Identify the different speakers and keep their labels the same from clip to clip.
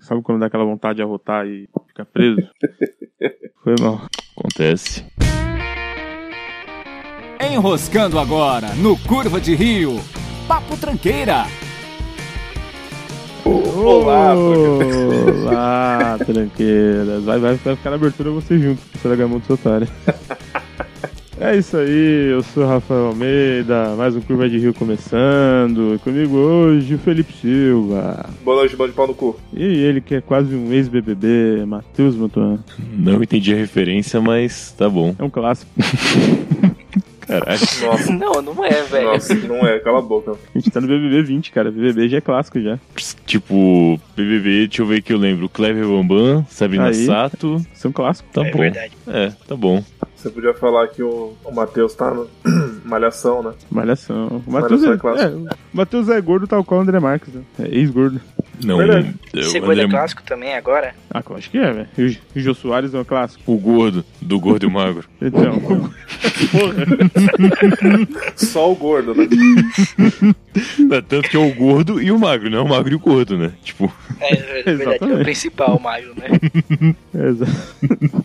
Speaker 1: Sabe quando dá aquela vontade de arrotar e ficar preso? Foi mal.
Speaker 2: Acontece.
Speaker 3: Enroscando agora no Curva de Rio. Papo Tranqueira.
Speaker 1: Olá, Olá, tranqueiras. Vai, vai, vai ficar na abertura você junto, seu Gamundo Sotari. É isso aí, eu sou o Rafael Almeida, mais um Curva de Rio começando. E comigo hoje o Felipe Silva.
Speaker 4: Boa noite, bando de pau no cu.
Speaker 1: E ele que é quase um ex-BBB, Matheus Mutuan.
Speaker 2: Não entendi a referência, mas tá bom.
Speaker 1: É um clássico.
Speaker 2: Caralho.
Speaker 4: Nossa,
Speaker 5: Não, não é, velho.
Speaker 4: nossa, não é, cala a boca.
Speaker 1: A gente tá no BBB 20, cara. BBB já é clássico já.
Speaker 2: Tipo, BBB, deixa eu ver que eu lembro. Clever Bambam, Sabina
Speaker 1: Aí.
Speaker 2: Sato.
Speaker 1: Isso é um clássico.
Speaker 2: Tá
Speaker 5: É
Speaker 2: bom.
Speaker 5: verdade.
Speaker 2: É, tá bom.
Speaker 4: Você podia falar que o, o Matheus tá no Malhação, né?
Speaker 1: Malhação. O Matheus
Speaker 4: Malhação
Speaker 1: é,
Speaker 4: é clássico.
Speaker 1: é, o Matheus é gordo tal qual o André Marques, né? É ex-gordo.
Speaker 2: Não,
Speaker 1: Verdade.
Speaker 2: eu-
Speaker 5: Segunda
Speaker 2: eu-
Speaker 5: é clássico também agora.
Speaker 1: Ah, eu acho que é, velho. E o- E o Jô Soares é um clássico.
Speaker 2: O gordo, do gordo e o magro.
Speaker 1: Então,
Speaker 4: Só o gordo, né?
Speaker 2: Não, Tanto que é o gordo e o magro, não é o magro e o gordo, né? Tipo,
Speaker 5: É, é verdade. É
Speaker 1: Exatamente.
Speaker 5: o principal, Maio, né?
Speaker 1: é, exato.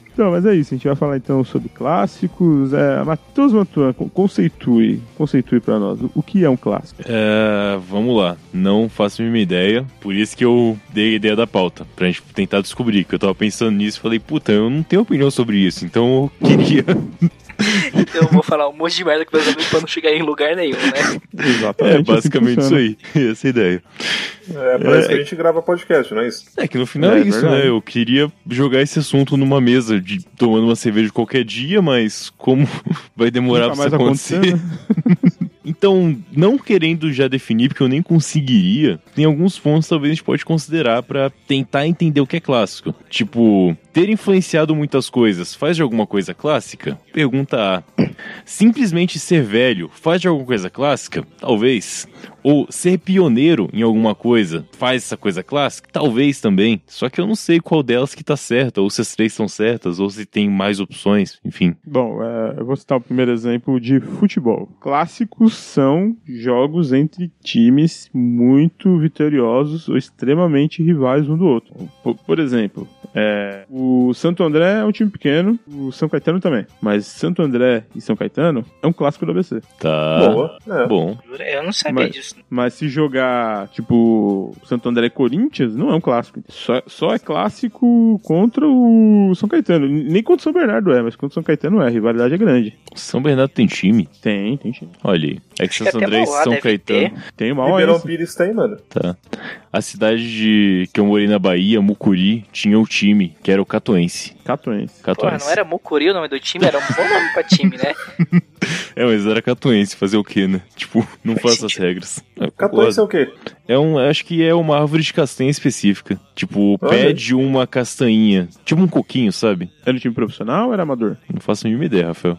Speaker 1: então, mas é isso. A gente vai falar então sobre clássicos. É, Matheus Mantuan, con- conceitue. Conceitue pra nós. O, o que é um clássico?
Speaker 2: é, vamos lá. Não faço a mínima ideia. Por isso que eu dei a ideia da pauta. Pra gente tentar descobrir. Que eu tava pensando nisso e falei, puta, eu não tenho opinião sobre isso. Então eu queria.
Speaker 5: Eu vou falar um monte de merda com meus amigos pra não chegar em lugar nenhum, né?
Speaker 1: Exatamente. assim
Speaker 2: É basicamente isso aí. Essa é a ideia.
Speaker 4: É, parece que a gente grava podcast, não é isso?
Speaker 2: É que no final é,
Speaker 1: É,
Speaker 2: isso,
Speaker 1: verdade.
Speaker 2: né? Eu queria jogar esse assunto numa mesa de tomando uma cerveja qualquer dia, mas como vai demorar pra isso acontecer?
Speaker 1: né?
Speaker 2: Então, não querendo já definir, porque eu nem conseguiria, tem alguns pontos talvez a gente pode considerar pra tentar entender o que é clássico. Tipo, ter influenciado muitas coisas faz de alguma coisa clássica? Pergunta A. Simplesmente ser velho faz de alguma coisa clássica? Talvez. Ou ser pioneiro em alguma coisa faz essa coisa clássica? Talvez também. Só que eu não sei qual delas que tá certa, ou se as três estão certas, ou se tem mais opções, enfim.
Speaker 1: Bom, é, eu vou citar o primeiro exemplo de futebol. Clássicos são jogos entre times muito vitoriosos ou extremamente rivais um do outro. Por, por exemplo, é, o Santo André é um time pequeno, o São Caetano também. Mas Santo André e São Caetano é um clássico do ABC.
Speaker 2: Tá.
Speaker 4: Boa. É.
Speaker 2: Bom,
Speaker 5: Eu não sabia
Speaker 1: Mas-
Speaker 5: disso.
Speaker 1: Mas se jogar, tipo, Santo André e Corinthians, não é um clássico. Só, só é clássico contra o São Caetano. Nem contra o São Bernardo é, mas contra o São Caetano é. A rivalidade é grande.
Speaker 2: São Bernardo tem time?
Speaker 1: Tem, tem time.
Speaker 2: Olha aí. É que
Speaker 5: Acho que
Speaker 2: Santo
Speaker 5: até
Speaker 2: André e
Speaker 5: Mauá
Speaker 2: São
Speaker 5: deve
Speaker 2: Caetano.
Speaker 1: Tem uma
Speaker 4: Ribeirão
Speaker 2: é
Speaker 1: OS.
Speaker 4: Pires tem, mano.
Speaker 2: Tá. A cidade de... que eu morei na Bahia, Mucuri, tinha o time, que era o Catuense.
Speaker 1: Catuense.
Speaker 5: Porra,
Speaker 2: Catuense.
Speaker 5: não era Mucuri o nome do time? Era um bom nome pra time, né?
Speaker 2: É, mas era Catuense. Fazer o quê, né? Tipo, não
Speaker 5: Faz
Speaker 2: faço as regras. Eu concordo.
Speaker 4: Catuense é o quê?
Speaker 2: É um, acho que é uma árvore de castanha específica. Tipo, o
Speaker 4: Olha
Speaker 2: pé
Speaker 4: aí.
Speaker 2: de uma castanhinha. Tipo um coquinho, sabe?
Speaker 1: Era um time profissional ou era amador?
Speaker 2: Não faço a mínima ideia, Rafael.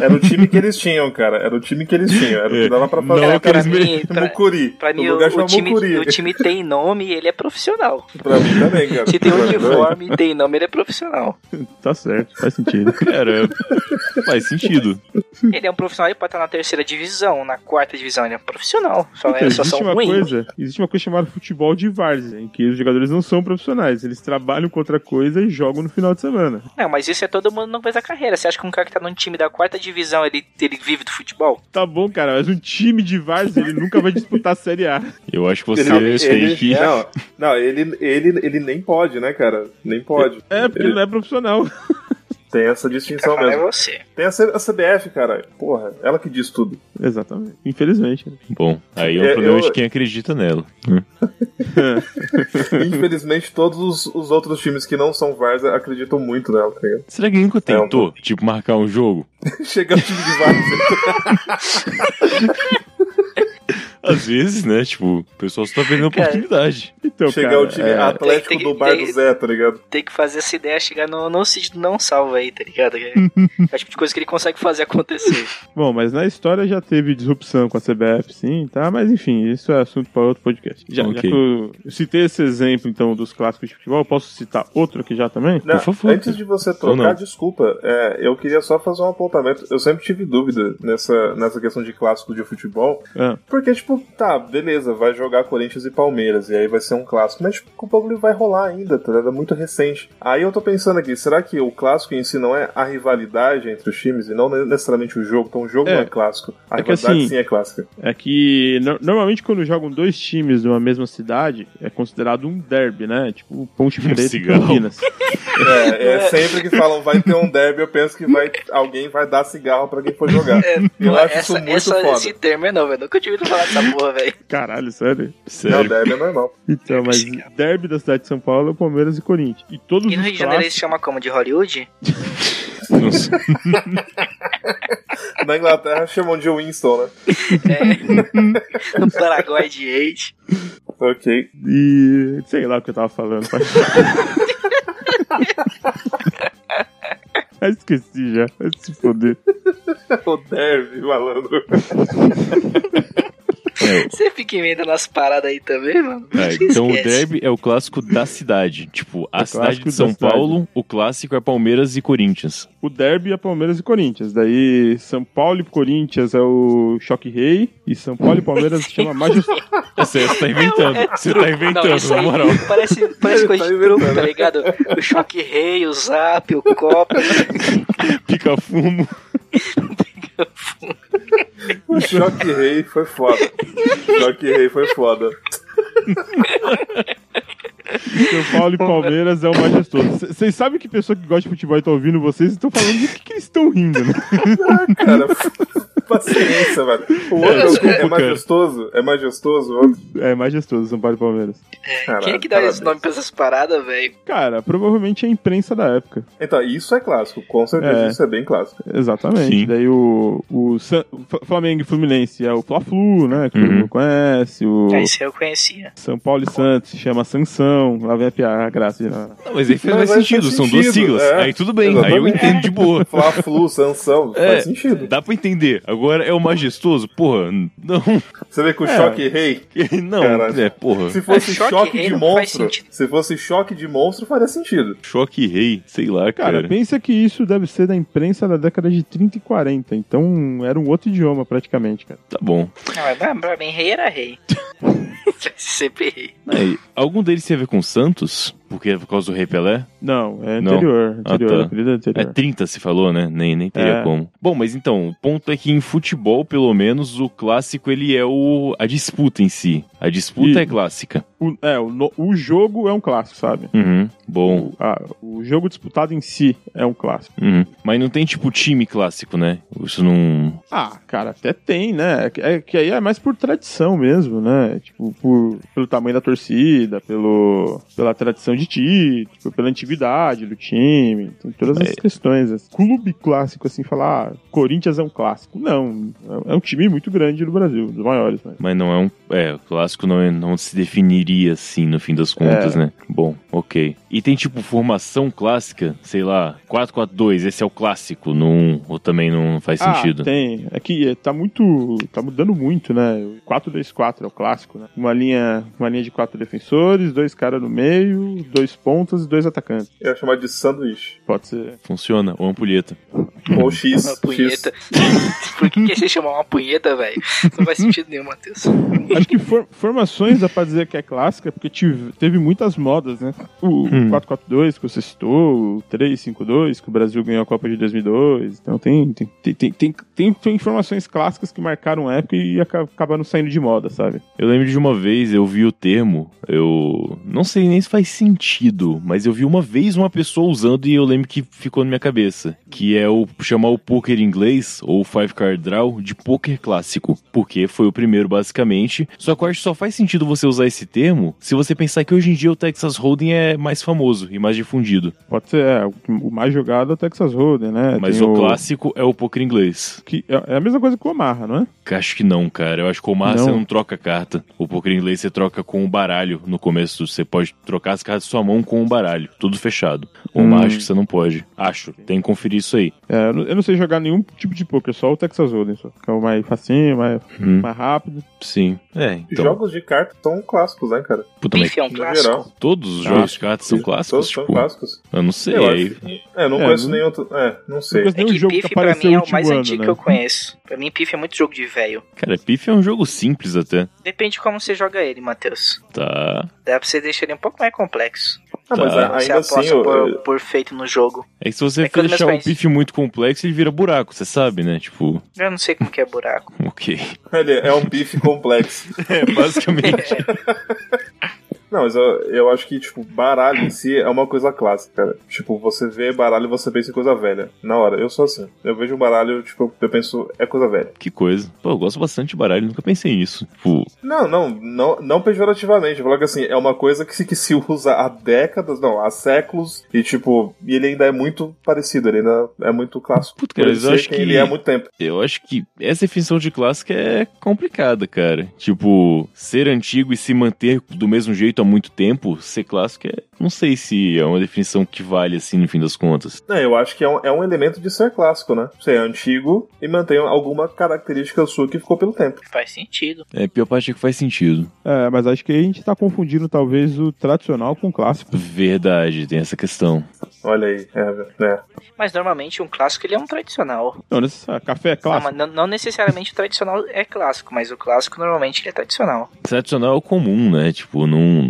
Speaker 4: Era o time que eles tinham, cara. Era o time que eles tinham. Era o que dava pra fazer.
Speaker 2: Não é o que
Speaker 4: cara,
Speaker 2: eles me-
Speaker 5: mim, pra,
Speaker 4: Mucuri.
Speaker 5: pra mim
Speaker 4: o
Speaker 5: o,
Speaker 4: lugar
Speaker 5: o
Speaker 4: chama
Speaker 5: time,
Speaker 4: Mucuri.
Speaker 5: o time tem nome e ele é profissional.
Speaker 4: Pra mim também, cara.
Speaker 5: Se tem
Speaker 4: Pra mim também.
Speaker 5: uniforme e tem nome, ele é profissional.
Speaker 1: Tá certo, faz sentido.
Speaker 2: Cara, é- faz sentido.
Speaker 5: Ele é um profissional, ele pode estar na terceira divisão, na quarta divisão, ele é um profissional. Só, é, só são
Speaker 1: existe uma
Speaker 5: ruim.
Speaker 1: coisa, existe uma coisa chamada futebol de várzea, em que os jogadores não são profissionais, eles trabalham com outra coisa e jogam no final de semana.
Speaker 5: Não, mas isso é todo mundo no começo da carreira. Você acha que um cara que tá num time da quarta divisão, ele, ele vive do futebol?
Speaker 1: Tá bom, cara, mas um time de várzea ele nunca vai disputar a Série A.
Speaker 2: Eu acho que você
Speaker 4: Ele-
Speaker 2: tem
Speaker 4: ele- é.
Speaker 2: que...
Speaker 4: Não, não ele, ele, ele nem pode, né, cara? Nem pode.
Speaker 1: É, porque
Speaker 4: Ele-
Speaker 1: ele não é profissional.
Speaker 4: Tem essa distinção
Speaker 5: Pra falar
Speaker 4: mesmo.
Speaker 5: é você.
Speaker 4: Tem a, C- a CBF, cara. Porra, ela que diz tudo.
Speaker 1: Exatamente. Infelizmente. né?
Speaker 2: Bom, aí é um
Speaker 4: É,
Speaker 2: problema
Speaker 4: eu-
Speaker 2: de quem acredita nela.
Speaker 4: Infelizmente, todos os, os outros times que não são Varsa acreditam muito nela, tá ligado?
Speaker 2: Será que ele nunca
Speaker 4: É um-
Speaker 2: tentou, tipo, marcar um jogo?
Speaker 4: Chega o time de Varsa.
Speaker 2: Às vezes, né? Tipo, o pessoal só tá perdendo a
Speaker 5: Cara.
Speaker 2: oportunidade.
Speaker 1: Então,
Speaker 4: Chegar
Speaker 1: cara,
Speaker 4: o time
Speaker 1: é,
Speaker 4: Atlético
Speaker 5: Tem que-
Speaker 4: do Bar
Speaker 5: tem-
Speaker 4: do Zé, tá ligado?
Speaker 5: Tem que fazer essa ideia chegar no, no sítio do não salvo aí, tá ligado? É o tipo de coisa que ele consegue fazer acontecer.
Speaker 1: Bom, mas na história já teve disrupção com a CBF, sim, tá? Mas enfim, isso é assunto para outro podcast. Já, já
Speaker 2: Ok.
Speaker 1: que eu eu citei esse exemplo, então, dos clássicos de futebol, posso citar outro aqui já também?
Speaker 4: Não,
Speaker 2: favor,
Speaker 4: antes
Speaker 2: cara.
Speaker 4: de você
Speaker 2: Ou não.
Speaker 4: trocar, desculpa, é, eu queria só fazer um apontamento. Eu sempre tive dúvida nessa, nessa questão de clássico de futebol,
Speaker 1: Ah,
Speaker 4: Porque, tipo, tá, beleza, vai jogar Corinthians e Palmeiras, e aí vai ser um clássico, mas tipo, o bagulho vai rolar ainda, tá ligado? É muito recente. Aí eu tô pensando aqui, será que o clássico em si não é a rivalidade entre os times e não necessariamente o jogo? Então o jogo
Speaker 1: É.
Speaker 4: não é clássico. A
Speaker 1: É que
Speaker 4: rivalidade
Speaker 1: assim-
Speaker 4: sim é clássica.
Speaker 1: É que no- normalmente quando jogam dois times numa mesma cidade, é considerado um derby, né? Tipo Ponte Preta e
Speaker 2: cigarro.
Speaker 1: Campinas.
Speaker 4: É, é sempre que falam vai ter um derby, eu penso que vai, alguém vai dar cigarro pra quem for jogar. eu
Speaker 5: Pô,
Speaker 4: acho isso
Speaker 5: essa,
Speaker 4: muito
Speaker 5: essa-
Speaker 4: foda.
Speaker 5: esse termo é novo, eu nunca tinha ouvido falar dessa porra, velho.
Speaker 1: Caralho, sério.
Speaker 4: Não,
Speaker 2: Sério.
Speaker 4: derby é normal.
Speaker 1: Então, mas
Speaker 5: cigarro.
Speaker 1: derby da cidade de São Paulo é o Palmeiras e Corinthians. E todos
Speaker 5: E no Rio
Speaker 1: os
Speaker 5: de Janeiro é eles
Speaker 1: clássicos...
Speaker 5: chama como? De Hollywood?
Speaker 2: Não sei.
Speaker 4: Na Inglaterra chamam de Winston, né?
Speaker 5: É. no Paraguai de Eight.
Speaker 4: Ok.
Speaker 1: E sei lá o que eu tava falando. Ah, Esqueci já, vai se foder.
Speaker 4: O derby, malandro.
Speaker 2: É,
Speaker 5: Você fica emendando as paradas aí também, mano?
Speaker 2: É,
Speaker 5: Esquece.
Speaker 2: então o derby é o clássico da cidade. Tipo, a
Speaker 1: O
Speaker 2: cidade
Speaker 1: clássico
Speaker 2: de São
Speaker 1: da cidade.
Speaker 2: Paulo, o clássico é Palmeiras e Corinthians.
Speaker 1: O derby é Palmeiras e Corinthians. Daí São Paulo e Corinthians é o Choque Rei. E São Paulo e Palmeiras chama Majestade.
Speaker 2: Você tá inventando. Você tá
Speaker 5: É um- Não,
Speaker 2: inventando,
Speaker 5: isso
Speaker 2: na
Speaker 5: aí
Speaker 2: moral.
Speaker 5: parece, parece
Speaker 4: Ele
Speaker 5: coisa
Speaker 4: tá
Speaker 5: de truco, tá ligado? O Choque Rei, o Zap, o Cop.
Speaker 2: Pica fumo.
Speaker 4: O Choque Rei foi foda. Choque Rei foi foda.
Speaker 1: São Paulo e Palmeiras é o Majestoso. C- Vocês sabem que pessoa que gosta de futebol e tá ouvindo vocês estão falando do que, que eles estão rindo, né?
Speaker 4: Cara, paciência, velho. O outro é,
Speaker 2: desculpa,
Speaker 4: é
Speaker 2: cara.
Speaker 4: majestoso? É majestoso? o outro?
Speaker 1: É majestoso, São Paulo e Palmeiras.
Speaker 5: Quem é
Speaker 4: Caralho,
Speaker 5: que dá esse
Speaker 4: parabéns.
Speaker 5: nome pra essas paradas, velho?
Speaker 1: Cara, provavelmente é a imprensa da época.
Speaker 4: Então, isso é clássico. Com certeza
Speaker 1: É.
Speaker 4: isso é bem clássico.
Speaker 1: Exatamente.
Speaker 2: Sim.
Speaker 1: Daí o, o, San- o Fla- Flamengo e Fluminense é o Fla-Flu, né? Que todo
Speaker 2: Uhum.
Speaker 1: mundo conhece. O
Speaker 5: Ah, isso aí eu conhecia.
Speaker 1: São Paulo e Santos chama Sansão. Lá vem a piada, a graça. né?
Speaker 2: Não, mas aí faz
Speaker 4: Mas
Speaker 2: mais
Speaker 4: aí faz
Speaker 2: sentido. São duas
Speaker 4: sentido,
Speaker 2: siglas.
Speaker 4: é.
Speaker 2: Aí tudo bem. Aí eu
Speaker 4: Exatamente.
Speaker 2: entendo de boa.
Speaker 4: Fla-Flu, Sansão,
Speaker 2: É.
Speaker 4: faz sentido.
Speaker 2: Dá pra entender. Agora é o majestoso? Porra, não.
Speaker 4: Você vê que o
Speaker 1: É.
Speaker 4: Choque Rei,
Speaker 2: Não,
Speaker 4: Caralho.
Speaker 2: é, porra.
Speaker 4: se fosse
Speaker 5: É,
Speaker 4: choque,
Speaker 5: Choque Rei
Speaker 4: de
Speaker 5: não faz
Speaker 4: monstro,
Speaker 5: sentido.
Speaker 4: se fosse choque de monstro, faria sentido.
Speaker 2: Choque rei, sei lá,
Speaker 1: Cara,
Speaker 2: cara.
Speaker 1: pensa que isso deve ser da imprensa da década de 30 e 40. Então era um outro idioma praticamente, cara.
Speaker 2: Tá bom.
Speaker 5: Não, mas pra- pra mim, rei era rei. Sempre rei.
Speaker 2: Aí, algum deles tem a ver com Santos? Porque é por causa do Rei Pelé?
Speaker 1: Não, é
Speaker 2: Não.
Speaker 1: anterior. Anterior,
Speaker 2: Ah, tá.
Speaker 1: é período
Speaker 2: É
Speaker 1: anterior.
Speaker 2: 30 se falou, né? Nem, nem teria
Speaker 1: É.
Speaker 2: como. Bom, mas então, o ponto é que em futebol, pelo menos, o clássico ele é o a disputa em si. A disputa
Speaker 1: E-
Speaker 2: é clássica.
Speaker 1: O, é, o, no- o jogo é um clássico, sabe?
Speaker 2: Uhum, bom.
Speaker 1: Ah, o jogo disputado em si é um clássico.
Speaker 2: Uhum. Mas não tem tipo time clássico, né? Isso não.
Speaker 1: Ah, cara, até tem, né? É que- É que aí é mais por tradição mesmo, né? Tipo, por- pelo tamanho da torcida, pelo, pela tradição de título, pela antiguidade do time. Tem todas essas
Speaker 2: É.
Speaker 1: questões. Esse Clube clássico, assim, falar, ah, Corinthians é um clássico. Não, é é um time muito grande no Brasil, um dos maiores, né?
Speaker 2: Mas não é um. É, o clássico não, é- não se definiria assim no fim das
Speaker 1: É.
Speaker 2: contas, né? Bom, ok. E tem tipo formação clássica, sei lá, 4-4-2, esse é o clássico, não, ou também não faz sentido.
Speaker 1: Ah, tem. É que eh, tá muito. tá mudando muito, né? O 4-2-4 é o clássico, né? Uma linha, uma linha de quatro defensores, dois caras no meio, dois pontas e dois atacantes.
Speaker 4: Eu ia chamar de sanduíche.
Speaker 1: Pode ser.
Speaker 2: Funciona, ou ampulheta.
Speaker 4: Ou X.
Speaker 5: Uma
Speaker 4: X.
Speaker 5: punheta. Por que, que você chamar uma punheta, velho? Não faz sentido nenhum, Matheus.
Speaker 1: Acho que for- formações dá pra dizer que é clássica, porque tive- teve muitas modas, né? O
Speaker 2: Hum.
Speaker 1: 4-4-2 que você citou, o 3-5-2, que o Brasil ganhou a Copa de 2002. Então tem, tem, tem, tem, tem, tem, tem informações clássicas que marcaram época e aca- acabaram saindo de moda, sabe?
Speaker 2: Eu lembro de uma vez eu vi o termo, eu não sei nem se faz sentido, mas eu vi uma vez uma pessoa usando e eu lembro que ficou na minha cabeça, que é o chamar o poker em inglês ou five card draw de poker clássico, porque foi o primeiro basicamente. Só que eu acho que só faz sentido você usar esse termo se você pensar que hoje em dia o Texas Hold'em é mais famoso e mais difundido,
Speaker 1: Pode ser, é, o, o mais jogado é o Texas Hold'em, né?
Speaker 2: mas
Speaker 1: Tem
Speaker 2: o clássico é o poker em inglês.
Speaker 1: Que é é a mesma coisa que o Omaha, não é?
Speaker 2: Acho que não, cara. Eu acho que o Omar
Speaker 1: Não.
Speaker 2: você não troca carta. O poker em inglês você troca com o baralho no começo. Você pode trocar as cartas da sua mão com o baralho. Tudo fechado. O Omar
Speaker 1: Hum.
Speaker 2: acho que você não pode. Acho. Tem que conferir isso aí.
Speaker 1: É, É, eu não- eu não sei jogar nenhum tipo de poker, só o Texas Hold'em, só. Que é o mais facinho, mais,
Speaker 2: Hum,
Speaker 1: mais rápido.
Speaker 2: sim. É, então.
Speaker 4: Jogos de carta são clássicos, né, cara?
Speaker 2: Puta, mas
Speaker 5: Piff é um
Speaker 4: No
Speaker 5: clássico.
Speaker 4: geral.
Speaker 2: todos os
Speaker 1: Ah,
Speaker 2: jogos de cartas são
Speaker 4: Todos
Speaker 2: clássicos?
Speaker 4: são
Speaker 2: Tipo,
Speaker 4: clássicos.
Speaker 2: eu não sei.
Speaker 4: Eu
Speaker 2: aí-
Speaker 4: acho. É, não
Speaker 1: É,
Speaker 4: conheço
Speaker 1: não-
Speaker 4: nenhum outro. É, não sei.
Speaker 1: Mas
Speaker 5: É
Speaker 1: nem um
Speaker 5: que
Speaker 1: jogo que
Speaker 5: Piff pra
Speaker 1: apareceu
Speaker 5: mim é o
Speaker 1: último
Speaker 5: mais
Speaker 1: ano,
Speaker 5: antigo
Speaker 1: né?
Speaker 5: que eu conheço. Pra mim, Piff é muito jogo de velho.
Speaker 2: Cara, Piff é um jogo simples até.
Speaker 5: Depende de como você joga ele, Matheus.
Speaker 2: Tá.
Speaker 5: Dá pra você deixar ele um pouco mais complexo.
Speaker 4: Ah, mas
Speaker 2: Tá.
Speaker 4: a- ainda
Speaker 5: você aposta
Speaker 4: assim, eu-
Speaker 5: por,
Speaker 4: eu-
Speaker 5: por feito no jogo.
Speaker 2: É que se você
Speaker 5: É que eu
Speaker 2: deixar
Speaker 5: também
Speaker 2: um Piff muito complexo, ele vira buraco, você sabe, né? Tipo,
Speaker 5: Eu não sei como que é buraco.
Speaker 2: ok.
Speaker 4: ele é um bife complexo.
Speaker 2: É, basicamente.
Speaker 4: Não, mas eu, eu acho que, tipo, baralho em si é uma coisa clássica, cara. Tipo, você vê baralho e você pensa em coisa velha. Na hora, eu sou assim. Eu vejo um baralho, tipo, eu penso, é coisa velha.
Speaker 2: que coisa. Pô, eu gosto bastante de baralho, nunca pensei nisso. Tipo,
Speaker 4: Não, não, não, não pejorativamente. Eu falo que assim, é uma coisa que se, que se usa há décadas, não, há séculos, e tipo, e ele ainda é muito parecido, ele ainda é muito clássico.
Speaker 2: Puta, cara,
Speaker 4: Por
Speaker 2: mas
Speaker 4: ele
Speaker 2: eu
Speaker 4: ser
Speaker 2: acho
Speaker 4: quem
Speaker 2: que-
Speaker 4: ele é há muito tempo.
Speaker 2: eu acho que essa definição de clássica é complicada, cara. Tipo, ser antigo e se manter do mesmo jeito há muito tempo, ser clássico é. Não sei se é uma definição que vale assim no fim das contas.
Speaker 4: É, eu acho que é um, é um elemento de ser clássico, né? Você é antigo e mantém alguma característica sua que ficou pelo tempo.
Speaker 5: Faz sentido.
Speaker 2: É, a pior parte é que faz sentido.
Speaker 1: É, mas acho que aí a gente tá confundindo talvez o tradicional com o clássico.
Speaker 2: Verdade, tem essa questão.
Speaker 4: Olha aí, é, velho, né?
Speaker 5: Mas normalmente um clássico ele é um tradicional.
Speaker 1: Não, necessário. Café é
Speaker 5: Não,
Speaker 1: clássico.
Speaker 5: mas não, não necessariamente o tradicional é clássico, mas o clássico normalmente ele é tradicional.
Speaker 2: Tradicional é o comum, né? Tipo, não.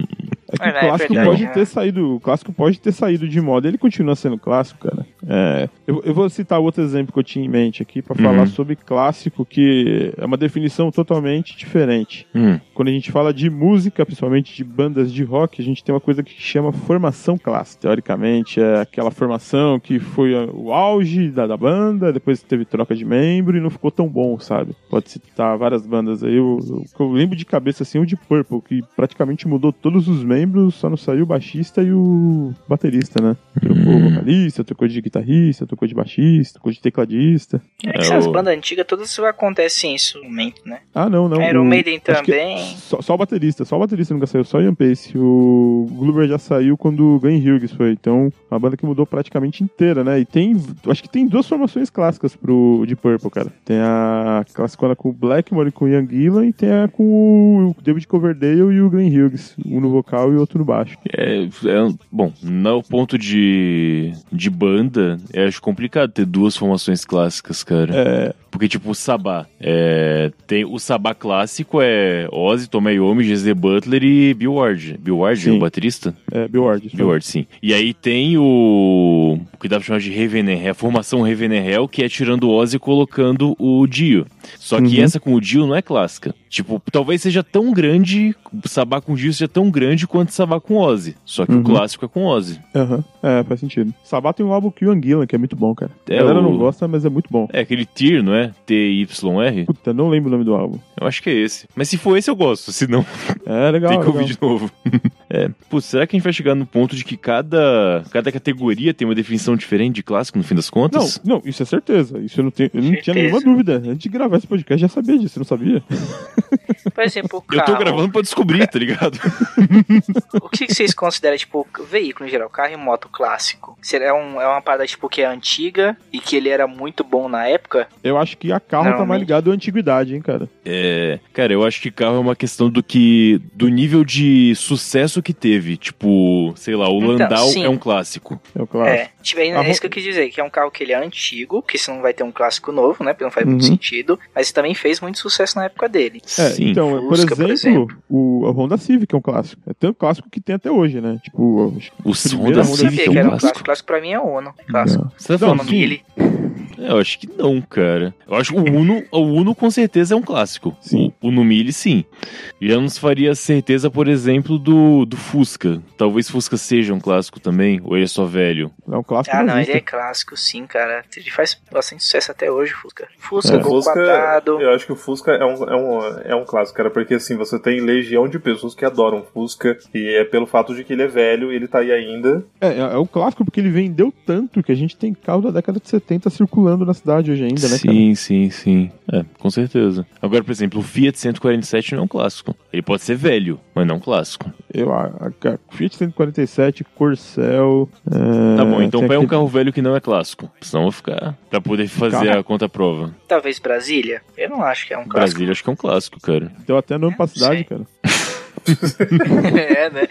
Speaker 1: É que
Speaker 5: É,
Speaker 1: o
Speaker 5: é
Speaker 1: clássico
Speaker 5: verdade,
Speaker 1: pode
Speaker 5: né?
Speaker 1: ter saído. O clássico pode ter saído de moda. Ele continua sendo clássico, cara. É, eu, eu vou citar outro exemplo que eu tinha em mente aqui pra
Speaker 2: Uhum.
Speaker 1: falar sobre clássico, que é uma definição totalmente diferente.
Speaker 2: Hum,
Speaker 1: Quando a gente fala de música, principalmente de bandas de rock, a gente tem uma coisa que chama formação clássica. Teoricamente, é aquela formação que foi a- o auge da, da banda, depois teve troca de membro e não ficou tão bom, sabe? Pode citar várias bandas aí. O o que eu lembro de cabeça assim, o de Purple, que praticamente mudou todos os membros, só não saiu o baixista e o baterista, né? Trocou
Speaker 2: Hum.
Speaker 1: o vocalista, trocou de guitarrista, trocou de baixista, trocou de tecladista.
Speaker 5: É que
Speaker 2: É,
Speaker 5: essas
Speaker 2: o-
Speaker 5: bandas antigas todas acontecem isso no momento, né?
Speaker 1: Ah, não, não.
Speaker 5: Iron
Speaker 1: o-
Speaker 5: Maiden
Speaker 1: acho que-
Speaker 5: também.
Speaker 1: Só, só o baterista, só o baterista nunca saiu, só o Ian Pace. O Gloober já saiu quando o Glenn Hughes foi. Então, uma banda que mudou praticamente inteira, né? E tem, acho que tem duas formações clássicas pro de Purple, cara. Tem a classicona com o Blackmore e com o Ian Gillan e tem a com o David Coverdale e o Glenn Hughes. Um no vocal e outro no baixo.
Speaker 2: É, é- bom, no ponto de, de banda, eu acho complicado ter duas formações clássicas, cara.
Speaker 1: É,
Speaker 2: Porque, tipo, o Sabá. é, tem, o Sabá clássico é Ozzy, Tomé Iommi, GZ Butler e Bill Ward. Bill Ward é
Speaker 1: Sim.
Speaker 2: o baterista?
Speaker 1: é Bill Ward.
Speaker 2: Bill Ward, sim. E aí tem o, o que dá pra chamar de Ravener, a formação Ravener Hell, que é tirando o Ozzy e colocando o Dio. Só que
Speaker 1: Uhum.
Speaker 2: essa com o Dio não é clássica. Tipo, talvez seja tão grande, Sabá com o Dio seja tão grande quanto Sabá com o Ozzy. Só que
Speaker 1: Uhum.
Speaker 2: o clássico é com o Ozzy.
Speaker 1: Aham, É, faz sentido. Sabá tem um álbum com o Ian Gillan, que é muito bom, cara.
Speaker 2: É,
Speaker 1: a galera
Speaker 2: o-
Speaker 1: não gosta, mas é muito bom.
Speaker 2: É aquele Tyr, não é? T-Y-R?
Speaker 1: Puta, não lembro o nome do álbum.
Speaker 2: Eu acho que é esse. Mas se for esse, eu gosto. Se não,
Speaker 1: É, legal.
Speaker 2: tem que
Speaker 1: legal.
Speaker 2: ouvir de novo. é. Putz, será que a gente vai chegar no ponto de que cada, cada categoria tem uma definição diferente de clássico, no fim das
Speaker 1: Não,
Speaker 2: contas?
Speaker 1: não, isso é certeza. Isso eu não, tenho, eu não tinha
Speaker 5: Certeza.
Speaker 1: nenhuma dúvida. Antes de gravar esse podcast, já sabia disso, não sabia?
Speaker 5: Por exemplo, o
Speaker 2: Eu
Speaker 5: carro.
Speaker 2: tô gravando pra descobrir, tá ligado?
Speaker 5: O que que vocês consideram, tipo, veículo em geral, carro e moto clássico? Será um, é uma parada, tipo, que é antiga e que ele era muito bom na época?
Speaker 1: Eu acho que a carro tá mais
Speaker 5: Normalmente.
Speaker 1: ligado à antiguidade, hein, cara.
Speaker 2: É, cara, eu acho que carro é uma questão do que. do nível de sucesso que teve. Tipo, sei lá, o
Speaker 5: Então,
Speaker 2: Landau
Speaker 5: sim.
Speaker 2: é um clássico.
Speaker 1: É o clássico.
Speaker 5: É, tipo, é,
Speaker 1: A
Speaker 5: é
Speaker 1: Honda-
Speaker 5: isso que eu quis dizer, que é um carro que ele é antigo, que senão vai ter um clássico novo, né? Porque não faz muito
Speaker 1: Uhum.
Speaker 5: sentido, mas também fez muito sucesso na época dele.
Speaker 1: É,
Speaker 2: sim.
Speaker 1: então, por
Speaker 5: Fusca,
Speaker 1: exemplo,
Speaker 5: por
Speaker 1: O, a Honda Civic é um clássico. É tão clássico que tem até hoje, né? Tipo, acho que
Speaker 2: o som da
Speaker 1: primeira Honda
Speaker 5: Eu
Speaker 2: Civic
Speaker 5: sabia
Speaker 2: é
Speaker 5: que era
Speaker 2: um
Speaker 5: um
Speaker 2: clássico.
Speaker 5: clássico, clássico pra mim é Uno, é clássico.
Speaker 2: Você tá
Speaker 5: Não, o
Speaker 2: falando
Speaker 5: nome dele,
Speaker 2: É, eu acho que não, cara. Eu acho que o Uno, o Uno com certeza é um clássico.
Speaker 1: Sim.
Speaker 2: O Uno Mille, sim. Já não se faria certeza, por exemplo, do, do Fusca. Talvez Fusca seja um clássico também, ou ele é só velho.
Speaker 1: é um clássico.
Speaker 5: Ah, não,
Speaker 1: nazista.
Speaker 5: ele é clássico, sim, cara. Ele faz bastante sucesso até hoje, Fusca. Fusca,
Speaker 4: O
Speaker 5: gol quadrado.
Speaker 4: eu acho que o Fusca é um, é, um, é um clássico, cara, porque assim, você tem legião de pessoas que adoram Fusca, e é pelo fato de que ele é velho, ele tá aí ainda.
Speaker 1: É, é um clássico porque ele vendeu tanto que a gente tem carro da década de 70 circulando circulando na cidade hoje ainda, né, cara?
Speaker 2: sim, sim, sim. É, com certeza. Agora, por exemplo, o Fiat 147 não é um clássico. Ele pode ser velho, mas não um clássico.
Speaker 1: Eu, a, a, cara, Fiat 147, Corcel. é,
Speaker 2: tá bom, então
Speaker 1: tem
Speaker 2: pega um
Speaker 1: aquele-
Speaker 2: carro velho que não é clássico. Senão eu vou ficar. Pra poder fazer
Speaker 1: Cara.
Speaker 2: a conta-prova.
Speaker 5: Talvez Brasília? Eu não acho que é um clássico.
Speaker 2: Brasília acho que é um clássico, cara.
Speaker 1: Deu até nome pra
Speaker 5: Não sei.
Speaker 1: cidade, cara.
Speaker 5: é, né?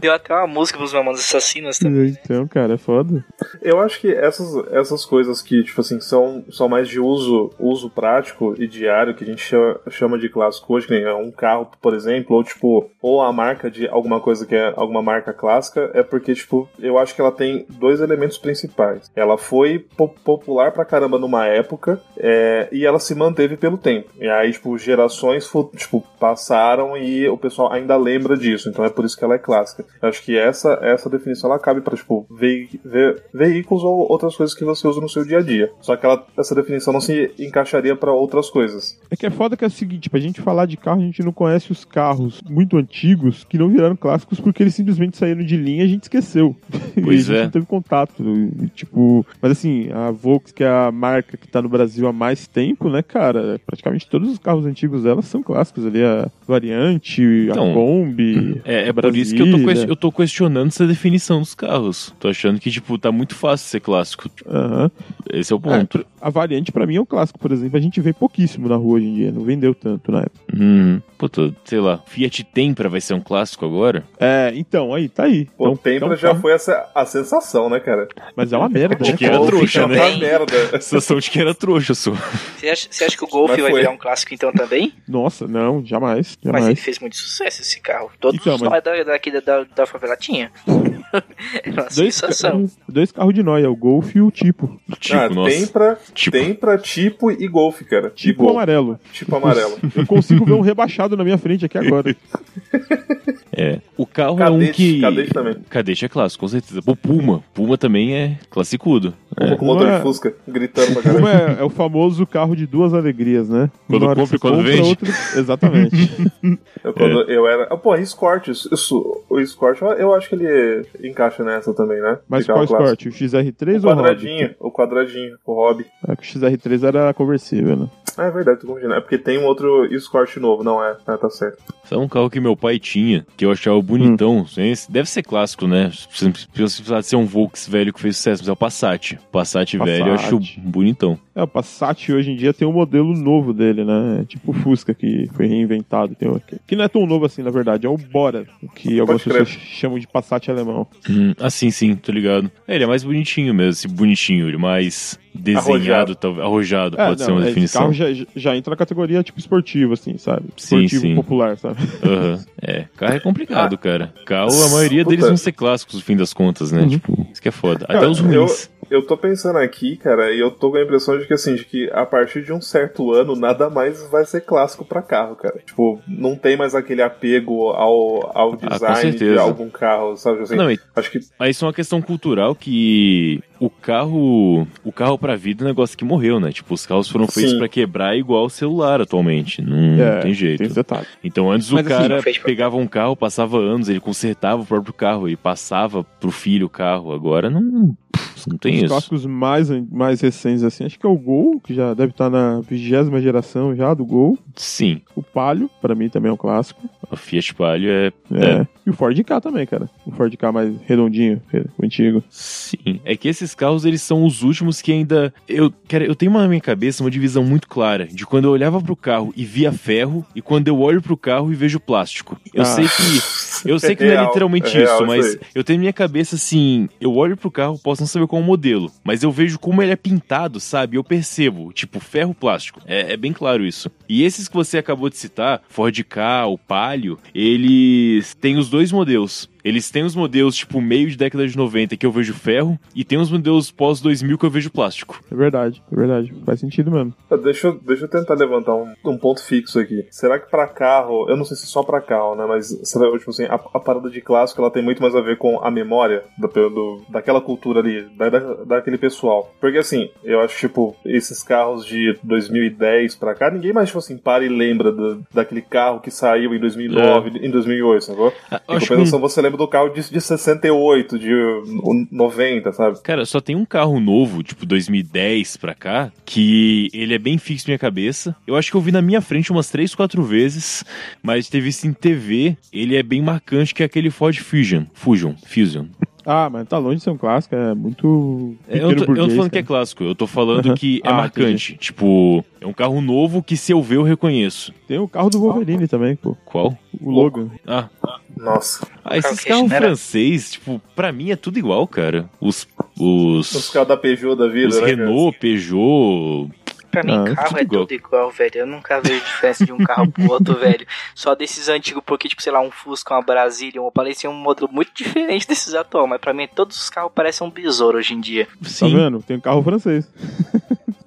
Speaker 5: Deu até uma música pros Mamonas Assassinas também.
Speaker 1: Então, cara, é foda.
Speaker 4: Eu acho que essas, essas coisas que, tipo assim, são, são mais de uso, uso prático e diário, que a gente chama, chama de clássico hoje, que nem é um carro, por exemplo, ou tipo, ou a marca de alguma coisa que é alguma marca clássica, é porque, tipo, eu acho que ela tem dois elementos principais. Ela foi po- popular pra caramba numa época, é, e ela se manteve pelo tempo. E aí, tipo, gerações fu- tipo, passaram e o pessoal ainda lembra disso. Então é por isso que ela é clássica. Eu acho que essa, essa definição ela cabe pra, tipo, ve ve- veículos ou outras coisas que você usa no seu dia a dia. Só que ela, essa definição não se encaixaria pra outras coisas.
Speaker 1: É que é foda que é o seguinte, pra gente falar de carro, a gente não conhece os carros muito antigos que não viraram clássicos porque eles simplesmente saíram de linha e a gente esqueceu.
Speaker 2: Pois
Speaker 1: e a gente
Speaker 2: é.
Speaker 1: não teve contato. e, tipo, mas assim, a Volks, que é a marca que tá no Brasil há mais tempo, né, cara? Praticamente todos os carros antigos dela são clássicos ali. A Variante,
Speaker 2: Então,
Speaker 1: a Kombi.
Speaker 2: É, é por
Speaker 1: Brasília.
Speaker 2: isso que eu tô, ques- eu tô questionando essa definição dos carros. Tô achando que, tipo, tá muito fácil ser clássico.
Speaker 1: Aham.
Speaker 2: Esse é o
Speaker 1: É,
Speaker 2: ponto.
Speaker 1: pr- a Variante, pra mim, é um clássico, por exemplo. A gente vê pouquíssimo na rua hoje em dia. Não vendeu tanto na época.
Speaker 2: Hum, puta, sei lá. Fiat Tempra vai ser um clássico agora?
Speaker 1: É, então, aí, tá aí.
Speaker 4: Pô,
Speaker 1: então,
Speaker 4: o Tempra
Speaker 1: então,
Speaker 4: já
Speaker 1: tá.
Speaker 4: foi essa, a sensação, né, cara?
Speaker 1: Mas é uma merda, né?
Speaker 2: De que era
Speaker 4: Pô,
Speaker 2: trouxa,
Speaker 4: fica
Speaker 2: né?
Speaker 4: pra merda.
Speaker 2: A sensação de que era trouxa, só.
Speaker 5: Você acha, você acha que o Golf
Speaker 4: Mas
Speaker 5: vai
Speaker 4: foi.
Speaker 5: virar um clássico então também?
Speaker 1: Nossa, não, jamais,
Speaker 5: Mas é ele
Speaker 1: jamais.
Speaker 5: fez muito sucesso esse carro. Todos
Speaker 1: É Então,
Speaker 5: os
Speaker 1: mas-
Speaker 5: nós da, daqui da, da, da favela tinha. Era uma sensação.
Speaker 1: carros, dois carros de nóia, o Golf e o Tipo.
Speaker 2: Tipo,
Speaker 4: ah,
Speaker 2: nossa.
Speaker 4: Tempra,
Speaker 2: Tipo,
Speaker 4: Tempra, tipo e Golf, cara. E
Speaker 1: Tipo
Speaker 4: Golf,
Speaker 1: amarelo.
Speaker 4: Tipo amarelo.
Speaker 1: Eu consigo ver um rebaixado na minha frente aqui agora.
Speaker 2: é. O carro é um
Speaker 4: Cadete,
Speaker 2: que.
Speaker 4: cadete tá- também.
Speaker 2: Cadete é clássico, com certeza. O Puma. Puma também é classicudo. É.
Speaker 4: Como com motor
Speaker 1: Uma-
Speaker 4: de Fusca, gritando pra caralho.
Speaker 1: Como é, é o famoso carro de duas alegrias, né?
Speaker 2: Quando
Speaker 1: Uma hora
Speaker 2: compra
Speaker 1: que
Speaker 2: e quando
Speaker 1: você
Speaker 2: vende.
Speaker 1: outra- Exatamente.
Speaker 4: Eu, quando
Speaker 1: É.
Speaker 4: eu era. Ah, pô, Escort. Isso, isso- o Escort, eu- eu acho que ele encaixa nessa também, né?
Speaker 1: Mas
Speaker 4: Ficar
Speaker 1: qual
Speaker 4: um
Speaker 1: Escort?
Speaker 4: clássico.
Speaker 1: O XR3
Speaker 4: O
Speaker 1: ou o Hobby?
Speaker 4: quadradinho, o quadradinho, o hobby.
Speaker 1: É que o XR3 era conversível, né?
Speaker 4: Ah, é verdade, tô confundindo. É porque tem um outro Escort novo, não é? Ah, tá certo.
Speaker 2: Sabe um carro que meu pai tinha, que eu achava
Speaker 4: Hum.
Speaker 2: bonitão? Esse Deve ser clássico, né? Se não precisar de ser um Volks velho que fez sucesso, mas é o Passat. Passat, velho, eu acho
Speaker 1: Passat.
Speaker 2: bonitão.
Speaker 1: É, o Passat hoje em dia tem um modelo novo dele, né? É Tipo o Fusca que foi reinventado. Tem um- que não é tão novo assim, na verdade. É o Bora, que algumas
Speaker 4: crer.
Speaker 1: pessoas chamam de Passat alemão.
Speaker 2: Hum, ah, sim, sim, tô ligado. É, ele é mais bonitinho mesmo, esse bonitinho, ele é mais desenhado,
Speaker 4: Arrojado.
Speaker 2: talvez. Arrojado,
Speaker 1: É,
Speaker 2: pode
Speaker 1: não,
Speaker 2: ser uma
Speaker 1: é,
Speaker 2: definição.
Speaker 1: Esse carro já, já entra na categoria tipo esportivo, assim, sabe?
Speaker 2: Sim,
Speaker 1: Esportivo
Speaker 2: sim.
Speaker 1: popular, sabe?
Speaker 2: Aham. É, carro é complicado, cara. Carro, a maioria
Speaker 4: Ah, Puta.
Speaker 2: deles vão ser clássicos, no fim das contas, né?
Speaker 1: Uhum.
Speaker 2: Tipo, isso que é foda. Até
Speaker 4: Cara,
Speaker 2: os ruins.
Speaker 4: Eu tô pensando aqui, cara, e eu tô com a impressão de que, assim, de que a partir de um certo ano, nada mais vai ser clássico pra carro, cara. Tipo, não tem mais aquele apego ao, ao
Speaker 2: Ah, com
Speaker 4: design de
Speaker 2: certeza.
Speaker 4: algum carro, sabe? Assim,
Speaker 2: Não, e
Speaker 4: acho que
Speaker 2: Aí isso é uma questão cultural que o carro, o carro pra vida é um negócio que morreu, né? Tipo, os carros foram feitos
Speaker 4: Sim.
Speaker 2: pra quebrar igual o celular atualmente, não
Speaker 1: É,
Speaker 2: tem jeito.
Speaker 1: Tem esse detalhe.
Speaker 2: Então antes
Speaker 5: Mas,
Speaker 2: o
Speaker 5: assim,
Speaker 2: cara
Speaker 5: fez pra-
Speaker 2: pegava um carro, passava anos, ele consertava o próprio carro e passava pro filho o carro. Agora não, pff, não tem
Speaker 1: Os
Speaker 2: isso.
Speaker 1: clássicos mais, an- mais recentes, assim, acho que é o Gol, que já deve estar na vigésima geração já do Gol.
Speaker 2: Sim,
Speaker 1: O Palio, pra mim, também é um clássico.
Speaker 2: o Fiat Palio é
Speaker 1: É. E o Ford K também, cara. O Ford K mais redondinho, é, o antigo.
Speaker 2: Sim, é que esses carros eles são os últimos que ainda eu cara, eu tenho uma- na minha cabeça uma divisão muito clara de quando eu olhava pro carro e via ferro e quando eu olho pro carro e vejo plástico. Eu
Speaker 1: Ah.
Speaker 2: sei que eu sei que não é
Speaker 4: Real,
Speaker 2: literalmente
Speaker 4: é real
Speaker 2: isso,
Speaker 4: isso
Speaker 2: mas
Speaker 4: aí.
Speaker 2: eu tenho na minha cabeça assim, eu olho pro carro, posso não saber qual é o modelo, mas eu vejo como ele é pintado, sabe? Eu percebo, tipo ferro plástico. É, é bem claro isso. E esses que você acabou de citar, Ford K, o Palio, eles têm os dois modelos. Eles têm os modelos, tipo, meio de década de 90 que eu vejo ferro, e tem os modelos pós-2000 que eu vejo plástico.
Speaker 1: É verdade, é verdade. Faz sentido mesmo.
Speaker 4: Tá, Deixa eu, deixa eu tentar levantar um, um ponto fixo aqui. Será que pra carro, eu não sei se só pra carro, né? Mas será tipo assim, a, a parada de clássico ela tem muito mais a ver com a memória da, do- daquela cultura ali, da, da- daquele pessoal. Porque assim, eu acho tipo, esses carros de 2010 pra cá, ninguém mais tipo assim, para e lembra do- daquele carro que saiu em 2009, em 2008, sacou?
Speaker 2: Ah, eu
Speaker 4: Em
Speaker 2: acho que
Speaker 4: compensação, você lembra do carro de, de 68, de uh, 90, sabe?
Speaker 2: Cara, só tem um carro novo, tipo 2010 pra cá, que ele é bem fixo na minha cabeça. Eu acho que eu vi na minha frente umas 3, 4 vezes, mas teve visto em TV, ele é bem marcante, que é aquele Ford Fusion. Fusion, Fusion.
Speaker 1: Ah, mas tá longe de ser um clássico, é muito.
Speaker 2: É,
Speaker 1: pequeno
Speaker 2: eu, tô, eu não tô
Speaker 1: burguês, né?
Speaker 2: falando que é
Speaker 1: cara.
Speaker 2: clássico, eu tô falando que é
Speaker 1: Ah,
Speaker 2: marcante. Tipo, é um carro novo que se eu ver eu reconheço.
Speaker 1: Tem o carro do Wolverine também, pô.
Speaker 2: Qual?
Speaker 1: O Logan.
Speaker 2: Ah,
Speaker 4: Nossa.
Speaker 2: ah esses
Speaker 5: que a
Speaker 2: carros
Speaker 5: China era-
Speaker 2: francês, tipo, pra mim é tudo igual, cara. Os. Os,
Speaker 4: Os carros um da Peugeot da vida, né?
Speaker 2: os
Speaker 4: cara?
Speaker 2: Renault, Peugeot.
Speaker 5: Pra mim,
Speaker 1: Ah, é
Speaker 5: carro
Speaker 2: tudo
Speaker 5: é
Speaker 2: igual.
Speaker 5: tudo igual, velho. Eu nunca vejo diferença de um carro pro outro, velho. Só desses antigos, porque, tipo, sei lá, um Fusca, uma Brasília, uma parecia um modelo muito diferente desses atual. Mas pra mim, todos os carros parecem um besouro hoje em dia.
Speaker 1: Tá
Speaker 2: Sim.
Speaker 1: vendo? Tem um carro francês.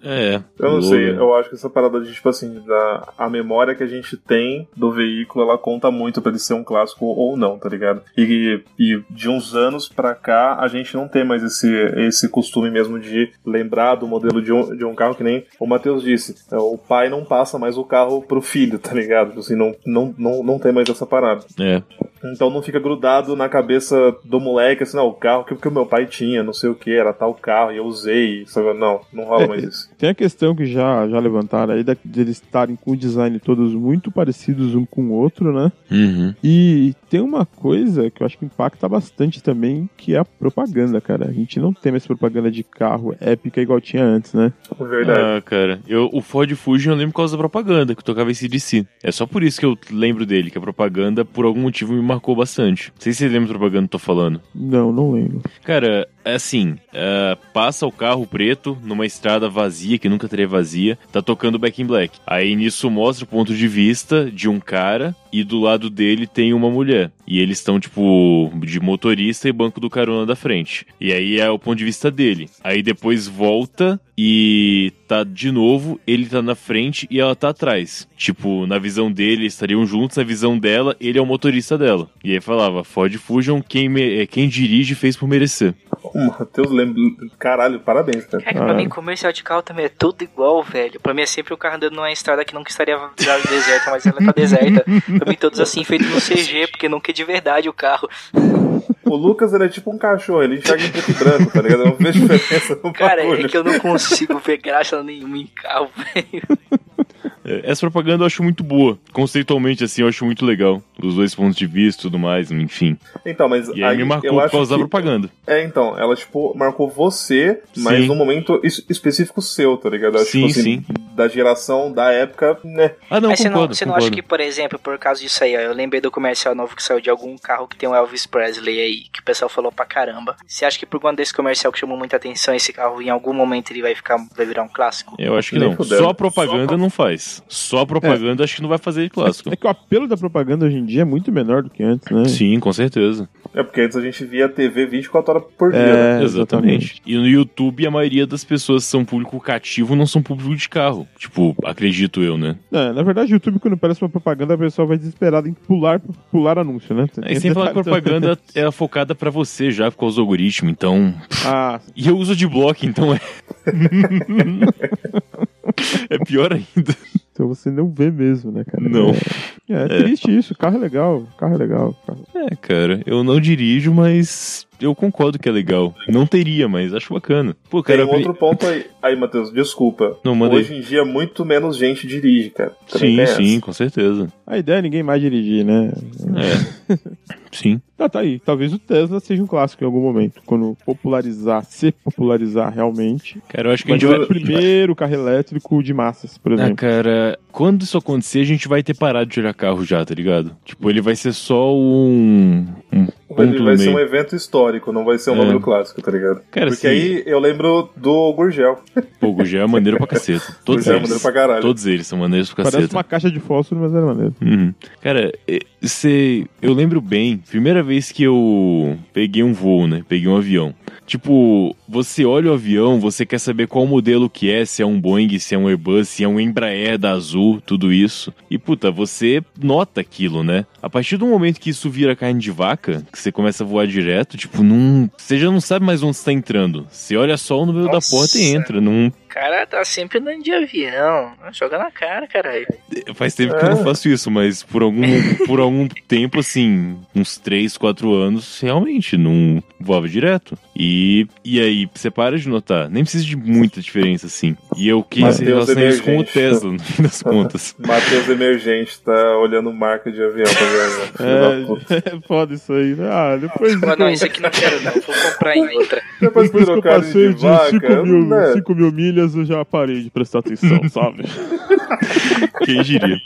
Speaker 2: É.
Speaker 4: Eu não sei,
Speaker 2: Logan.
Speaker 4: eu acho que essa parada de, tipo assim, da, a memória que a gente tem do veículo, ela conta muito pra ele ser um clássico ou não, tá ligado? E, e de uns anos pra cá, a gente não tem mais esse, esse costume mesmo de lembrar do modelo de um, de um carro, que nem o Matheus disse, é, o pai não passa mais o carro pro filho, tá ligado? Tipo Assim, não, não, não, não tem mais essa parada.
Speaker 2: É.
Speaker 4: Então não fica grudado na cabeça do moleque, assim, não, o carro que, que o meu pai tinha, não sei o que, era tal carro, e eu usei, sabe? Não, não rola
Speaker 1: É,
Speaker 4: mais isso.
Speaker 1: Tem a questão que já, já levantaram aí, da- de eles estarem com o design todos muito parecidos um com o outro, né?
Speaker 2: Uhum.
Speaker 1: E tem uma coisa que eu acho que impacta bastante também, que é a propaganda, cara. A gente não tem mais propaganda de carro épica igual tinha antes, né?
Speaker 4: É Verdade.
Speaker 2: Ah, cara. Eu, o Ford Fusion eu lembro por causa da propaganda, que tocava esse DC. É só por isso que eu lembro dele, que a propaganda, por algum motivo, me marcou bastante. Não sei se vocês lembram da propaganda que eu tô falando.
Speaker 1: Não, não lembro.
Speaker 2: Cara, assim, ah, passa o carro preto numa estrada vazia, que nunca teria vazia, tá tocando Back in Black. Aí nisso mostra o ponto de vista de um cara e do lado dele tem uma mulher. E eles estão, tipo, de motorista e banco do carona da frente. E aí é o ponto de vista dele. Aí depois volta e tá de novo, ele tá na frente e ela tá atrás. Tipo, na visão dele, eles estariam juntos, na visão dela, ele é o motorista dela. E aí falava, Ford Fusion, quem, me- eh, quem dirige fez por merecer.
Speaker 4: O Matheus lembra. Caralho, parabéns, cara.
Speaker 5: É que pra
Speaker 1: Ah.
Speaker 5: mim, comercial de carro também é tudo igual, velho. Pra mim é sempre o carro andando numa estrada que nunca estaria virada deserta, mas ela tá deserta. Pra mim, todos assim, feitos no CG, porque nunca é de verdade o carro.
Speaker 4: O Lucas, ele é tipo um cachorro, ele enxerga em preto e branco, tá ligado? Eu Não vejo diferença no
Speaker 5: Cara,
Speaker 4: bagulho.
Speaker 5: é que eu não consigo ver graça nenhuma em carro, velho.
Speaker 2: Eh, Essa propaganda eu acho muito boa. Conceitualmente, assim, eu acho muito legal. Os dois pontos de vista e tudo mais, enfim.
Speaker 4: Então, mas
Speaker 2: E aí, me marcou
Speaker 4: eu
Speaker 2: por
Speaker 4: acho
Speaker 2: causa da
Speaker 4: que-
Speaker 2: propaganda.
Speaker 4: É, então, ela, tipo, marcou você, mas
Speaker 2: Sim.
Speaker 4: num momento es- específico seu, tá ligado? Eu acho,
Speaker 2: Sim,
Speaker 4: tipo, assim,
Speaker 2: sim.
Speaker 4: Da geração, da época, né?
Speaker 2: Ah, não,
Speaker 5: Mas você não,
Speaker 2: concordo,
Speaker 5: você não
Speaker 2: concordo.
Speaker 5: acha que, por exemplo, por causa disso aí, ó, eu lembrei do comercial novo que saiu de algum carro que tem o Elvis Presley aí, que o pessoal falou pra caramba. Você acha que por conta desse comercial que chamou muita atenção, esse carro em algum momento ele vai ficar, vai virar um clássico?
Speaker 2: Eu acho que
Speaker 4: Nem
Speaker 2: não.
Speaker 4: fudendo.
Speaker 2: Só a propaganda não faz. Só a propaganda acho que não vai fazer de clássico.
Speaker 1: É que o apelo da propaganda hoje em dia é muito menor do que antes, né?
Speaker 2: Sim, com certeza.
Speaker 4: É porque antes a gente via TV 24 horas por dia, né?
Speaker 1: É, exatamente.
Speaker 2: Exatamente. E no YouTube, a maioria das pessoas que são público cativo não são público de carro. Tipo, acredito eu, né?
Speaker 1: É, na verdade, o YouTube, quando parece uma propaganda, a pessoa vai desesperada em pular, pular anúncio, né?
Speaker 2: E É, sem falar que a propaganda é focada pra você já, por causa do algoritmo, então.
Speaker 1: Ah,
Speaker 2: E eu uso de bloco, então é. é pior ainda.
Speaker 1: então você não vê mesmo, né, cara?
Speaker 2: Não.
Speaker 1: É, é triste isso. Carro é legal, carro é legal. carro-
Speaker 2: É, cara, eu não dirijo, mas eu concordo que é legal. Não teria, mas acho bacana. Pô, cara,
Speaker 4: Tem um
Speaker 2: eu apre-
Speaker 4: outro ponto aí. Aí, Matheus, desculpa.
Speaker 2: Não, manda aí.
Speaker 4: Hoje em dia, muito menos gente dirige, cara. Também
Speaker 2: Sim,
Speaker 4: tem essa.
Speaker 2: sim, com certeza.
Speaker 1: A ideia é ninguém mais dirigir, né?
Speaker 2: É. sim.
Speaker 1: Tá, tá aí. Talvez o Tesla seja um clássico em algum momento. Quando popularizar, se popularizar realmente.
Speaker 2: Cara, eu acho que a
Speaker 1: Mas
Speaker 2: gente
Speaker 1: é
Speaker 2: vai.
Speaker 1: o primeiro carro elétrico de massas, por
Speaker 2: Ah,
Speaker 1: exemplo.
Speaker 2: cara, quando isso acontecer, a gente vai ter parado de olhar carro já, tá ligado? Tipo, ele vai ser só um. um ponto
Speaker 4: Ele
Speaker 2: no
Speaker 4: vai ser
Speaker 2: meio.
Speaker 4: um evento histórico, não vai ser um
Speaker 2: É.
Speaker 4: número clássico, tá ligado?
Speaker 2: Cara,
Speaker 4: Porque
Speaker 2: assim-
Speaker 4: aí eu lembro do Gurgel.
Speaker 2: Pô, o Gugel é maneiro pra caceta. Todos
Speaker 4: Gurgel é
Speaker 2: eles.
Speaker 4: maneiro pra caralho.
Speaker 2: Todos eles são maneiros pra
Speaker 1: Parece
Speaker 2: caceta.
Speaker 1: uma caixa de fósforo, mas era maneiro.
Speaker 2: Uhum. Cara, eh, cê, eu lembro bem, primeira vez que eu peguei um voo, né? Peguei um avião. Tipo, você olha o avião, você quer saber qual modelo que é, se é um Boeing, se é um Airbus, se é um Embraer da Azul, tudo isso. E puta, você nota aquilo, né? A partir do momento que isso vira carne de vaca, que você começa a voar direto, tipo, não, você já não sabe mais onde você tá entrando. Você olha só o número da
Speaker 5: Nossa.
Speaker 2: porta e entra, não
Speaker 5: cara tá sempre andando de avião. Joga na cara, caralho.
Speaker 2: Faz tempo que eu
Speaker 4: É.
Speaker 2: não faço isso, mas por algum, por algum tempo, assim, uns 3, 4 anos, realmente não voava direto. E, e aí, você para de notar. Nem precisa de muita diferença, assim. E eu quis
Speaker 4: Mas Deus é
Speaker 2: relacionar isso com o
Speaker 4: emergente.
Speaker 2: Tesla, no fim das contas.
Speaker 4: Matheus Emergente tá olhando marca de avião, tá viajando. filho da puta.
Speaker 1: É, é foda isso aí. né? Ah, depois.
Speaker 5: Mas não, isso aqui não quero não. Vou comprar em outra.
Speaker 4: Depois,
Speaker 1: Depois que eu
Speaker 4: trocaram
Speaker 1: passei de 5 mil,
Speaker 4: né?
Speaker 1: cinco mil milhas, eu já parei de prestar atenção, sabe?
Speaker 2: Quem diria?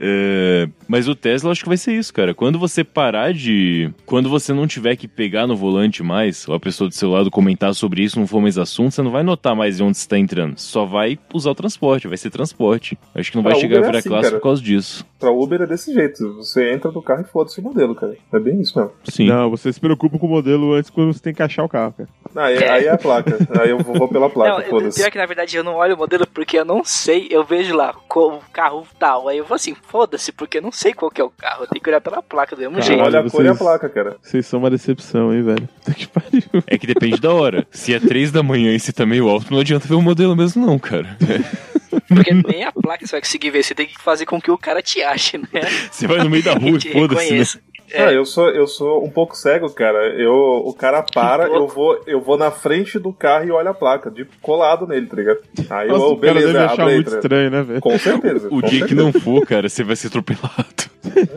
Speaker 2: É, mas o Tesla acho que vai ser isso, cara. Quando você parar de. Quando você não tiver que pegar no volante mais, ou a pessoa do seu lado comentar sobre isso, não for mais assunto, você não vai notar mais de onde você tá entrando. Só vai usar o transporte, vai ser transporte. Acho que não vai
Speaker 4: Ah,
Speaker 2: chegar
Speaker 4: Uber
Speaker 2: a
Speaker 4: é
Speaker 2: virar
Speaker 4: assim,
Speaker 2: classe
Speaker 4: cara.
Speaker 2: por causa disso.
Speaker 4: Pra Uber é desse jeito. Você entra no carro e foda-se o modelo, cara. É bem isso mesmo.
Speaker 2: Sim.
Speaker 1: Não, você se preocupa com o modelo antes quando você tem que achar o carro, cara.
Speaker 4: Aí,
Speaker 5: É.
Speaker 4: aí é a placa. Aí eu vou, vou pela
Speaker 5: Não,
Speaker 4: placa, foda-se.
Speaker 5: pior que na verdade eu não olho o modelo porque eu não sei. Eu vejo lá o carro tal. Aí eu vou assim, foda-se, porque eu não sei qual que é o carro. Eu tenho que olhar pela placa do mesmo
Speaker 1: Caralho.
Speaker 5: jeito.
Speaker 4: Olha a cor e a
Speaker 1: vocês-
Speaker 4: placa, cara.
Speaker 1: Vocês são uma decepção, hein, velho? Puta que pariu.
Speaker 2: É que depende da hora. Se é três da manhã e se tá meio alto, não adianta ver o modelo mesmo, não, cara.
Speaker 5: Porque nem a placa você vai conseguir ver. Você tem que fazer com que o cara te ache, né?
Speaker 2: Você vai no meio da rua
Speaker 5: E
Speaker 2: e
Speaker 5: te
Speaker 2: foda-se, né?
Speaker 5: reconheça. É.
Speaker 4: Ah, eu sou, eu sou um pouco cego, cara. Eu, o cara para,
Speaker 5: Que louco.
Speaker 4: eu vou, eu vou na frente do carro e olho a placa, de colado nele, tá ligado? Aí eu,
Speaker 1: Nossa,
Speaker 4: oh,
Speaker 1: o cara deve
Speaker 4: beleza, abre
Speaker 1: achar
Speaker 4: aí,
Speaker 1: muito
Speaker 4: tá ligado?
Speaker 1: estranho, né, velho?
Speaker 4: Com certeza.
Speaker 2: O
Speaker 4: com
Speaker 2: dia que
Speaker 4: certeza.
Speaker 2: não for, cara, você vai ser atropelado.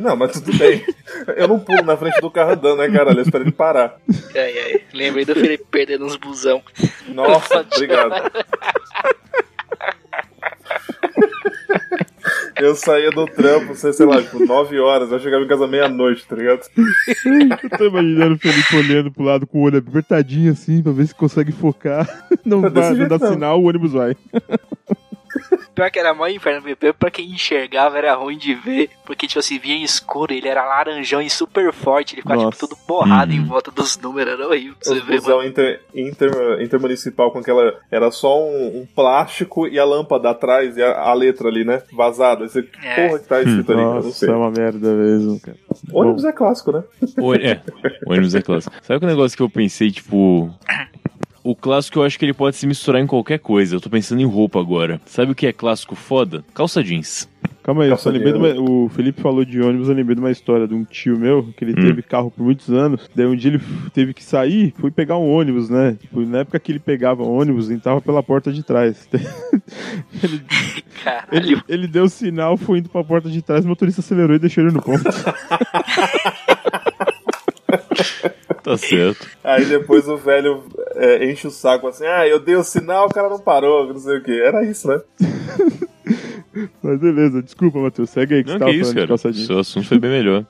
Speaker 4: Não, mas tudo bem. Eu não pulo na frente do carro andando, né, caralho? Eu espero ele parar.
Speaker 5: Ai, ai. Lembrei do Felipe perdendo uns busão.
Speaker 4: Nossa, obrigado. Eu saía do trampo, sei, sei lá, tipo, 9 horas, eu chegava em casa meia-noite, tá ligado?
Speaker 1: Eu tô imaginando o Felipe olhando pro lado com o olho apertadinho assim, pra ver se consegue focar. Não,
Speaker 4: É desse
Speaker 1: vai, não
Speaker 4: jeito,
Speaker 1: dá
Speaker 4: não.
Speaker 1: sinal, o ônibus vai.
Speaker 5: Pior que era mó inferno, porque pra quem enxergava era ruim de ver, porque tipo assim, via em escuro, ele era laranjão e super forte, ele ficava tipo,
Speaker 1: Nossa.
Speaker 5: todo borrado em
Speaker 2: Uhum.
Speaker 5: volta dos números, era horrível pra você
Speaker 4: Os
Speaker 5: ver, mano.
Speaker 4: busão inter, inter- intermunicipal com aquela. Era só um, um plástico e a lâmpada atrás e a, a letra ali, né? Vazada. Esse,
Speaker 5: É.
Speaker 4: Porra que tá escrito ali, eu não
Speaker 1: Nossa,
Speaker 4: sei.
Speaker 1: é uma merda mesmo, cara.
Speaker 4: Ônibus é clássico, né?
Speaker 2: O- é, o ônibus é clássico. Sabe que negócio que eu pensei, tipo. O clássico eu acho que ele pode se misturar em qualquer coisa. Eu tô pensando em roupa agora. Sabe o que é clássico foda? Calça jeans.
Speaker 1: Calma aí, eu só
Speaker 4: Calça
Speaker 1: lembrei de
Speaker 4: jeans.
Speaker 1: uma, o Felipe falou de ônibus, eu lembrei de uma história de um tio meu, que ele
Speaker 2: Hum.
Speaker 1: teve carro por muitos anos, daí um dia ele f- teve que sair, foi pegar um ônibus, né? Tipo, na época que ele pegava ônibus, entrava pela porta de trás. ele,
Speaker 5: Caralho.
Speaker 1: ele, ele deu sinal, foi indo pra porta de trás, o motorista acelerou e deixou ele no ponto.
Speaker 2: Tá certo.
Speaker 4: Aí depois o velho é, enche o saco assim: ah, eu dei o sinal, o cara não parou, não sei o que. Era isso, né?
Speaker 1: Mas beleza, desculpa, Matheus, segue aí que
Speaker 2: Não,
Speaker 1: você
Speaker 2: que
Speaker 1: tava
Speaker 2: isso,
Speaker 1: falando de
Speaker 2: cara.
Speaker 1: calça jeans.
Speaker 2: Seu assunto foi bem melhor.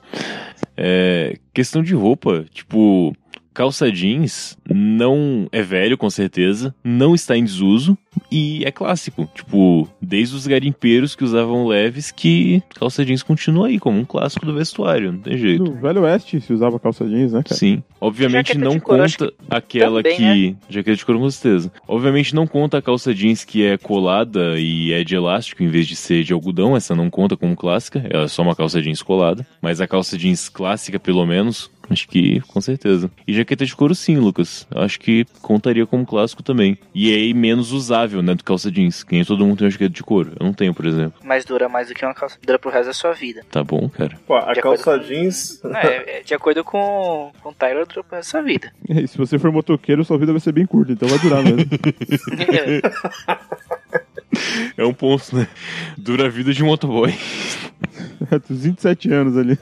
Speaker 2: É, questão de roupa. Tipo, calça jeans não é velho, com certeza. Não está em desuso. E é clássico. Tipo, desde os garimpeiros que usavam leves, que calça jeans continua aí, como um clássico do vestuário. Não tem jeito.
Speaker 1: No Velho Oeste se usava calça jeans, né, cara?
Speaker 2: Sim. Obviamente
Speaker 5: Jaqueta
Speaker 2: não
Speaker 5: de couro, acho
Speaker 2: conta aquela
Speaker 5: também, né?
Speaker 2: que. Jaqueta de couro, com certeza. Obviamente não conta a calça jeans que é colada e é de elástico em vez de ser de algodão. Essa não conta como clássica. Ela é só uma calça jeans colada. Mas a calça jeans clássica, pelo menos. Acho que, com certeza. E jaqueta de couro, sim, Lucas. Acho que contaria como clássico também. E é aí, menos usável, né, do calça jeans. Que nem todo mundo tem uma jaqueta de couro. Eu não tenho, por exemplo.
Speaker 5: Mas dura mais do que uma calça. Dura pro resto da sua vida.
Speaker 2: Tá bom, cara.
Speaker 4: Pô, a
Speaker 5: De acordo.
Speaker 4: calça jeans.
Speaker 5: Não, É, é de acordo com, com o Tyler, dura pro resto da sua vida.
Speaker 1: E se você for motoqueiro, sua vida vai ser bem curta, então vai durar mesmo.
Speaker 2: É um ponto, né? Dura a vida de um motoboy.
Speaker 1: É, Dos 27 anos ali.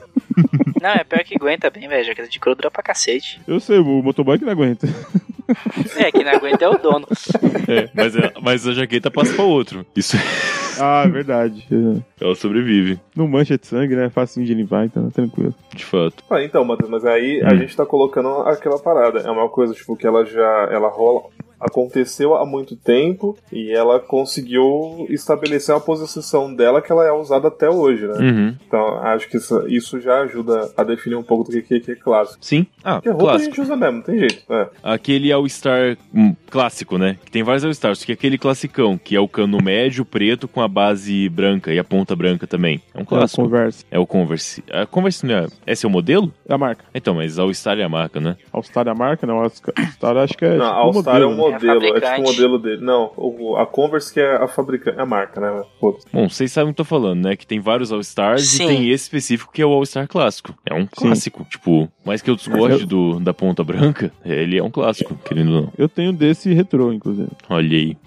Speaker 5: não, é pior que aguenta bem, velho. Jaqueta de couro dura pra cacete.
Speaker 1: Eu sei, o motoboy que não aguenta.
Speaker 5: É, quem não aguenta é o dono.
Speaker 2: É, mas, a- mas a jaqueta passa pra outro. Isso
Speaker 1: Ah, é verdade. É.
Speaker 2: Ela sobrevive,
Speaker 1: Não mancha de sangue, né? É facinho de limpar, então é tranquilo.
Speaker 2: de fato.
Speaker 4: Ah, então, Matheus, mas aí a
Speaker 2: Hum.
Speaker 4: gente tá colocando aquela parada. É uma coisa, tipo, que ela já. Ela rola. Aconteceu há muito tempo e ela conseguiu estabelecer uma posição dela que ela é usada até hoje, né?
Speaker 2: Uhum.
Speaker 4: Então, acho que isso, isso já ajuda a definir um pouco do que, que, que é clássico.
Speaker 2: Sim. Ah,
Speaker 4: Porque roupa
Speaker 2: clássico.
Speaker 4: a gente usa mesmo, não tem jeito. É.
Speaker 2: Aquele All-Star hum, clássico, né? Que tem vários All-Stars, que é aquele classicão, que é o cano médio, preto, com a base branca e a ponta branca também. É um
Speaker 1: É,
Speaker 2: clássico.
Speaker 1: Conversa.
Speaker 2: É o Converse. A Converse não é. É seu modelo?
Speaker 1: É a marca.
Speaker 2: Então, mas All-Star é a marca, né?
Speaker 1: All-Star é a marca? Não, All-Star acho que é.
Speaker 4: Não,
Speaker 1: tipo,
Speaker 4: All Star é um
Speaker 1: né?
Speaker 4: modelo, é, tipo
Speaker 5: fabricante.
Speaker 4: o modelo dele. Não, o- a Converse que é a fabricante, a marca, né? Pô,
Speaker 2: Bom, vocês sabem o que eu tô falando, né? Que tem vários All-Stars e
Speaker 5: Sim.
Speaker 2: tem esse específico que é o All-Star clássico. É um clássico. Tipo, mais que eu discorde do, da ponta branca, ele é um clássico, querendo ou não.
Speaker 1: Eu tenho desse retrô, inclusive.
Speaker 2: Olha aí.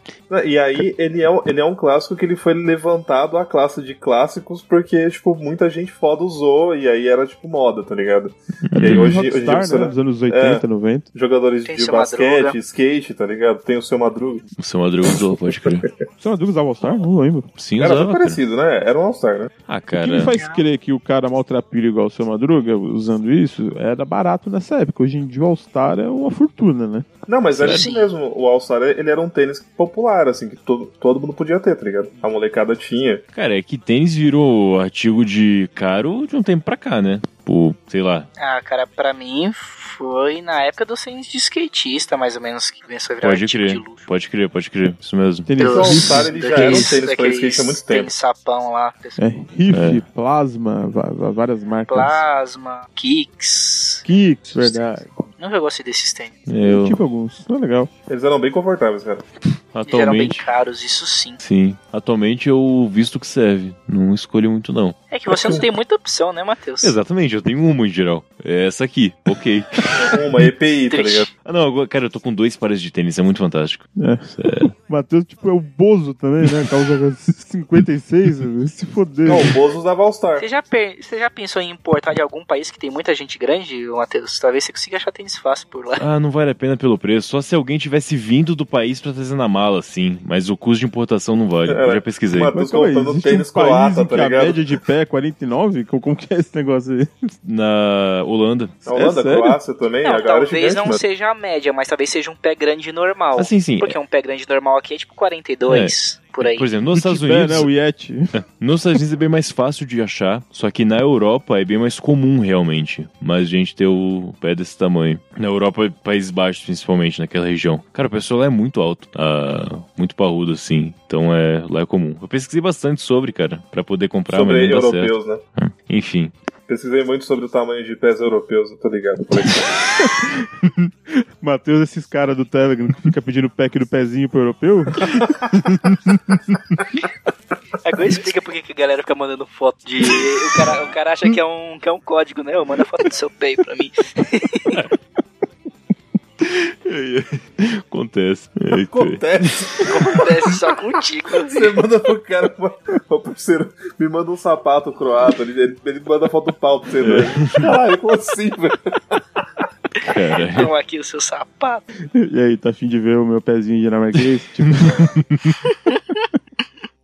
Speaker 4: E aí, ele é, um- ele é um clássico que ele foi levantado à classe de clássicos porque, tipo, muita gente foda usou e aí era, tipo, moda, tá ligado? E aí, hoje, hoje em dia
Speaker 1: Rockstar,
Speaker 4: você, é.
Speaker 1: né? Nos anos 80, 90.
Speaker 4: jogadores
Speaker 5: Tem
Speaker 4: de
Speaker 5: seu
Speaker 4: basquete,
Speaker 5: Madruga.
Speaker 4: skate, tá ligado? Tem o seu Madruga.
Speaker 2: O seu Madruga usou, pode crer.
Speaker 1: Você não usava All-Star? Não lembro.
Speaker 2: Sim,
Speaker 4: Era
Speaker 2: usava.
Speaker 4: muito
Speaker 2: cara.
Speaker 4: parecido, né? Era um All-Star, né?
Speaker 2: Ah,
Speaker 1: O que me
Speaker 2: cara.
Speaker 1: faz crer que o cara maltrapilha igual o seu Madruga, usando isso, era barato nessa época. Hoje em dia o All-Star é uma fortuna, né?
Speaker 4: Não, mas era
Speaker 5: Sim.
Speaker 4: isso mesmo. O All-Star, ele era um tênis popular, assim, que todo, todo mundo podia ter, tá ligado? A molecada tinha.
Speaker 2: Cara, é que tênis virou artigo de caro de um tempo pra cá, né? Pô, sei lá.
Speaker 5: Ah, cara, pra mim foi na época do tênis de skatista, mais ou menos, que começou a virar
Speaker 2: Pode
Speaker 5: artigo de
Speaker 2: crer.
Speaker 5: luxo.
Speaker 2: Pode crer, pode crer. Isso mesmo.
Speaker 1: Tênis
Speaker 4: Então, o
Speaker 1: riff,
Speaker 4: All-Star, ele já era um
Speaker 5: Daqueles-
Speaker 4: tênis pra
Speaker 5: daqueles
Speaker 4: skate há muito tempo.
Speaker 5: Tênis sapão lá,
Speaker 1: é, riff plasma, va- va- várias
Speaker 4: É,
Speaker 1: marcas.
Speaker 5: Plasma, Kicks.
Speaker 1: Kicks, verdade.
Speaker 5: Nunca gostei desses tênis.
Speaker 2: Eu,
Speaker 1: Tipo alguns. Não é legal.
Speaker 4: Eles eram bem confortáveis, cara.
Speaker 5: Eles eram bem
Speaker 2: atualmente.
Speaker 5: caros, isso sim.
Speaker 2: Sim. Atualmente eu visto que serve. Não escolho muito, não.
Speaker 5: É que você não tem muita opção, né, Matheus?
Speaker 2: Exatamente, eu tenho uma em geral. É essa aqui. Ok.
Speaker 4: Uma EPI, tá
Speaker 5: Triste.
Speaker 4: ligado?
Speaker 2: Ah, não, agora, cara, eu tô com dois pares de tênis, é muito fantástico.
Speaker 1: O Matheus, tipo, é o Bozo também, né? Causa 56, né? se foder.
Speaker 4: Não, o Bozo usava All-Star.
Speaker 5: Você já, per- você já pensou em importar de algum país que tem muita gente grande, Matheus? Talvez você consiga achar tênis fácil por lá.
Speaker 2: Ah, não vale a pena pelo preço, só se alguém tivesse vindo do país pra trazer na mala, sim. Mas o custo de importação não vale, eu já pesquisei.
Speaker 4: Mas-
Speaker 1: Mas
Speaker 4: Matheus
Speaker 1: calma aí,
Speaker 4: comprando
Speaker 1: existe
Speaker 4: tênis
Speaker 1: um país
Speaker 4: croata,
Speaker 1: em
Speaker 4: tá
Speaker 1: que a
Speaker 4: ligado?
Speaker 1: média de pé é 49? Como, como que é esse negócio aí?
Speaker 2: Na Holanda.
Speaker 4: A Holanda,
Speaker 1: É sério?
Speaker 4: Croácia também, a
Speaker 5: Não,
Speaker 4: galera é
Speaker 5: talvez
Speaker 4: gigante,
Speaker 5: não
Speaker 4: né?
Speaker 5: seja a média, mas talvez seja um pé grande normal.
Speaker 2: Assim, sim.
Speaker 5: Porque um pé grande normal aqui é tipo 42, por aí.
Speaker 2: Por exemplo, nos
Speaker 1: O
Speaker 2: Estados
Speaker 1: Tibete,
Speaker 2: Unidos.
Speaker 1: né? O Yeti.
Speaker 2: Nos Estados Unidos é bem mais fácil de achar, só que na Europa é bem mais comum realmente. Mas a gente ter o pé desse tamanho. Na Europa, Países Baixos, principalmente, naquela região. Cara, o pessoal lá é muito alto, ah, muito parrudo assim. Então é, lá é comum. Eu pesquisei bastante sobre, cara, pra poder comprar,
Speaker 4: Sobre
Speaker 2: mas não dá certo.
Speaker 4: europeus, né?
Speaker 2: Enfim.
Speaker 4: Pesquisei muito sobre o tamanho de pés europeus, eu tô ligado. Falei,
Speaker 1: Matheus, esses caras do Telegram que fica pedindo pack do pezinho pro europeu.
Speaker 5: Agora explica por que que a galera fica mandando foto de. O cara, o cara acha que é, um, que é um código, né? Ô, Manda foto do seu pé aí pra mim.
Speaker 2: Acontece. Eita.
Speaker 4: Acontece.
Speaker 5: Acontece só contigo.
Speaker 4: Você manda pro cara, uma- uma parceiro, me manda um sapato croata, ele, ele, ele manda foto do pau pra você, velho.
Speaker 2: É.
Speaker 4: Caralho, como assim, velho?
Speaker 2: Cara,
Speaker 5: Então aqui o seu sapato.
Speaker 1: E aí, tá afim de ver o meu pezinho dinamarquês?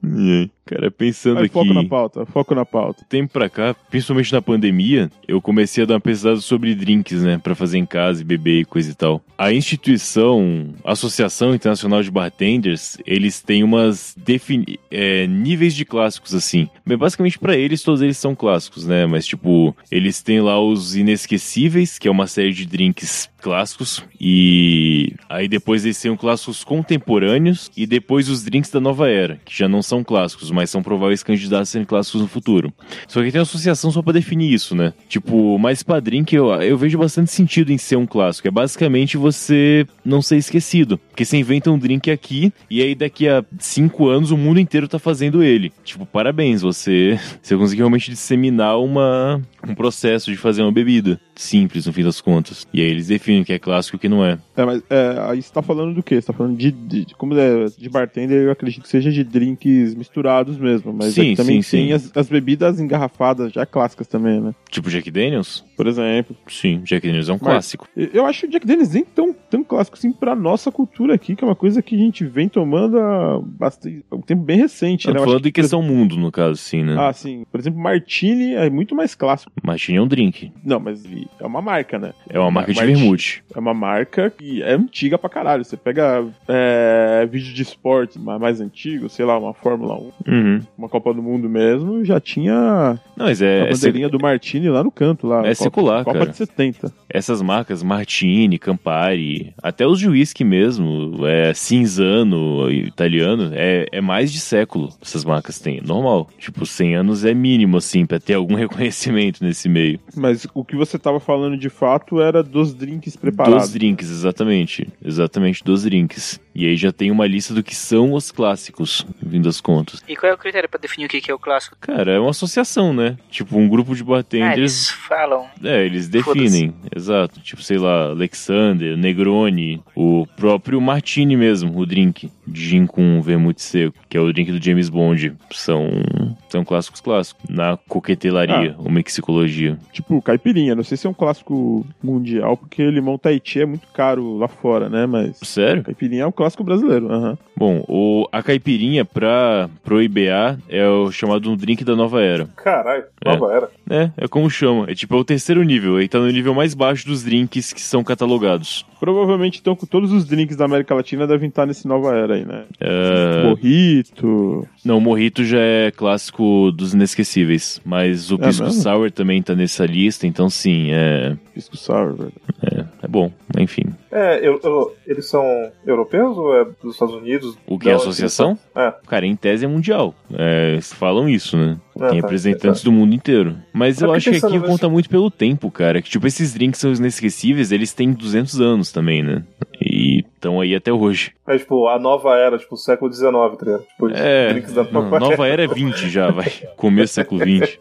Speaker 1: Tipo,
Speaker 2: e aí? cara, pensando
Speaker 1: mas
Speaker 2: aqui.
Speaker 1: foco na pauta, foco na pauta.
Speaker 2: tempo pra cá, principalmente na pandemia, eu comecei a dar uma pesquisada sobre drinks, né, Pra fazer em casa e beber e coisa e tal. A instituição, a Associação Internacional de Bartenders, eles têm umas defini- é, níveis de clássicos assim. Bem, basicamente pra eles todos eles são clássicos, né? Mas tipo, eles têm lá os inesquecíveis, que é uma série de drinks clássicos e aí depois eles têm os clássicos contemporâneos e depois os drinks da nova era, que já não são clássicos, mas são prováveis candidatos a serem clássicos no futuro. Só que tem uma associação só pra definir isso, né? Tipo, mas pra drink eu, eu vejo bastante sentido em ser um clássico. É basicamente você não ser esquecido. Porque você inventa um drink aqui e aí daqui a cinco anos o mundo inteiro tá fazendo ele. Tipo, parabéns, você, você conseguiu realmente disseminar uma, um processo de fazer uma bebida. Simples, no fim das contas. E aí eles definem o que é clássico e o que não é.
Speaker 1: É, mas é, aí você tá falando do quê? Você tá falando de, de- de- Como é de bartender, eu acredito que seja de drinks misturados mesmo. Mas
Speaker 2: Sim,
Speaker 1: é que também
Speaker 2: sim,
Speaker 1: tem
Speaker 2: sim.
Speaker 1: As, as bebidas engarrafadas já clássicas também, né?
Speaker 2: Tipo Jack Daniels?
Speaker 1: Por exemplo.
Speaker 2: Sim, Jack Daniels é um
Speaker 1: Mas-
Speaker 2: clássico.
Speaker 1: E- Eu acho o Jack Daniels nem tão, tão clássico assim pra nossa cultura aqui, que é uma coisa que a gente vem tomando há bastante, há um tempo bem recente,
Speaker 2: Eu
Speaker 1: né?
Speaker 2: tô
Speaker 1: Eu acho
Speaker 2: Tá falando em
Speaker 1: que-
Speaker 2: questão mundo, no caso, sim, né?
Speaker 1: Ah, sim. Por exemplo, Martini é muito mais clássico.
Speaker 2: Mas tinha um drink.
Speaker 1: Não, mas é uma marca, né?
Speaker 2: É uma marca de
Speaker 1: Martini.
Speaker 2: vermute.
Speaker 1: É uma marca que é antiga pra caralho. Você pega é, vídeo de esporte ma- mais antigo, sei lá, uma Fórmula 1,
Speaker 2: Uhum.
Speaker 1: uma Copa do Mundo mesmo, já tinha
Speaker 2: Não, mas
Speaker 1: a
Speaker 2: é, é sec-
Speaker 1: bandeirinha do Martini lá no canto. Lá, Copa,
Speaker 2: é secular,
Speaker 1: Copa
Speaker 2: cara.
Speaker 1: de 70.
Speaker 2: essas marcas, Martini, Campari, que até os de whisky mesmo, é cinzano, italiano, é, é mais de século essas marcas têm. Normal. Tipo, 100 anos é mínimo, assim, pra ter algum reconhecimento nesse meio.
Speaker 1: Mas o que você tava falando de fato era dos drinks preparados.
Speaker 2: Dos drinks, exatamente. Exatamente, dos drinks. E aí já tem uma lista do que são os clássicos, vindo aos contos.
Speaker 5: E qual é o critério pra definir o que que é o clássico?
Speaker 2: Cara, é uma associação, né? Tipo, um grupo de
Speaker 5: Ah,
Speaker 2: bartenders.
Speaker 5: eles falam.
Speaker 2: É, eles definem, exato. Tipo, sei lá, Alexander, Negroni, o próprio Martini mesmo, o drink de gin com vermute seco, que é o drink do James Bond. São, são clássicos clássicos. Na coquetelaria, ou mixicologia.
Speaker 1: Tipo, caipirinha. Não sei se é um clássico mundial, porque limão Tahiti é muito caro lá fora, né? Mas.
Speaker 2: Sério?
Speaker 1: Caipirinha é um clássico brasileiro. aham.
Speaker 2: Bom, o, a caipirinha pra, pro IBA é o chamado um drink da nova era.
Speaker 4: Caralho,
Speaker 2: É.
Speaker 4: nova era.
Speaker 2: É, é como chama. É tipo, é o terceiro nível. Ele tá no nível mais baixo dos drinks que são catalogados.
Speaker 1: Provavelmente, então, com todos os drinks da América Latina devem estar nesse nova era aí, né?
Speaker 2: É.
Speaker 1: Morrito.
Speaker 2: Não, o Morrito já é clássico dos inesquecíveis, mas o
Speaker 1: É
Speaker 2: Pisco
Speaker 1: mesmo?
Speaker 2: Sour também tá nessa lista, então sim, é,
Speaker 1: Pisco sour, velho.
Speaker 2: é bom, enfim.
Speaker 4: É, eu, eu- eles são europeus ou é dos Estados Unidos?
Speaker 2: O que é
Speaker 4: Da
Speaker 2: a
Speaker 4: onde eles são?
Speaker 2: associação? Cara, em tese é mundial, é, eles falam isso, né?
Speaker 4: Ah,
Speaker 2: Tem
Speaker 4: tá,
Speaker 2: representantes do mundo inteiro. Mas
Speaker 4: Eu
Speaker 2: eu
Speaker 4: fiquei
Speaker 2: acho que
Speaker 4: pensando
Speaker 2: aqui
Speaker 4: nisso.
Speaker 2: conta muito pelo tempo, cara. Que, tipo, esses drinks são os inesquecíveis, eles têm 200 anos também, né? E estão aí até hoje.
Speaker 4: É tipo, a nova era, tipo, século XIX, tá ligado? Tipo, os
Speaker 2: É,
Speaker 4: drinks da
Speaker 2: não,
Speaker 4: nova era.
Speaker 2: nova era é 20 já, vai. Começo do século 20.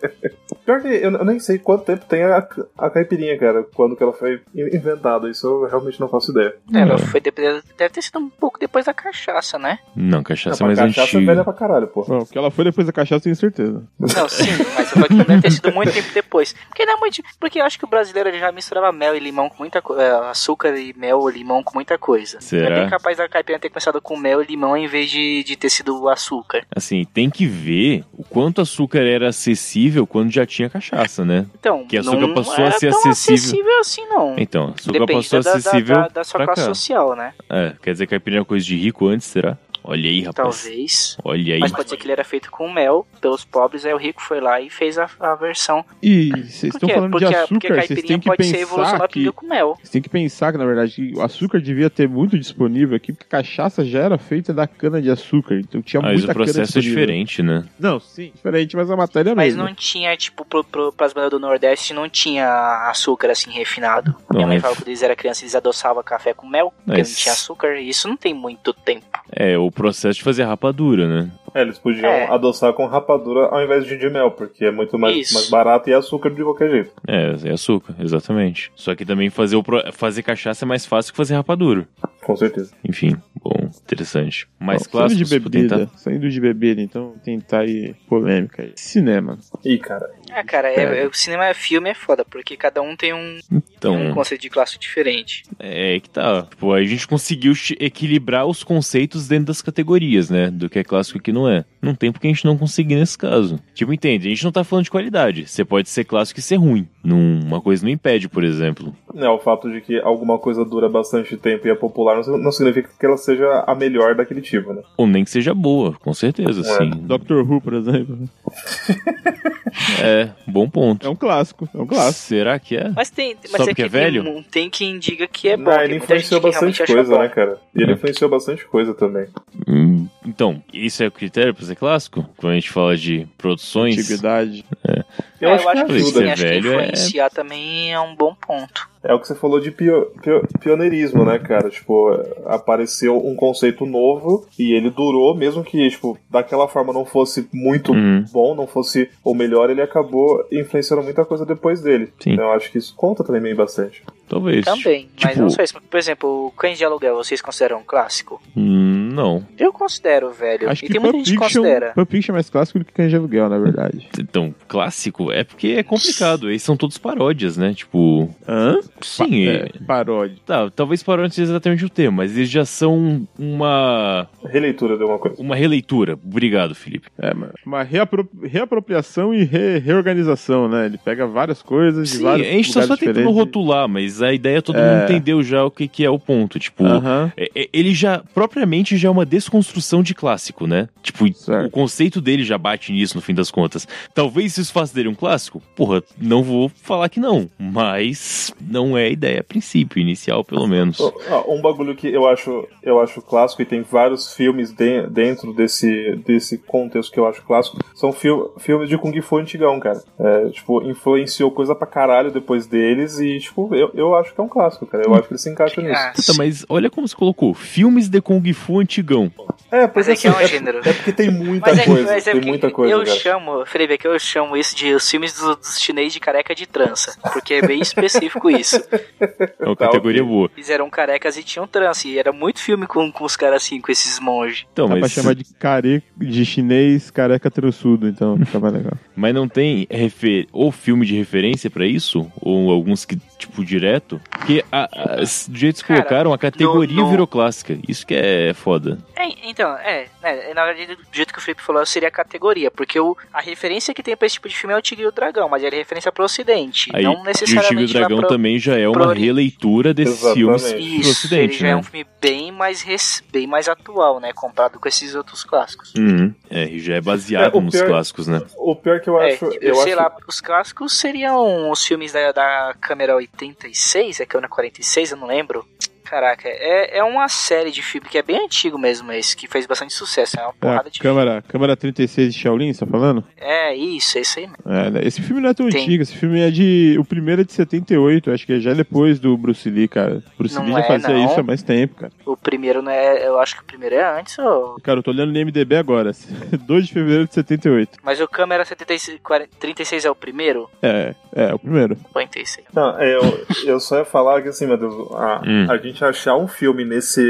Speaker 4: Pior que eu, eu nem sei quanto tempo tem a, a caipirinha, cara, quando que ela foi in- inventada. Isso eu realmente não faço ideia.
Speaker 5: Ela foi depois- deve ter sido um pouco depois da cachaça, né?
Speaker 2: Não, cachaça
Speaker 4: Não,
Speaker 2: é mais
Speaker 4: mas cachaça é
Speaker 2: antiga.
Speaker 4: velha pra caralho, pô.
Speaker 1: Bom, que ela foi depois da cachaça, tenho certeza.
Speaker 5: Não, sim, mas eu falo que deve ter sido muito tempo depois. Porque não é muito. Porque eu acho que o brasileiro ele já misturava mel e limão com muita coisa. Açúcar e mel ou limão com muita coisa.
Speaker 2: Será?
Speaker 5: É bem capaz da caipirinha ter começado com mel e limão em vez de, de ter sido o açúcar.
Speaker 2: Assim, tem que ver o quanto açúcar era acessível quando já tinha cachaça, né?
Speaker 5: Então,
Speaker 2: Que açúcar
Speaker 5: não
Speaker 2: passou a
Speaker 5: era
Speaker 2: ser
Speaker 5: tão
Speaker 2: acessível.
Speaker 5: acessível assim, não.
Speaker 2: Então, açúcar
Speaker 5: Depende
Speaker 2: passou
Speaker 5: da, da-
Speaker 2: acessível
Speaker 5: da- da sua
Speaker 2: pra
Speaker 5: classe
Speaker 2: cá.
Speaker 5: social, né?
Speaker 2: É, quer dizer que a caipirinha é coisa de rico antes, será? Olha aí, rapaz.
Speaker 5: Talvez.
Speaker 2: Olha aí.
Speaker 5: Então, Mas pode ser que ele era feito com mel pelos pobres, aí o rico foi lá e fez a, a versão.
Speaker 1: E vocês
Speaker 5: Por
Speaker 1: estão
Speaker 5: quê?
Speaker 1: falando
Speaker 5: Porque,
Speaker 1: de
Speaker 5: a- porque a
Speaker 1: açúcar, vocês
Speaker 5: caipirinha
Speaker 1: têm que
Speaker 5: pode ser a evolução
Speaker 1: pensar
Speaker 5: da
Speaker 1: que...
Speaker 5: pinga com mel.
Speaker 1: Vocês têm que pensar que, na verdade, que o açúcar devia ter muito disponível aqui, porque a cachaça já era feita da cana-de-açúcar, então tinha
Speaker 2: Mas
Speaker 1: muita
Speaker 2: o processo é
Speaker 1: cana disponível.
Speaker 2: diferente, né?
Speaker 1: Não, sim, diferente, mas a matéria é a
Speaker 5: Mas
Speaker 1: mesma.
Speaker 5: não tinha, tipo, pro, pro, pras bandas do Nordeste não tinha açúcar assim refinado.
Speaker 2: Não,
Speaker 5: Minha mãe
Speaker 2: mas-
Speaker 5: falava que quando eles eram crianças, eles adoçavam café com mel, porque
Speaker 2: Mas-
Speaker 5: não tinha açúcar, e isso não tem muito tempo.
Speaker 2: É, o processo de fazer a rapadura, né?
Speaker 4: É, eles podiam
Speaker 5: É.
Speaker 4: adoçar com rapadura ao invés de de mel, porque é muito mais,
Speaker 5: Isso.
Speaker 4: mais barato e é açúcar de qualquer jeito.
Speaker 2: É, é açúcar, exatamente. Só que também fazer, o pro- fazer cachaça é mais fácil que fazer rapadura.
Speaker 4: Com certeza.
Speaker 2: Enfim, bom, interessante.
Speaker 1: Bom,
Speaker 2: Mais
Speaker 1: saindo
Speaker 2: clássicos,
Speaker 1: de
Speaker 2: pra
Speaker 1: bebida,
Speaker 2: tentar...
Speaker 1: saindo de bebida, então tentar aí polêmica aí. Cinema.
Speaker 2: Hum.
Speaker 4: Ih, cara.
Speaker 5: Ah, cara, é, é- o cinema é filme, é foda, porque cada um tem um, tem um
Speaker 2: Então,
Speaker 5: conceito de classe diferente.
Speaker 2: É aí que tá. Tipo, aí a gente conseguiu chi- equilibrar os conceitos dentro das categorias, né? Do que é clássico e o que não é. Não tem porque a gente não conseguir nesse caso. Tipo, entende? A gente não tá falando de qualidade. Você pode ser clássico e ser ruim. Não- uma coisa não impede, por exemplo.
Speaker 4: É, o fato de que alguma coisa dura bastante tempo e é popular não, não significa que ela seja a melhor daquele tipo, né?
Speaker 2: Ou nem que seja boa, com certeza, sim.
Speaker 1: Doctor Who, por exemplo.
Speaker 2: É, bom ponto.
Speaker 1: É um clássico, é um clássico.
Speaker 2: Será que é?
Speaker 5: Mas tem.
Speaker 2: Só
Speaker 5: Mas é
Speaker 2: porque
Speaker 5: que
Speaker 2: é velho?
Speaker 5: Tem, um- tem quem diga que é bom.
Speaker 4: não,
Speaker 5: tem
Speaker 4: ele
Speaker 5: muita gente
Speaker 4: influenciou
Speaker 5: que realmente
Speaker 4: bastante
Speaker 5: acha
Speaker 4: coisa,
Speaker 5: bom.
Speaker 4: né, cara? E ele
Speaker 2: É.
Speaker 4: influenciou bastante coisa também.
Speaker 2: Hum, Então, isso é o critério pra ser clássico? Quando a gente fala de produções.
Speaker 1: Antiguidade.
Speaker 4: Eu
Speaker 5: É,
Speaker 4: acho que ajuda. né?
Speaker 2: que sim.
Speaker 5: sim, acho que
Speaker 2: velho é-
Speaker 5: influenciar também é um bom ponto.
Speaker 4: É o que você falou de pio- pio- pioneirismo, né, cara? Tipo, apareceu um conceito novo e ele durou, mesmo que, tipo, daquela forma não fosse muito
Speaker 2: Uhum.
Speaker 4: bom, não fosse o melhor, ele acabou influenciando muita coisa depois dele.
Speaker 2: Sim.
Speaker 4: Então eu acho que isso conta também meio bastante.
Speaker 2: Talvez.
Speaker 5: Também, mas
Speaker 2: tipo-
Speaker 5: não só isso. Por exemplo, o Cães de Aluguel, vocês consideram um clássico?
Speaker 2: Hum, não.
Speaker 5: Eu considero, velho.
Speaker 1: Acho
Speaker 5: e
Speaker 1: que
Speaker 5: tem
Speaker 1: Pulp
Speaker 5: muita gente que
Speaker 1: Fiction,
Speaker 5: considera.
Speaker 1: Pulp Fiction é mais clássico do que Canja Aluguel, na verdade.
Speaker 2: Então, clássico é porque é complicado. Eles são todos paródias, né? Tipo,
Speaker 1: Hã?
Speaker 2: sim,
Speaker 1: Pa- é, paródia.
Speaker 2: Tá, talvez paródia não seja exatamente o termo, mas eles já são uma,
Speaker 4: Releitura de alguma coisa.
Speaker 2: uma releitura. Obrigado, Felipe.
Speaker 1: É, mano. Uma reapro- reapropriação e re- reorganização, né? Ele pega várias coisas de
Speaker 2: Sim, a
Speaker 1: vários
Speaker 2: gente tá só
Speaker 1: lugares
Speaker 2: tentando
Speaker 1: diferentes.
Speaker 2: rotular, mas a ideia todo
Speaker 1: É.
Speaker 2: mundo entendeu já o que, que é o ponto. Tipo,
Speaker 1: Aham.
Speaker 2: é- é- ele já propriamente já é uma desconstrução de clássico, né? Tipo,
Speaker 1: Certo.
Speaker 2: o conceito dele já bate nisso no fim das contas. Talvez isso faça dele um clássico? Porra, não vou falar que não, mas não é a ideia a princípio, inicial pelo menos.
Speaker 4: Ó, ó, Um bagulho que eu acho, eu acho clássico, e tem vários filmes de- dentro desse, desse contexto que eu acho clássico, são fil- filmes de Kung Fu antigão, cara. É, tipo, influenciou coisa pra caralho depois deles, e, tipo, eu, eu acho que é um clássico, cara. Eu acho que ele se encaixa nisso.
Speaker 5: Ah,
Speaker 2: Puta, Tá, mas olha como se colocou, filmes de Kung Fu antigão.
Speaker 4: É, pois
Speaker 5: Mas é que é um
Speaker 4: assim,
Speaker 5: gênero.
Speaker 4: É porque tem muita
Speaker 5: Mas é,
Speaker 4: coisa.
Speaker 5: mas é
Speaker 4: tem
Speaker 5: porque
Speaker 4: muita coisa,
Speaker 5: eu
Speaker 4: cara.
Speaker 5: chamo, Felipe, é que eu chamo isso de os filmes do- dos chinês de careca de trança. Porque é bem específico isso.
Speaker 2: É uma categoria
Speaker 4: Tá ok.
Speaker 2: boa.
Speaker 5: Fizeram carecas e tinham trança. E era muito filme com, com os caras assim, com esses monges.
Speaker 2: Então,
Speaker 1: Dá pra
Speaker 2: mas,
Speaker 1: chamar de careca, de chinês careca trançudo, então fica mais legal.
Speaker 2: mas não tem refer... ou filme de referência pra isso? Ou alguns que, tipo, direto? Porque a, a, s- do jeito que se
Speaker 5: Cara,
Speaker 2: colocaram, a categoria
Speaker 5: no- no-
Speaker 2: virou clássica. Isso que é foda.
Speaker 5: É, então, é, né, na verdade, do jeito que o Felipe falou, seria a categoria, porque o, a referência que tem pra esse tipo de filme é o Tigre e o Dragão, mas ele é referência pro Ocidente,
Speaker 2: Aí,
Speaker 5: não
Speaker 2: E o Tigre e o
Speaker 5: necessariamente lá
Speaker 2: Dragão
Speaker 5: pro...
Speaker 2: também já é uma
Speaker 5: pro Oriente.
Speaker 2: releitura desses filmes
Speaker 4: Exatamente.
Speaker 2: do
Speaker 5: Isso, ele
Speaker 2: Ocidente,
Speaker 5: já é
Speaker 2: né?
Speaker 5: um filme bem mais, rec- bem mais atual, né, comparado com esses outros clássicos.
Speaker 2: Uhum. É, já é baseado
Speaker 4: É, o
Speaker 2: nos
Speaker 4: pior-
Speaker 2: clássicos, né?
Speaker 4: O pior que eu
Speaker 5: É,
Speaker 4: acho. eu
Speaker 5: sei
Speaker 4: acho...
Speaker 5: lá, os clássicos seriam os filmes da, da câmera 86, é câmera 46, eu não lembro. Caraca, é, é uma série de filme que é bem antigo mesmo esse, que fez bastante sucesso, é uma
Speaker 1: É, a
Speaker 5: porrada de filme.
Speaker 1: câmera, câmera 36 de Shaolin, você tá falando?
Speaker 5: É, isso, é isso aí mesmo.
Speaker 1: É, né? esse filme não é tão
Speaker 5: Tem.
Speaker 1: antigo, esse filme é de. O primeiro é de 78, acho que é já depois do Bruce Lee, cara. Bruce
Speaker 5: Não
Speaker 1: Lee já
Speaker 5: é,
Speaker 1: fazia
Speaker 5: não.
Speaker 1: isso há mais tempo, cara.
Speaker 5: O primeiro não é. Eu acho que o primeiro é antes, ou...
Speaker 1: Cara, eu tô olhando no MDB agora, 2 de fevereiro de 78.
Speaker 5: mas o câmera 76, 40 36 é o primeiro?
Speaker 1: É, é, o primeiro.
Speaker 5: 46.
Speaker 4: Não, é, eu, eu só ia falar que assim, meu Deus, a,
Speaker 2: Hum.
Speaker 4: a gente achar um filme nesse.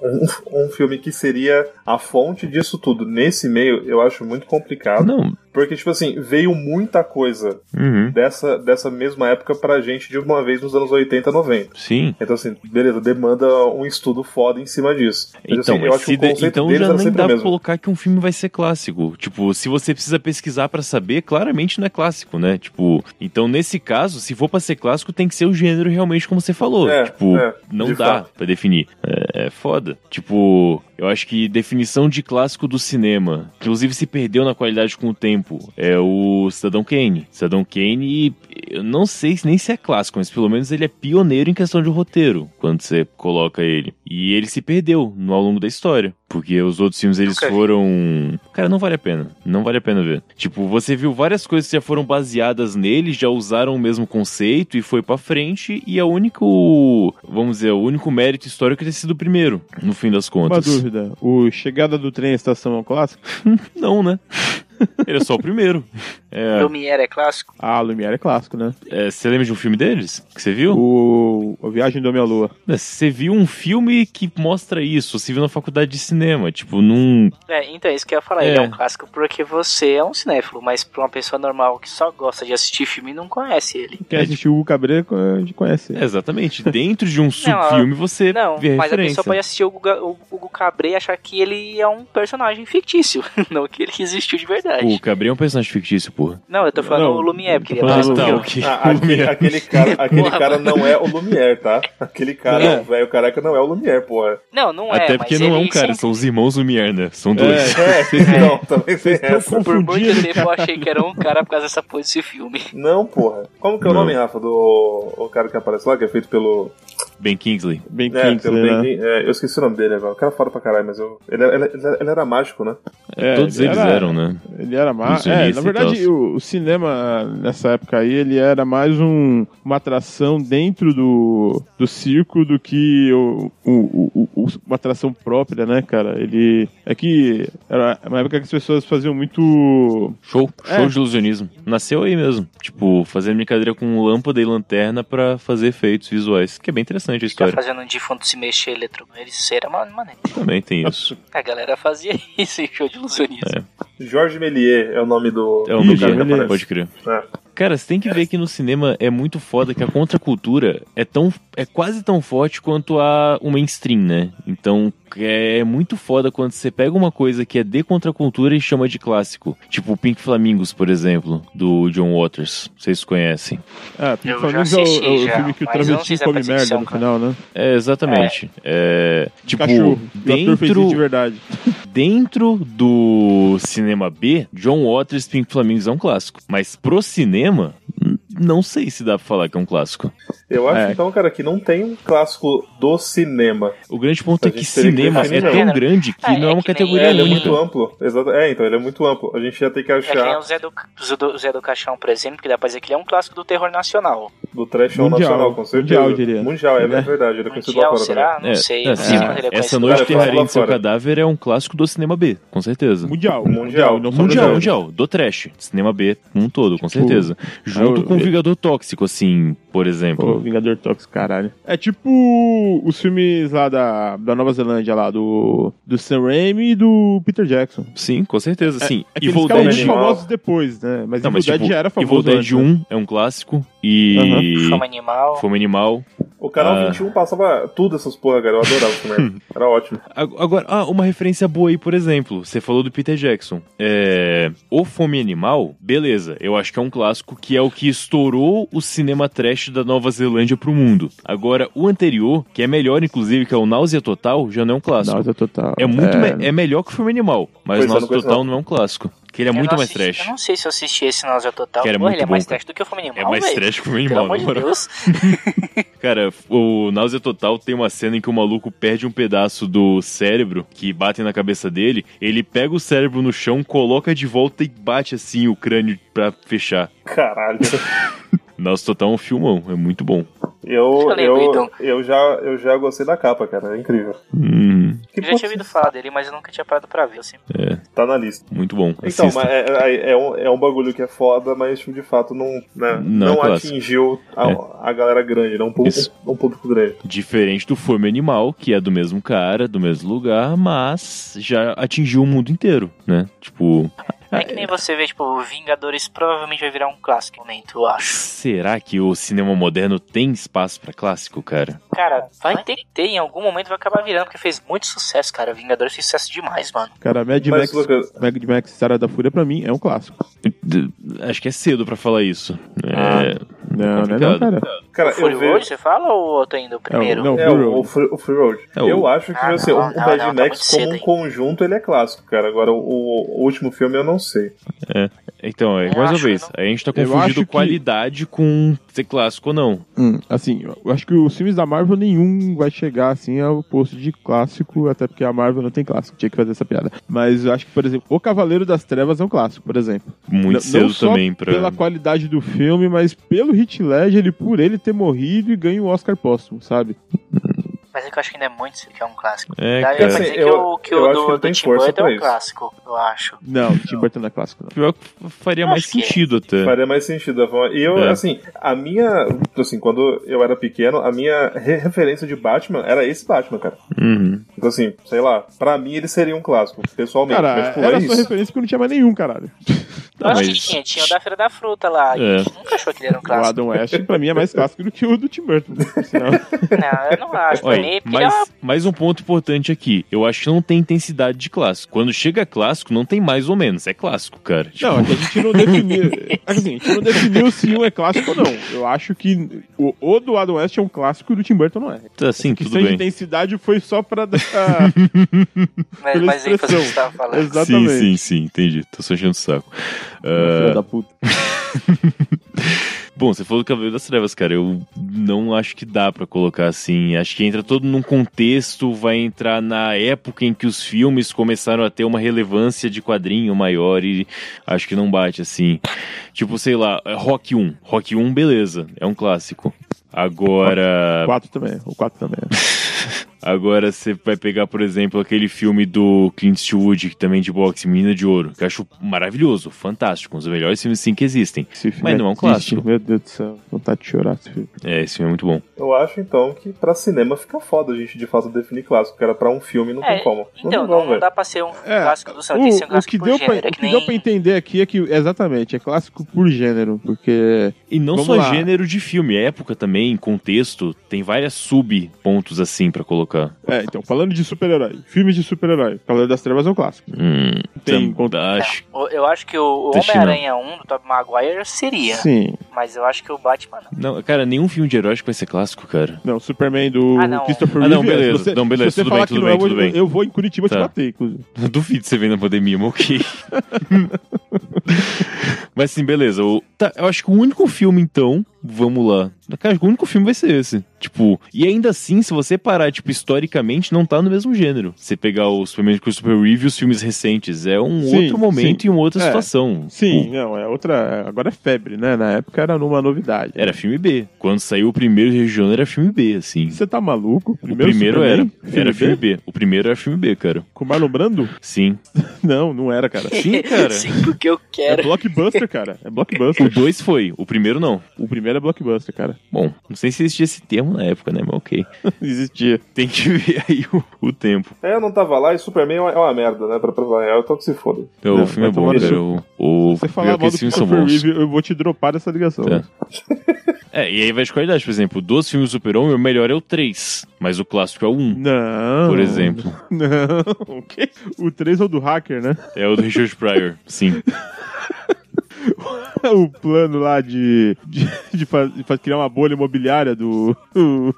Speaker 4: Um, um filme que seria a fonte disso tudo nesse meio, eu acho muito complicado.
Speaker 2: Não.
Speaker 4: Porque, tipo assim, veio muita coisa
Speaker 2: Uhum.
Speaker 4: dessa, dessa mesma época pra gente de uma vez nos anos 80, 90.
Speaker 2: Sim.
Speaker 4: Então, assim, beleza, demanda um estudo foda em cima disso. Mas,
Speaker 2: Então,
Speaker 4: assim, eu
Speaker 2: mas
Speaker 4: acho que
Speaker 2: se
Speaker 4: o
Speaker 2: de-
Speaker 4: conceito
Speaker 2: então
Speaker 4: deles
Speaker 2: já
Speaker 4: era
Speaker 2: nem
Speaker 4: sempre
Speaker 2: dá
Speaker 4: o
Speaker 2: pra
Speaker 4: mesmo.
Speaker 2: colocar que um filme vai ser clássico. Tipo, se você precisa pesquisar pra saber, claramente não é clássico, né? Tipo, então nesse caso, se for pra ser clássico, tem que ser o gênero realmente como você falou.
Speaker 4: É,
Speaker 2: tipo,
Speaker 4: é,
Speaker 2: não
Speaker 4: de
Speaker 2: dá
Speaker 4: fato.
Speaker 2: pra definir. É, é foda. Tipo, eu acho que definição de clássico do cinema, inclusive se perdeu na qualidade com o tempo, é o Cidadão Kane. Cidadão Kane, eu não sei se- nem se é clássico, mas pelo menos ele é pioneiro em questão de roteiro, quando você coloca ele. E ele se perdeu no- ao longo da história. Porque os outros filmes, eles
Speaker 5: Nunca vi.
Speaker 2: foram... Cara, não vale a pena. Não vale a pena ver. Tipo, você viu várias coisas que já foram baseadas nele, já usaram o mesmo conceito e foi pra frente. E é o único, vamos dizer, o único mérito histórico é ter sido o primeiro, no fim das
Speaker 1: Uma
Speaker 2: contas.
Speaker 1: dúvida, o Chegada do Trem à Estação é um clássico?
Speaker 2: Não, né? Ele é só o primeiro. É,
Speaker 5: Lumière é clássico?
Speaker 1: Ah, Lumière é clássico, né?
Speaker 2: é, você lembra de um filme deles? Que você viu?
Speaker 1: O A Viagem do Homem à Lua.
Speaker 2: É, Você viu um filme que mostra isso. Você viu na faculdade de cinema. Tipo, num.
Speaker 5: É, então, isso que eu ia falar.
Speaker 2: É.
Speaker 5: Ele é um clássico porque você é um cinéfilo, mas pra uma pessoa normal que só gosta de assistir filme não conhece ele.
Speaker 1: Quer assistir o Hugo Cabreiro, a gente conhece.
Speaker 2: É, exatamente. Dentro de um subfilme você
Speaker 5: Não,
Speaker 2: vê a
Speaker 5: mas a
Speaker 2: referência.
Speaker 5: pessoa pode assistir o Guga- o Hugo Cabré e achar que ele é um personagem fictício, não que ele que existiu de verdade.
Speaker 2: O Gabriel é um personagem fictício, porra.
Speaker 5: Não, eu tô falando
Speaker 1: Não,
Speaker 5: o Lumière, porque ele é
Speaker 1: tô
Speaker 2: Ah,
Speaker 1: falando
Speaker 5: mais
Speaker 1: do
Speaker 2: tá,
Speaker 5: novo.
Speaker 2: ok.
Speaker 4: Ah, aquele,
Speaker 2: Lumière.
Speaker 4: aquele cara, aquele
Speaker 5: Porra,
Speaker 4: cara
Speaker 5: mano.
Speaker 4: não é o Lumière, tá? Aquele cara,
Speaker 1: É.
Speaker 4: o velho careca não é o Lumière, porra.
Speaker 5: Não, não é,
Speaker 2: Até porque
Speaker 5: mas
Speaker 2: não é
Speaker 5: ele
Speaker 2: um cara,
Speaker 5: sempre-
Speaker 2: são os irmãos Lumière, né? São dois.
Speaker 4: É, não, também tem
Speaker 1: estão
Speaker 4: essa.
Speaker 5: Por muito
Speaker 1: Confundindo,
Speaker 5: tempo eu achei que era um cara por causa dessa porra desse filme.
Speaker 4: Não, porra. Como que é o
Speaker 2: Não.
Speaker 4: nome, Rafa, do o cara que aparece lá, que é feito pelo.
Speaker 2: Ben Kingsley.
Speaker 1: Bem
Speaker 4: É,
Speaker 1: quente,
Speaker 4: pelo
Speaker 1: né?
Speaker 4: Ben- é, eu esqueci o nome dele agora. O cara fala pra caralho, mas eu. Ele, ele, ele- ele era mágico, né?
Speaker 1: É,
Speaker 2: Todos
Speaker 1: ele
Speaker 2: eles
Speaker 1: era-
Speaker 2: eram, né?
Speaker 1: Ele era mais. É, na
Speaker 2: Ilusionista e
Speaker 1: verdade,
Speaker 2: tal.
Speaker 1: o, o cinema nessa época aí, ele era mais um- uma atração dentro do, do circo do que o, o- o- o- uma atração própria, né, cara? Ele. É que era uma época que as pessoas faziam muito.
Speaker 2: Show,
Speaker 1: É.
Speaker 2: show de ilusionismo. Nasceu aí mesmo. Tipo, fazendo brincadeira com lâmpada e lanterna pra fazer efeitos visuais. Que é bem interessante a
Speaker 5: Ficar
Speaker 2: história.
Speaker 5: fazendo um defunto se mexer eletro. Isso era uma maneira.
Speaker 2: Também tem isso.
Speaker 5: A galera fazia isso em show de ilusionismo.
Speaker 4: Jorge Méliès é o nome do.
Speaker 2: É
Speaker 4: do
Speaker 2: o
Speaker 1: Ih,
Speaker 2: nome
Speaker 4: cara que
Speaker 1: Méliès.
Speaker 4: aparece.
Speaker 2: pode crer.
Speaker 4: É.
Speaker 2: Cara, você tem que ver que no cinema é muito foda que a contracultura é tão é quase tão forte quanto a o mainstream, né? Então é muito foda quando você pega uma coisa que é de contracultura e chama de clássico. Tipo o Pink Flamingos, por exemplo, do John Waters. Vocês conhecem.
Speaker 1: É, pelo
Speaker 5: Eu
Speaker 1: menos é
Speaker 5: já
Speaker 1: o,
Speaker 5: assisti
Speaker 1: é o
Speaker 5: já,
Speaker 1: filme que o
Speaker 5: mas eu não
Speaker 1: Travetin
Speaker 5: sei se é
Speaker 1: come merda
Speaker 5: percepção,
Speaker 1: no
Speaker 5: cara.
Speaker 1: final, né?
Speaker 2: É, exatamente. É, tipo,
Speaker 1: Um Cachorro. O ator fez isso de
Speaker 2: dentro,
Speaker 1: verdade.
Speaker 2: dentro do cinema B, John Waters Pink Flamingos é um clássico. Mas pro cinema, n- não sei se dá pra falar que é um clássico.
Speaker 4: Eu acho,
Speaker 1: É.
Speaker 4: então, cara, que não tem um clássico do cinema.
Speaker 2: O grande ponto
Speaker 4: A
Speaker 2: é que
Speaker 4: gente teria que
Speaker 2: cinema é
Speaker 4: definir,
Speaker 2: tão
Speaker 5: né?
Speaker 2: grande que
Speaker 5: Ah,
Speaker 2: não é
Speaker 5: é
Speaker 2: uma
Speaker 5: que nem-
Speaker 2: categoria
Speaker 4: É, ele é
Speaker 2: única.
Speaker 4: muito amplo. Exato. É, então, ele é muito amplo. A gente ia ter que
Speaker 5: É que nem o
Speaker 4: achar
Speaker 5: Zé do, Zé do- Zé do Caixão, por exemplo, que dá pra dizer que ele é um clássico do terror nacional.
Speaker 4: do trash ao
Speaker 1: Mundial.
Speaker 4: nacional, com certeza.
Speaker 1: Mundial, eu diria.
Speaker 4: Mundial, é,
Speaker 1: É.
Speaker 4: verdade. Ele é conhecido lá
Speaker 5: Mundial,
Speaker 4: fora
Speaker 5: Um será? Não
Speaker 2: É,
Speaker 5: sei.
Speaker 2: é,
Speaker 5: Não sei
Speaker 2: assim,
Speaker 5: quando ele é
Speaker 2: essa
Speaker 5: conhecido.
Speaker 2: noite
Speaker 4: Cara, eu falo lá
Speaker 2: terraria em seu
Speaker 4: fora.
Speaker 2: cadáver é um clássico do cinema B, com certeza.
Speaker 1: Mundial.
Speaker 4: Mundial.
Speaker 1: não só
Speaker 2: Mundial,
Speaker 1: brasileiro.
Speaker 2: mundial, do trash, cinema B como um todo, com
Speaker 1: Tipo,
Speaker 2: certeza. Junto
Speaker 1: eu-
Speaker 2: com o
Speaker 1: eu-
Speaker 2: Vingador Tóxico, assim, por
Speaker 1: Pô,
Speaker 2: exemplo.
Speaker 1: Vingador Tóxico, caralho. É tipo os filmes lá da, da Nova Zelândia, lá do, do Sam Raimi e do Peter Jackson.
Speaker 2: Sim, com certeza, sim.
Speaker 1: É que eles
Speaker 2: Evil
Speaker 1: ficaram
Speaker 2: Dead,
Speaker 1: muito
Speaker 4: Evil
Speaker 1: famosos depois, né? Mas
Speaker 2: não,
Speaker 1: Evil
Speaker 2: mas
Speaker 1: Dead
Speaker 2: tipo,
Speaker 1: já era famoso
Speaker 2: Evil Dead
Speaker 1: antes, né?
Speaker 2: 1 é um clássico e
Speaker 5: Fama animal.
Speaker 2: Fome Animal.
Speaker 4: O canal
Speaker 2: Ah.
Speaker 4: 21 passava tudo essas porra, cara. Eu adorava essa merda. Era ótimo.
Speaker 2: A- Agora, ah, uma referência boa aí, por exemplo. Você falou do Peter Jackson. É, o Fome Animal, beleza. Eu acho que é um clássico que é o que estourou o cinema trash da Nova Zelândia pro mundo. Agora, o anterior, que é melhor, inclusive, que é o Náusea Total, já não é um clássico.
Speaker 1: Náusea total.
Speaker 2: É muito me- é melhor que o filme Animal, mas
Speaker 4: Pois é,
Speaker 2: Nossa
Speaker 4: não conheço não.
Speaker 2: Total não é um clássico. Que ele é
Speaker 5: Eu
Speaker 2: muito
Speaker 5: não
Speaker 2: mais
Speaker 5: assisti-
Speaker 2: trash.
Speaker 5: Eu não sei se eu assisti esse Náusea Total.
Speaker 2: Que era
Speaker 5: Pô,
Speaker 2: muito
Speaker 5: ele é
Speaker 2: bom,
Speaker 5: mais
Speaker 2: cara.
Speaker 5: trash do que o Fome Animal,
Speaker 2: É mais
Speaker 5: velho.
Speaker 2: trash que o filme
Speaker 5: Pelo
Speaker 2: Animal, é? na
Speaker 5: amor de
Speaker 2: moral.
Speaker 5: Deus.
Speaker 2: Cara, o Náusea Total tem uma cena em que o maluco perde um pedaço do cérebro que batem na cabeça dele. Ele pega o cérebro no chão, coloca de volta e bate assim o crânio pra fechar.
Speaker 4: Caralho.
Speaker 2: Náusea Total é um filmão, é muito bom.
Speaker 4: Eu,
Speaker 5: Eu lembro, então.
Speaker 4: eu, eu, já, eu já gostei da capa, cara. É incrível.
Speaker 2: Hum,
Speaker 4: Que
Speaker 5: Eu já tinha
Speaker 4: putz,
Speaker 5: ouvido falar dele, mas eu nunca tinha parado pra ver. Assim.
Speaker 4: tá na lista.
Speaker 2: muito bom.
Speaker 4: Então,
Speaker 2: Assista.
Speaker 4: mas é, é- é um, é um bagulho que é foda, mas tipo, de fato não, né,
Speaker 2: Não é
Speaker 4: não
Speaker 2: clássico. É.
Speaker 4: atingiu a, a galera grande, não um, público-
Speaker 2: Isso.
Speaker 4: um público grande.
Speaker 2: Diferente do Fome Animal, que é do mesmo cara, do mesmo lugar, mas já atingiu o mundo inteiro, né? Tipo.
Speaker 5: É que nem você vê, tipo, Vingadores provavelmente vai virar um clássico em um momento, eu acho.
Speaker 2: Será que o cinema moderno tem espaço pra clássico, cara?
Speaker 5: Cara, vai ter que ter, em algum momento vai acabar virando, porque fez muito sucesso, cara. Vingadores fez sucesso demais, mano.
Speaker 1: Cara, Mad Max,
Speaker 4: Mas, Lucas,
Speaker 1: Mad Max Sara da Fúria, pra mim, é um clássico.
Speaker 2: D- Acho que é cedo pra falar isso.
Speaker 4: Ah.
Speaker 2: É,
Speaker 1: Não, não é não,
Speaker 2: complicado.
Speaker 1: cara.
Speaker 4: cara,
Speaker 5: Fury
Speaker 4: eu vejo.
Speaker 5: Road, você fala ou eu tô indo primeiro?
Speaker 1: É, não,
Speaker 4: É,
Speaker 1: Free
Speaker 4: o, o,
Speaker 1: Road.
Speaker 4: Free, o Free Road.
Speaker 2: É, o-
Speaker 4: Eu acho que
Speaker 5: Ah,
Speaker 4: assim,
Speaker 5: não,
Speaker 4: o,
Speaker 5: não,
Speaker 4: o Mad
Speaker 5: não, tá
Speaker 4: Max,
Speaker 5: muito
Speaker 4: como um
Speaker 5: cedo, hein?
Speaker 4: conjunto, ele é clássico, cara. Agora, o, o último filme eu não sei.
Speaker 2: Então, é mais
Speaker 5: Eu
Speaker 2: uma
Speaker 5: acho
Speaker 2: vez,
Speaker 5: que
Speaker 2: aí a gente tá
Speaker 1: Eu acho
Speaker 2: confundindo
Speaker 1: que-
Speaker 2: qualidade com ser clássico ou não.
Speaker 1: Hum, assim, eu acho que os filmes da Marvel nenhum vai chegar assim ao posto de clássico, até porque a Marvel não tem clássico, tinha que fazer essa piada. Mas eu acho que, por exemplo, O Cavaleiro das Trevas é um clássico, por exemplo.
Speaker 2: Muito
Speaker 1: Não-
Speaker 2: cedo
Speaker 1: não só
Speaker 2: também pra.
Speaker 1: Pela qualidade do filme, mas pelo Hit Ledger, ele por ele ter morrido e ganha o Oscar póstumo, sabe?
Speaker 5: Mas é que eu acho que ainda é muito cedo que é um clássico.
Speaker 2: É,
Speaker 5: Daí eu
Speaker 2: cara.
Speaker 5: pra
Speaker 4: Assim,
Speaker 5: dizer
Speaker 4: eu-
Speaker 5: que o, que
Speaker 4: eu
Speaker 5: o
Speaker 4: acho que
Speaker 5: do,
Speaker 4: ele tem
Speaker 5: do Tim
Speaker 4: força
Speaker 5: Burton
Speaker 4: pra
Speaker 5: é um
Speaker 4: isso.
Speaker 5: clássico, eu acho.
Speaker 1: Não, Tim Burton não é clássico, não.
Speaker 2: Pior que faria
Speaker 5: Eu
Speaker 2: mais
Speaker 5: acho que é.
Speaker 2: sentido até.
Speaker 4: Faria mais sentido. da forma- E eu,
Speaker 2: É.
Speaker 4: assim, a minha. Assim, quando eu era pequeno, a minha re- referência de Batman era esse Batman, cara.
Speaker 2: Uhum.
Speaker 4: Então, assim, sei lá, pra mim ele seria um clássico, pessoalmente.
Speaker 1: Cara,
Speaker 4: mas, pô,
Speaker 1: era
Speaker 4: é
Speaker 1: sua
Speaker 4: isso.
Speaker 1: referência porque não tinha mais nenhum, caralho.
Speaker 2: Não, mas-
Speaker 5: Mas que tinha, tinha o da Feira da Fruta lá. e
Speaker 2: É.
Speaker 5: a gente nunca achou que ele era um
Speaker 1: O
Speaker 5: clássico.
Speaker 1: Adam West, pra mim, é mais clássico do que o do Tim Burton. por sinal.
Speaker 5: Não, né? eu não acho. Pra mim,
Speaker 2: Olha,
Speaker 5: porque ele é uma-
Speaker 2: mas, mais um ponto importante aqui. Eu acho que não tem intensidade de clássico. Quando chega clássico, não tem mais ou menos. É clássico, cara. Tipo,
Speaker 1: Não, é que a gente não definiu. Assim, a gente não definiu se um é clássico ou não. Eu acho que o, o do Adam West é um clássico e o do Tim Burton não é.
Speaker 2: assim,
Speaker 1: Que
Speaker 2: tudo
Speaker 1: sem
Speaker 2: bem.
Speaker 1: intensidade foi só pra dar.
Speaker 5: mas,
Speaker 1: pela
Speaker 5: mas ênfase que
Speaker 1: expressão.
Speaker 5: você tava falando.
Speaker 1: Exatamente.
Speaker 2: Sim, sim, sim, entendi. Tô só enchendo o saco. Ah,
Speaker 1: Filha da puta.
Speaker 2: Bom, você falou do Cavaleiro das Trevas, cara. Eu não acho que dá pra colocar assim. Acho que entra todo num contexto, vai entrar na época em que os filmes começaram a ter uma relevância de quadrinho maior e acho que não bate assim. Tipo, sei lá, é Rock 1. Rock 1, beleza, é um clássico. Agora,
Speaker 1: O 4 também. O 4 também.
Speaker 2: Agora você vai pegar, por exemplo, aquele filme do Clint Eastwood, que também é de boxe, Menina de Ouro, que eu acho maravilhoso, fantástico, um dos melhores filmes sim que existem.
Speaker 1: Esse filme
Speaker 2: Mas não é um
Speaker 1: triste,
Speaker 2: clássico.
Speaker 1: Meu Deus do céu, vontade de chorar esse filme.
Speaker 2: É, esse filme é muito bom.
Speaker 4: Eu acho então que pra cinema fica foda a gente de fato definir clássico, cara. Pra um filme não
Speaker 5: É,
Speaker 4: tem como.
Speaker 5: Então,
Speaker 4: tem como,
Speaker 5: não, não
Speaker 4: velho.
Speaker 5: dá pra ser um
Speaker 1: É,
Speaker 5: clássico do cinema, tem que ser um
Speaker 1: O, o
Speaker 5: clássico
Speaker 1: que
Speaker 5: por
Speaker 1: deu pra,
Speaker 5: gênero.
Speaker 1: o
Speaker 5: é
Speaker 1: que
Speaker 5: nem-
Speaker 1: deu pra entender aqui é que, exatamente, é clássico por gênero, porque
Speaker 2: E não
Speaker 1: Vamos
Speaker 2: só
Speaker 1: lá.
Speaker 2: gênero de filme, época também, contexto, tem várias sub-pontos assim pra colocar.
Speaker 1: É, então, falando de super-herói, filmes de super-herói, Cavaleiro das Trevas é um clássico.
Speaker 2: Hum,
Speaker 1: Tem
Speaker 2: fantástico.
Speaker 5: O- Eu acho que o o
Speaker 2: Intestinal.
Speaker 5: Homem-Aranha 1 do Tobey Maguire seria,
Speaker 1: Sim.
Speaker 5: mas eu acho que o Batman não.
Speaker 2: Não, cara, nenhum filme de herói acho que vai ser clássico, cara.
Speaker 1: Não, Superman do
Speaker 5: Ah, não.
Speaker 1: Christopher
Speaker 2: Ah, não,
Speaker 1: Reeve,
Speaker 2: beleza,
Speaker 1: se você-
Speaker 2: não, beleza,
Speaker 1: se você
Speaker 2: tudo
Speaker 1: falar
Speaker 2: bem,
Speaker 1: que
Speaker 2: tudo
Speaker 1: não é,
Speaker 2: bem, tudo
Speaker 1: eu,
Speaker 2: bem.
Speaker 1: eu vou em Curitiba te
Speaker 2: Tá.
Speaker 1: bater, inclusive.
Speaker 2: Duvido de você ver na pandemia, mas ok. mas sim, beleza. O- tá, eu acho que o único filme, então, vamos lá. Cara, acho que o único filme vai ser esse. Tipo, e ainda assim, se você parar, tipo, historicamente, não tá no mesmo gênero. Você pegar o Superman com o Super Review, os filmes recentes, é um
Speaker 1: Sim,
Speaker 2: outro momento e uma outra
Speaker 1: É.
Speaker 2: situação.
Speaker 1: Sim, não, é outra. Agora é febre, né? Na época era numa novidade.
Speaker 2: Era filme B. Quando saiu o primeiro Região, era filme B, assim.
Speaker 1: Você tá maluco?
Speaker 2: O primeiro era.
Speaker 1: Superman?
Speaker 2: era
Speaker 1: B?
Speaker 2: filme B. O primeiro era filme B, cara.
Speaker 1: Com o Marlon Brando?
Speaker 2: Sim.
Speaker 1: Não, não era, cara.
Speaker 2: Sim, cara.
Speaker 5: Cinco que eu
Speaker 1: É
Speaker 5: quero.
Speaker 1: blockbuster, cara. É
Speaker 2: O
Speaker 1: blockbuster.
Speaker 2: 2 foi. O primeiro não.
Speaker 1: O primeiro é blockbuster, cara.
Speaker 2: Bom, não sei se existia esse termo na época, né? Mas ok.
Speaker 1: Existia.
Speaker 2: Tem que ver aí o, o tempo.
Speaker 4: É, eu não tava lá e Superman é uma- é uma merda, né? Pra provar real, então que se foda.
Speaker 2: Então,
Speaker 1: Não,
Speaker 2: o filme é
Speaker 1: vai
Speaker 2: bom,
Speaker 1: tomar
Speaker 2: cara. O, o,
Speaker 1: Você
Speaker 2: pior é
Speaker 1: falar
Speaker 2: que
Speaker 1: mal do
Speaker 2: esses filmes são
Speaker 1: Christopher
Speaker 2: bons.
Speaker 1: Reeve, eu vou te dropar dessa ligação.
Speaker 2: Tá. É, e aí vai de qualidade, por exemplo. Dois filmes do Super-Homem, o melhor é o 3, mas o clássico é o 1.
Speaker 1: Não.
Speaker 2: Por exemplo,
Speaker 1: Não. O quê? O 3 é o do hacker, né?
Speaker 2: é o do Richard Pryor, sim.
Speaker 1: o um plano lá de, de, de fa- de fa- criar uma bolha imobiliária do, do,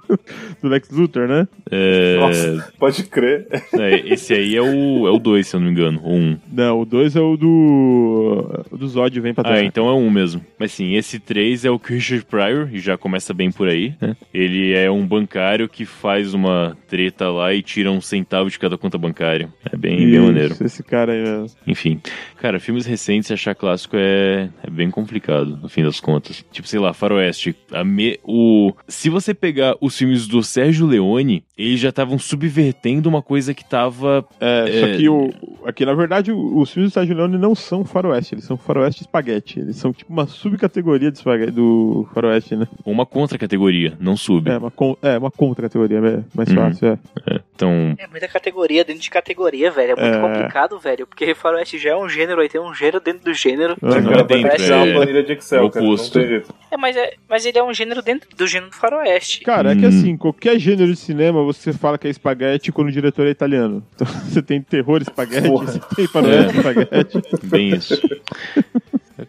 Speaker 1: do Lex Luthor, né?
Speaker 2: É,
Speaker 4: Nossa, pode crer.
Speaker 2: é, esse aí é o 2, é o dois, se eu não me engano, ou 1. Um.
Speaker 1: Não, o 2 é o do. O do Zod vem pra
Speaker 2: Ah,
Speaker 1: trás.
Speaker 2: então é um mesmo. Mas sim, esse 3 é o que o Richard Pryor, e já começa bem por aí, né? Ele é um bancário que faz uma treta lá e tira um centavo de cada conta bancária. É bem, bem
Speaker 1: Isso,
Speaker 2: maneiro.
Speaker 1: Esse cara aí mesmo.
Speaker 2: Enfim. Cara, filmes recentes achar clássico é, é bem complicado, no fim das contas. Tipo, sei lá, Faroeste. a me- o, se você pegar os filmes do Sérgio Leone, eles já estavam subvertendo uma coisa que tava.
Speaker 1: É,
Speaker 2: É.
Speaker 1: Só que o. Aqui, na verdade, o- os filmes do Sérgio Leone não são faroeste, eles são faroeste espaguete. Eles são tipo uma subcategoria de espaguete, do faroeste, né?
Speaker 2: uma contra-categoria, não sub.
Speaker 1: É, uma, con- é, uma contra-categoria, né? mais
Speaker 2: Uhum.
Speaker 1: fácil, é.
Speaker 2: Então,
Speaker 5: É muita categoria dentro de categoria, velho. É muito
Speaker 1: É.
Speaker 5: complicado, velho. Porque Faroeste já é um gênero, aí tem um gênero dentro do gênero.
Speaker 1: Não,
Speaker 4: Esse
Speaker 1: não
Speaker 4: cara
Speaker 2: é dentro,
Speaker 4: vai criar
Speaker 2: é
Speaker 4: uma planilha de Excel,
Speaker 2: o
Speaker 4: cara. Não
Speaker 2: oposto.
Speaker 4: tem jeito.
Speaker 5: É, mas, é, mas ele é um gênero dentro do gênero do Faroeste.
Speaker 1: Cara, é que
Speaker 2: Hum.
Speaker 1: assim, qualquer gênero de cinema você fala que é espaguete quando o diretor é italiano. Então você tem terror espaguete,
Speaker 4: Porra.
Speaker 1: você tem faroeste espaguete.
Speaker 2: Bem isso.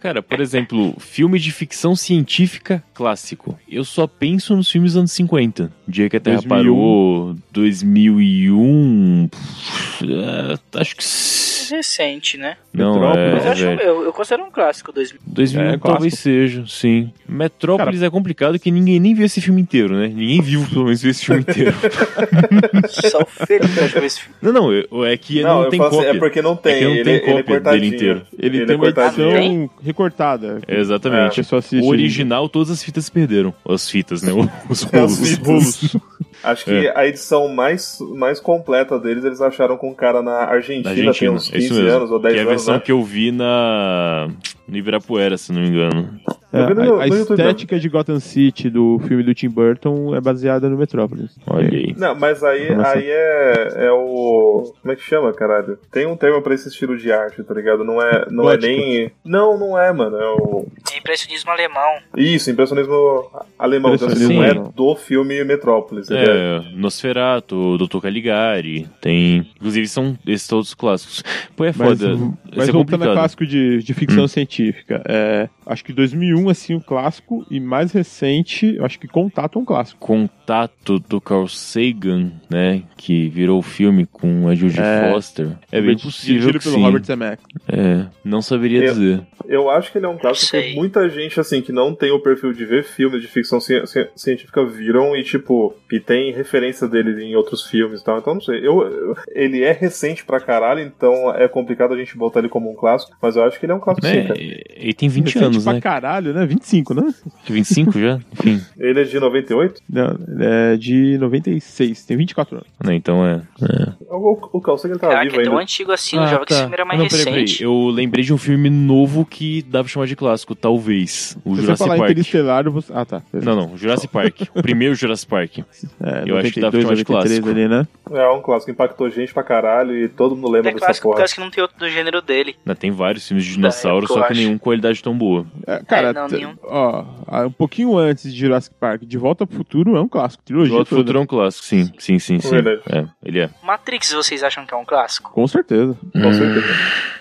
Speaker 2: Cara, por exemplo, filme de ficção científica clássico. Eu só penso nos filmes dos anos 50. Dia que a Terra
Speaker 1: 2001.
Speaker 2: parou, 2001. pff, é, acho que. s-
Speaker 5: Recente, né?
Speaker 2: Não,
Speaker 1: Metrópolis.
Speaker 5: Mas
Speaker 2: é,
Speaker 5: eu, acho,
Speaker 2: velho.
Speaker 5: eu, eu considero um clássico 2000.
Speaker 2: 2001
Speaker 1: É, clássico.
Speaker 2: talvez seja, sim. Metrópolis é complicado que ninguém nem viu esse filme inteiro, né? Ninguém vivo, pelo menos, viu esse filme inteiro.
Speaker 5: Só o Felipe acho que esse filme.
Speaker 2: não, não, eu- é que não,
Speaker 4: Não, eu
Speaker 2: tem
Speaker 4: falo assim,
Speaker 2: cópia.
Speaker 4: é porque não tem.
Speaker 2: É que não
Speaker 4: ele,
Speaker 2: tem
Speaker 4: ele é
Speaker 2: cópia dele
Speaker 4: cortadinho.
Speaker 2: inteiro.
Speaker 1: Ele,
Speaker 4: Ele
Speaker 1: tem
Speaker 4: é
Speaker 1: uma
Speaker 4: cortadinho.
Speaker 1: edição
Speaker 5: Tem?
Speaker 1: recortada.
Speaker 2: É,
Speaker 1: A
Speaker 2: Exatamente.
Speaker 1: pessoa assiste.
Speaker 2: O original, todas as fitas se perderam. As fitas, né? Os rolos.
Speaker 1: Os rolos.
Speaker 4: Acho que
Speaker 2: É.
Speaker 4: a edição mais, mais completa deles eles acharam com um cara na Argentina,
Speaker 2: Na Argentina,
Speaker 4: tem uns
Speaker 2: é isso
Speaker 4: 15
Speaker 2: mesmo.
Speaker 4: anos ou 10
Speaker 2: que é a
Speaker 4: anos.
Speaker 2: versão
Speaker 4: Né?
Speaker 2: que eu vi na. no Ibirapuera, se não me engano.
Speaker 1: É,
Speaker 4: Eu vi no-
Speaker 1: a, a
Speaker 4: no YouTube mesmo.
Speaker 1: estética de Gotham City do filme do Tim Burton é baseada no Metrópolis.
Speaker 2: Olha aí.
Speaker 4: Não, mas aí,
Speaker 1: Nossa.
Speaker 4: aí é, é o. Como é que chama, caralho? Tem um termo pra esse estilo de arte, tá ligado? Não é, não é
Speaker 1: Gótico.
Speaker 4: nem. Não, não é, mano. É o.
Speaker 5: É impressionismo alemão.
Speaker 4: Isso, impressionismo alemão. Então, assim,
Speaker 1: Impressionismo
Speaker 4: não é
Speaker 1: alemão.
Speaker 4: do filme Metrópolis. ele é-
Speaker 2: É, Nosferato, Dr. Caligari, tem. Inclusive, são esses todos clássicos. Pô, é
Speaker 1: Mas,
Speaker 2: foda.
Speaker 1: mas
Speaker 2: Isso é
Speaker 1: voltando a
Speaker 2: complicado. Hum.
Speaker 1: clássico de, de ficção científica, é, acho que 2001, assim, o clássico, e mais recente, eu acho que Contato é um clássico.
Speaker 2: Contato do Carl Sagan, né? Que virou o filme com a Judy
Speaker 1: É.
Speaker 2: Foster. É bem possível.
Speaker 1: Dirigido
Speaker 2: Que
Speaker 1: pelo
Speaker 2: sim.
Speaker 1: Robert Zemeckis.
Speaker 2: É, não saberia
Speaker 4: Eu-
Speaker 2: dizer.
Speaker 4: Eu acho que ele é um clássico
Speaker 5: Sei.
Speaker 4: que muita gente, assim, que não tem o perfil de ver filmes de ficção ci- ci- científica viram e, tipo, e tem referência dele em outros filmes e tal. Então, não sei. Eu, eu- ele é recente pra caralho, então é complicado a gente botar ele como um clássico, mas eu acho que ele é um clássico sim, cara.
Speaker 2: É, ele tem 20
Speaker 1: Recente
Speaker 2: anos,
Speaker 1: pra
Speaker 2: né?
Speaker 1: caralho, velho, né? 25, né?
Speaker 2: Acho que 25 já? Enfim.
Speaker 4: Ele é de 98?
Speaker 1: Não, ele é de 96, tem 24 anos.
Speaker 2: Né, então é. é.
Speaker 4: O, o, o Calcega tava Tá
Speaker 5: Caraca,
Speaker 4: vivo
Speaker 5: é tão
Speaker 4: ainda.
Speaker 5: antigo assim, o Jovem que esse filme era mais
Speaker 2: Ah, tá. não, peraí, peraí.
Speaker 5: recente.
Speaker 2: Eu lembrei de um filme novo que dá pra chamar de clássico, talvez. O
Speaker 1: Se você
Speaker 2: Jurassic
Speaker 1: falar
Speaker 2: Park.
Speaker 1: Interestelar, você... Ah, tá.
Speaker 2: Não, não, Jurassic Park. O primeiro Jurassic Park.
Speaker 1: É,
Speaker 2: Eu acho que dá pra chamar de clássico.
Speaker 1: ali, né?
Speaker 4: É um clássico, impactou gente pra caralho e todo mundo lembra
Speaker 5: É
Speaker 4: dessa
Speaker 5: clássico por
Speaker 4: porra.
Speaker 5: causa que não tem outro do gênero dele.
Speaker 2: Ainda tem vários filmes de dinossauro,
Speaker 5: É, que eu
Speaker 2: só que
Speaker 5: acho.
Speaker 2: nenhum qualidade tão boa.
Speaker 1: É, cara,
Speaker 5: É, não,
Speaker 1: t-
Speaker 5: nenhum.
Speaker 1: ó, ah, um pouquinho antes de Jurassic Park, De Volta pro Futuro é um clássico, trilogia
Speaker 2: Volta pro
Speaker 1: toda.
Speaker 2: Futuro
Speaker 4: né?
Speaker 2: é um clássico, sim. Sim, sim, sim.
Speaker 4: Verdade.
Speaker 2: É, ele é. Hum,
Speaker 5: Matrix, vocês acham que é um clássico?
Speaker 1: Com certeza.
Speaker 4: Com certeza.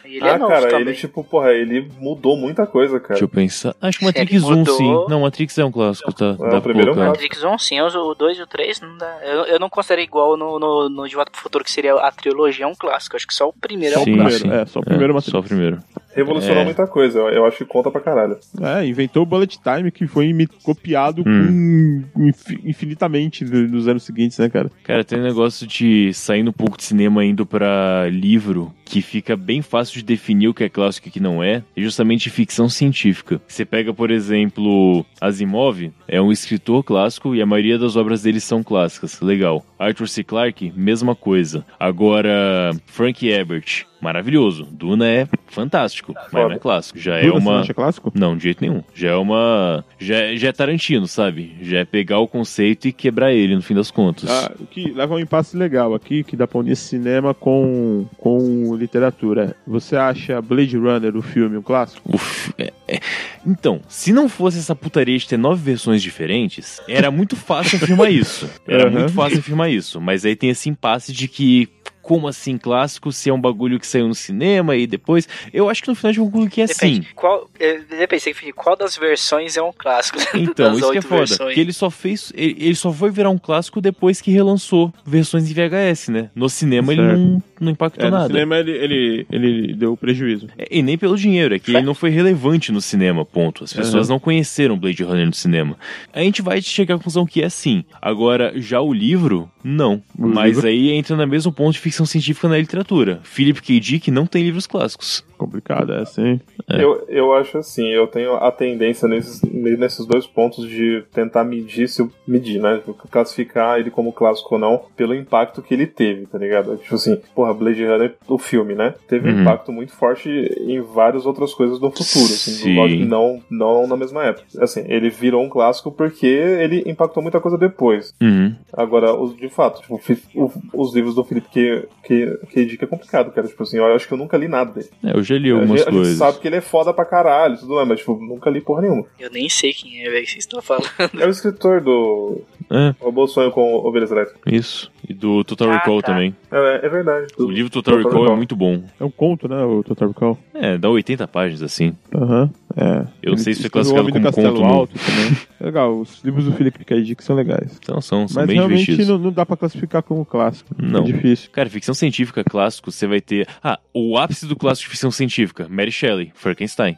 Speaker 5: E Ele
Speaker 4: ah,
Speaker 5: é novo
Speaker 4: cara,
Speaker 5: também.
Speaker 4: ele, tipo, porra, ele mudou muita coisa, cara.
Speaker 2: Deixa eu pensar. Acho que Matrix
Speaker 5: Ele
Speaker 2: 1,
Speaker 5: mudou.
Speaker 2: sim. Não, Matrix é um clássico, tá?
Speaker 4: o
Speaker 2: Dá pra
Speaker 4: primeiro é um
Speaker 2: colocar.
Speaker 4: clássico.
Speaker 5: Matrix 1 sim, o 2 e o 3 não dá. Eu, eu não considero igual no, no, no De Volta pro Futuro, que seria a trilogia, é um clássico. Acho que só o primeiro é
Speaker 1: Só
Speaker 5: um
Speaker 1: o
Speaker 2: Sim,
Speaker 5: clássico.
Speaker 1: primeiro,
Speaker 2: sim.
Speaker 1: é, só o primeiro
Speaker 2: é,
Speaker 1: Matrix.
Speaker 2: só o primeiro.
Speaker 4: Revolucionou
Speaker 2: É.
Speaker 4: muita coisa, eu, eu acho que conta pra caralho.
Speaker 1: É, inventou o Bullet Time, que foi imi- copiado
Speaker 2: Hum.
Speaker 1: com infi- infinitamente do- nos anos seguintes, né, cara?
Speaker 2: Cara, tem um negócio de saindo um pouco de cinema indo pra livro que fica bem fácil de definir o que é clássico e o que não é, é justamente ficção científica. Você pega, por exemplo, Asimov, é um escritor clássico e a maioria das obras dele são clássicas. Legal. Arthur C. Clarke, mesma coisa. Agora, Frank Herbert, maravilhoso. Duna é fantástico, mas não é clássico. Já é
Speaker 1: Duna, você não
Speaker 2: uma
Speaker 1: acha clássico?
Speaker 2: não, de jeito nenhum. Já é uma. Já, já é Tarantino, sabe? Já é pegar o conceito e quebrar ele, no fim das contas.
Speaker 1: Ah, o que leva a um impasse legal aqui, que dá pra unir cinema com, com literatura. Você acha Blade Runner, o filme, um clássico?
Speaker 2: Uf, é- é. Então, se não fosse essa putaria de ter nove versões diferentes, era muito fácil afirmar isso. Era
Speaker 1: Aham.
Speaker 2: muito fácil afirmar isso. Mas aí tem esse impasse de que. Como assim clássico? Se é um bagulho que saiu no cinema e depois. Eu acho que no final de concluo que é sim.
Speaker 5: Depende. Qual, eh, depende, tem que definir qual das versões é um clássico.
Speaker 2: Então,
Speaker 5: das
Speaker 2: isso que é
Speaker 5: oito
Speaker 2: foda.
Speaker 5: versões.
Speaker 2: Que ele só fez. Ele, ele só foi virar um clássico depois que relançou versões em VHS, né? No cinema
Speaker 1: Certo.
Speaker 2: ele não, não impactou
Speaker 1: É, no
Speaker 2: nada.
Speaker 1: cinema ele, ele, ele deu prejuízo.
Speaker 2: É, E nem pelo dinheiro, é que ele não foi relevante no cinema, ponto. As pessoas não conheceram Blade Runner no cinema. A gente vai chegar à conclusão que é sim. Agora, já o livro, não.
Speaker 1: O
Speaker 2: Mas
Speaker 1: livro-
Speaker 2: aí entra no mesmo ponto de ficção científica na literatura. Philip K. Dick não tem livros clássicos.
Speaker 1: Complicado, é assim.
Speaker 2: É.
Speaker 4: Eu, eu acho assim, eu tenho a tendência nesses, nesses dois pontos de tentar medir se eu medir, né? Classificar ele como clássico ou não, pelo impacto que ele teve, tá ligado? Tipo assim, porra, Blade Runner, o filme, né? Teve um
Speaker 2: Uhum.
Speaker 4: impacto muito forte em várias outras coisas no futuro, assim,
Speaker 2: Sim.
Speaker 4: lógico, que não, não na mesma época. Assim, ele virou um clássico porque ele impactou muita coisa depois.
Speaker 2: Uhum.
Speaker 4: Agora, os, de fato, tipo, fi- o- os livros do Felipe que, que, que dica é complicado, cara. Tipo assim, eu acho que eu nunca li nada dele.
Speaker 2: É, eu já li
Speaker 4: A
Speaker 2: algumas
Speaker 4: gente, a gente
Speaker 2: coisas.
Speaker 4: sabe que ele é foda pra caralho, e tudo mais, mas tipo, nunca li porra nenhuma.
Speaker 5: Eu nem sei quem é, velho, que vocês estão falando.
Speaker 4: É o escritor do
Speaker 2: É,
Speaker 4: Robô Sonho com Ovelhas Elétricas.
Speaker 2: isso. E do Total
Speaker 5: Ah,
Speaker 2: Recall
Speaker 5: tá.
Speaker 2: também.
Speaker 4: É, é verdade.
Speaker 2: O livro Total,
Speaker 4: Total
Speaker 2: Recall,
Speaker 4: Recall.
Speaker 2: é muito bom.
Speaker 1: É um conto, né, o Total Recall?
Speaker 2: É, dá 80 páginas assim.
Speaker 1: Aham, é.
Speaker 2: Eu não sei se foi
Speaker 1: escreveu
Speaker 2: classificado
Speaker 1: O Homem do
Speaker 2: como
Speaker 1: Castelo
Speaker 2: conto, né? não.
Speaker 1: Alto também. É legal, os livros do Felipe K. Dick são legais.
Speaker 2: Então são, são
Speaker 1: Mas
Speaker 2: bem
Speaker 1: realmente
Speaker 2: divertidos.
Speaker 1: não, não dá pra classificar como clássico.
Speaker 2: Não.
Speaker 1: É difícil.
Speaker 2: Cara, ficção científica clássico, você vai ter. Ah, o ápice do clássico de ficção científica, Mary Shelley, Frankenstein.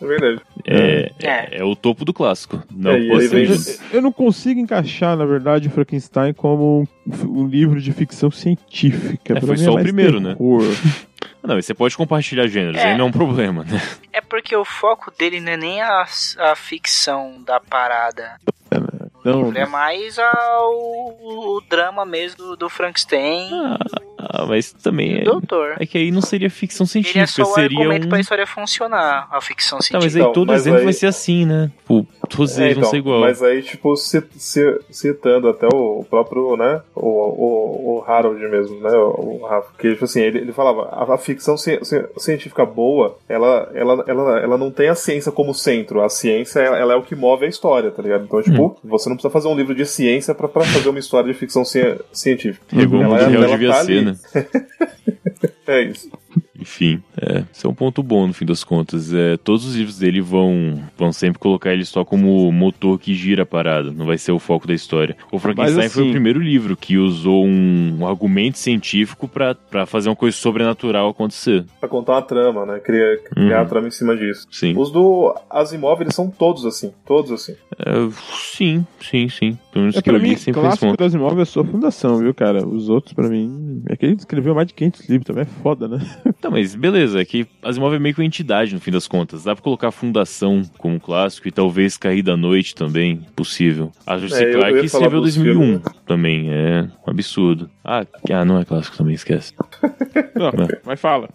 Speaker 4: É verdade.
Speaker 2: É,
Speaker 5: É.
Speaker 2: é, é o topo do clássico. Não
Speaker 4: É, e
Speaker 2: posso
Speaker 4: aí vem-
Speaker 2: dizer.
Speaker 1: Eu não consigo encaixar, na verdade, Frankenstein como um, um livro de ficção científica.
Speaker 2: É,
Speaker 1: Pra
Speaker 2: foi
Speaker 1: mim
Speaker 2: só o
Speaker 1: mais
Speaker 2: primeiro, né?
Speaker 1: terror.
Speaker 2: Não, e você pode compartilhar gêneros,
Speaker 5: É.
Speaker 2: aí não é um problema, né?
Speaker 5: É porque o foco dele não é nem a, a ficção da parada.
Speaker 1: Não,
Speaker 5: Ele é mais ao, o drama mesmo do, do Frankenstein
Speaker 2: Ah, ah, mas também
Speaker 5: e
Speaker 2: é.
Speaker 5: do doutor.
Speaker 2: É que aí não seria ficção
Speaker 5: Ele é só
Speaker 2: científica,
Speaker 5: o
Speaker 2: seria
Speaker 5: argumento
Speaker 2: um.
Speaker 5: pra história funcionar, a
Speaker 2: Tá,
Speaker 5: ficção
Speaker 2: mas
Speaker 5: científica.
Speaker 2: aí
Speaker 4: Então,
Speaker 2: todo
Speaker 4: mas
Speaker 2: exemplo
Speaker 4: aí-
Speaker 2: vai ser assim, né? Tipo, todos
Speaker 4: É,
Speaker 2: eles vão
Speaker 4: então,
Speaker 2: ser igual.
Speaker 4: Mas aí, tipo, ci- ci- citando até o próprio, né? O, o, o Harold mesmo, né? O, o Rafa. Que, tipo assim, ele, ele falava: a, a ficção ci- ci- científica boa, ela, ela, ela, ela não tem a ciência como centro. A ciência, ela, ela é o que move a história, tá ligado? Então, tipo,
Speaker 2: Hum.
Speaker 4: você não precisa fazer um livro de ciência pra, pra fazer uma história de ficção ci- científica.
Speaker 2: Pegou
Speaker 4: Ela-
Speaker 2: o mundo real
Speaker 4: ela
Speaker 2: devia
Speaker 4: tá
Speaker 2: ser,
Speaker 4: ali.
Speaker 2: né?
Speaker 4: É isso.
Speaker 2: Enfim, é, isso é um ponto bom no fim das contas. É, todos os livros dele vão, vão sempre colocar ele só como motor que gira a parada, não vai ser o foco da história. O Frankenstein
Speaker 1: Mas,
Speaker 2: foi o
Speaker 1: assim-
Speaker 2: primeiro livro que usou um, um argumento científico pra pra fazer uma coisa sobrenatural acontecer.
Speaker 4: Pra contar uma trama, né? Criar, criar
Speaker 2: Uhum.
Speaker 4: a trama em cima disso.
Speaker 2: Sim.
Speaker 4: Os do Asimov, eles são todos assim. Todos assim.
Speaker 2: É, sim, sim, sim. Pelo menos
Speaker 1: É,
Speaker 2: que eu
Speaker 1: pra
Speaker 2: li
Speaker 1: mim,
Speaker 2: sempre fez
Speaker 1: clássico
Speaker 2: ponto.
Speaker 1: das imóveis é sua fundação, viu, cara? Os outros, pra mim... É que ele escreveu mais de 500 livros também, é foda, né?
Speaker 2: Tá, mas beleza, é que Asimov é meio que uma entidade no fim das contas. Dá pra colocar Fundação como um clássico e talvez Cair da Noite também, possível. A Jurassic
Speaker 4: É, eu- eu
Speaker 2: Clark
Speaker 4: ia falar
Speaker 2: escreveu
Speaker 4: dos
Speaker 2: 2001
Speaker 4: filmes. né?
Speaker 2: também, é um absurdo. Ah, ah, não é clássico também, esquece.
Speaker 1: Não, mas fala.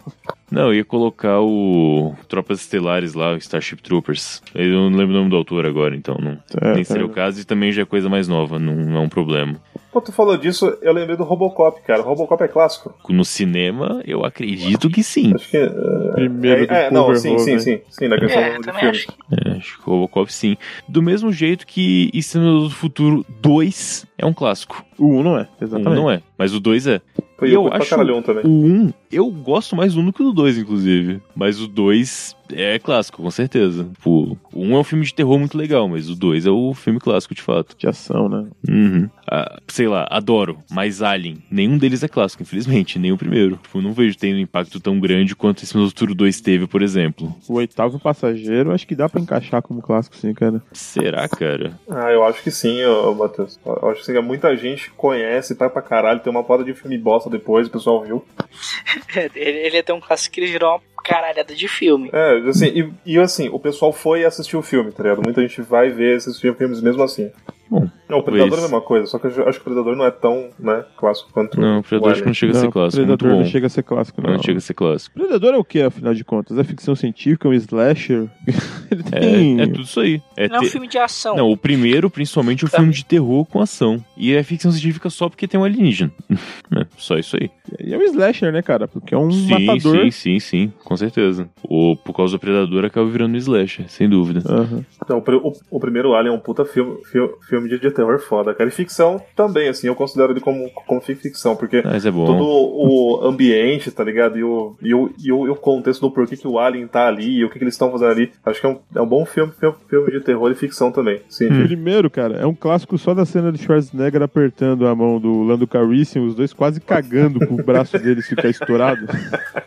Speaker 2: Não, eu ia colocar o Tropas Estelares lá, o Starship Troopers. Eu não lembro o nome do autor agora, então não.
Speaker 4: É,
Speaker 1: Tá,
Speaker 2: nem
Speaker 1: tá.
Speaker 2: seria o caso e também já é coisa mais nova, não, não é um problema.
Speaker 4: Pô, tu falou disso, eu lembrei do Robocop, cara. Robocop é clássico.
Speaker 2: No cinema, eu acredito que sim.
Speaker 4: Acho que. é,
Speaker 1: Primeiro do né?
Speaker 4: é, é, não, sim, sim,
Speaker 1: Pulverhoven.
Speaker 4: sim, sim, né, na questão
Speaker 5: É, eu
Speaker 4: do
Speaker 5: também
Speaker 4: filme.
Speaker 5: acho.
Speaker 2: É, acho que o Robocop sim. Do mesmo jeito que Exterminador do Futuro 2 é um clássico.
Speaker 1: O 1 não é,
Speaker 2: O 1
Speaker 1: exatamente.
Speaker 2: não é, mas o 2 é.
Speaker 4: Foi
Speaker 2: E eu
Speaker 4: eu, eu pra
Speaker 2: acho-
Speaker 4: caralho um também.
Speaker 2: O 1, eu gosto mais do 1 do que do 2, inclusive. Mas o 2 é clássico, com certeza. Tipo, o 1 é um filme de terror muito legal, mas o 2 é o filme clássico, de fato.
Speaker 1: De ação, né?
Speaker 2: Uhum. Ah, sei lá, adoro, mas Alien. Nenhum deles é clássico, infelizmente, nem o primeiro. Tipo, não vejo tendo impacto tão grande quanto esse meu futuro 2 teve, por exemplo.
Speaker 1: O oitavo passageiro, acho que dá pra encaixar como clássico, sim, cara.
Speaker 2: Será, cara?
Speaker 4: Ah, eu acho que sim, ô, ô, Matheus. Eu acho que sim, muita gente conhece, tá pra caralho, tem uma porta de filme bosta depois, o pessoal viu.
Speaker 5: Ele, ele é tão clássico que ele virou uma caralhada de filme.
Speaker 4: É, assim, e, e assim, o pessoal foi assistir o filme, tá ligado? Muita gente vai ver e assistir filmes mesmo assim.
Speaker 2: Bom,
Speaker 4: Não, o Predador
Speaker 2: talvez.
Speaker 4: é a mesma coisa, só que eu ju- acho que o Predador não é tão, né, clássico quanto.
Speaker 2: Não, o Predador
Speaker 4: Alien.
Speaker 2: acho que não chega a
Speaker 1: Não,
Speaker 2: ser clássico, muito
Speaker 1: Predador
Speaker 2: bom.
Speaker 1: não chega a ser clássico, não.
Speaker 2: Não chega a ser clássico.
Speaker 1: Predador é o que, afinal de contas? É ficção científica, é um slasher? Ele tem...
Speaker 2: É, é tudo isso aí. É
Speaker 5: Não é um
Speaker 2: te-
Speaker 5: filme Tá. de ação.
Speaker 2: Não, o primeiro, principalmente, é um filme de terror com ação. E é ficção científica só porque tem um alienígena. É, só isso aí.
Speaker 1: E é um slasher, né, cara? Porque é um
Speaker 2: sim,
Speaker 1: matador.
Speaker 2: sim, sim, sim, com certeza. Ou por causa do Predador acaba virando um slasher, sem dúvida.
Speaker 1: Aham.
Speaker 4: Então, o, pri- o- o primeiro Alien é um puta filme, fi- filme de, de terror foda, cara. E ficção também, assim, eu considero ele como, como fi- ficção, porque
Speaker 2: Mas é bom.
Speaker 4: todo o ambiente, tá ligado? E o, e o, e o, e o contexto do porquê que o Alien tá ali e o que, que eles estão fazendo ali. Acho que é um, é um bom filme, filme, filme de terror e ficção também. Sim.
Speaker 2: Hum.
Speaker 1: O Primeiro, cara, é um clássico só da cena de Schwarzenegger apertando a mão do Lando Calrissian, os dois quase cagando com o braço deles ficar estourado.